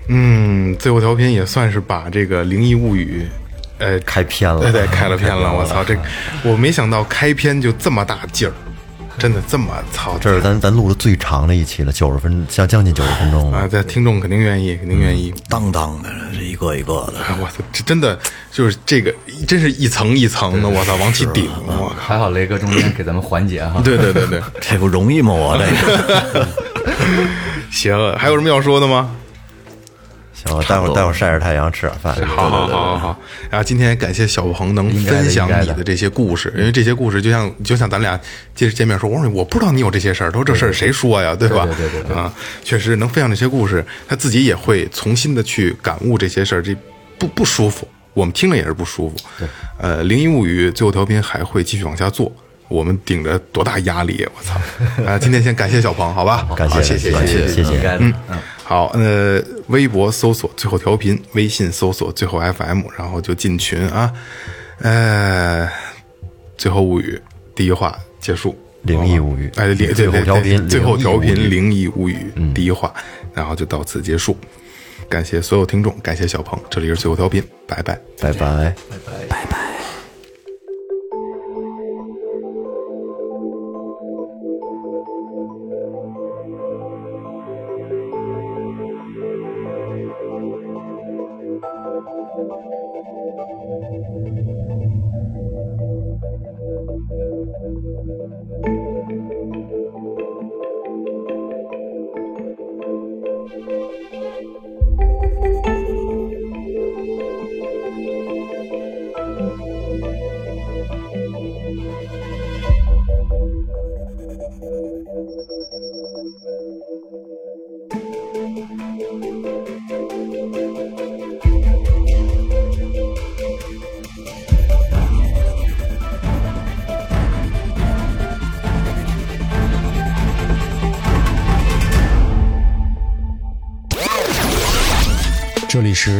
Speaker 4: 嗯，最后调频也算是把这个《灵异物语》，呃，
Speaker 8: 开篇了
Speaker 4: 对对，开了篇了。我操，这我没想到开篇就这么大劲儿，真的这么操劲
Speaker 8: 这是
Speaker 4: 儿
Speaker 8: 咱咱录的最长的一期了，九十分将将近九十分钟
Speaker 4: 啊！
Speaker 8: 了。
Speaker 4: 这听众肯定愿意，肯定愿意。
Speaker 7: 当当的，这一个一个的。
Speaker 4: 啊我操，这真的就是这个，真是一层一层的，我操，往起顶，我靠！
Speaker 6: 还好雷哥中间给咱们缓解哈。
Speaker 4: 对对对对，
Speaker 7: 这不容易吗？我这个
Speaker 4: 邪恶，还有什么要说的吗？
Speaker 8: 行，我待会儿待会儿晒晒太阳，吃点饭。
Speaker 4: 好好好好好，然后今天感谢小鹏能
Speaker 6: 应该的
Speaker 4: 分享
Speaker 6: 应该
Speaker 4: 你
Speaker 6: 的
Speaker 4: 的这些故事，因为这些故事就像就像咱俩接着见面说，我说我不知道你有这些事儿，他说这事儿谁说呀，对吧？
Speaker 6: 对对对对
Speaker 4: 啊，确实能分享这些故事，他自己也会重新的去感悟这些事儿，这不不舒服，我们听了也是不舒服。对，呃，灵异物语最后调频还会继续往下做。我们顶着多大压力，我操！啊，今天先感谢小鹏，好吧？
Speaker 8: 感
Speaker 4: 好
Speaker 8: 谢
Speaker 4: 谢谢
Speaker 8: 感
Speaker 4: 谢
Speaker 8: 谢谢
Speaker 6: 应
Speaker 8: 谢，
Speaker 6: 该的。嗯，
Speaker 4: 好，呃，微博搜索最后调频，微信搜索最后 FM，然后就进群啊。呃，最后物语第一话结束，
Speaker 8: 灵异物语
Speaker 4: 哎，灵对
Speaker 8: 最后
Speaker 4: 对
Speaker 8: 调
Speaker 4: 对
Speaker 8: 频
Speaker 4: 最后
Speaker 8: 灵异
Speaker 4: 调
Speaker 8: 物
Speaker 4: 频
Speaker 8: 语嗯
Speaker 4: 灵异物语第一话，然后就到此结束。感谢所有听众，感谢小鹏，这里是最后调频，拜拜。
Speaker 8: 拜拜。
Speaker 10: Thank
Speaker 8: 这里是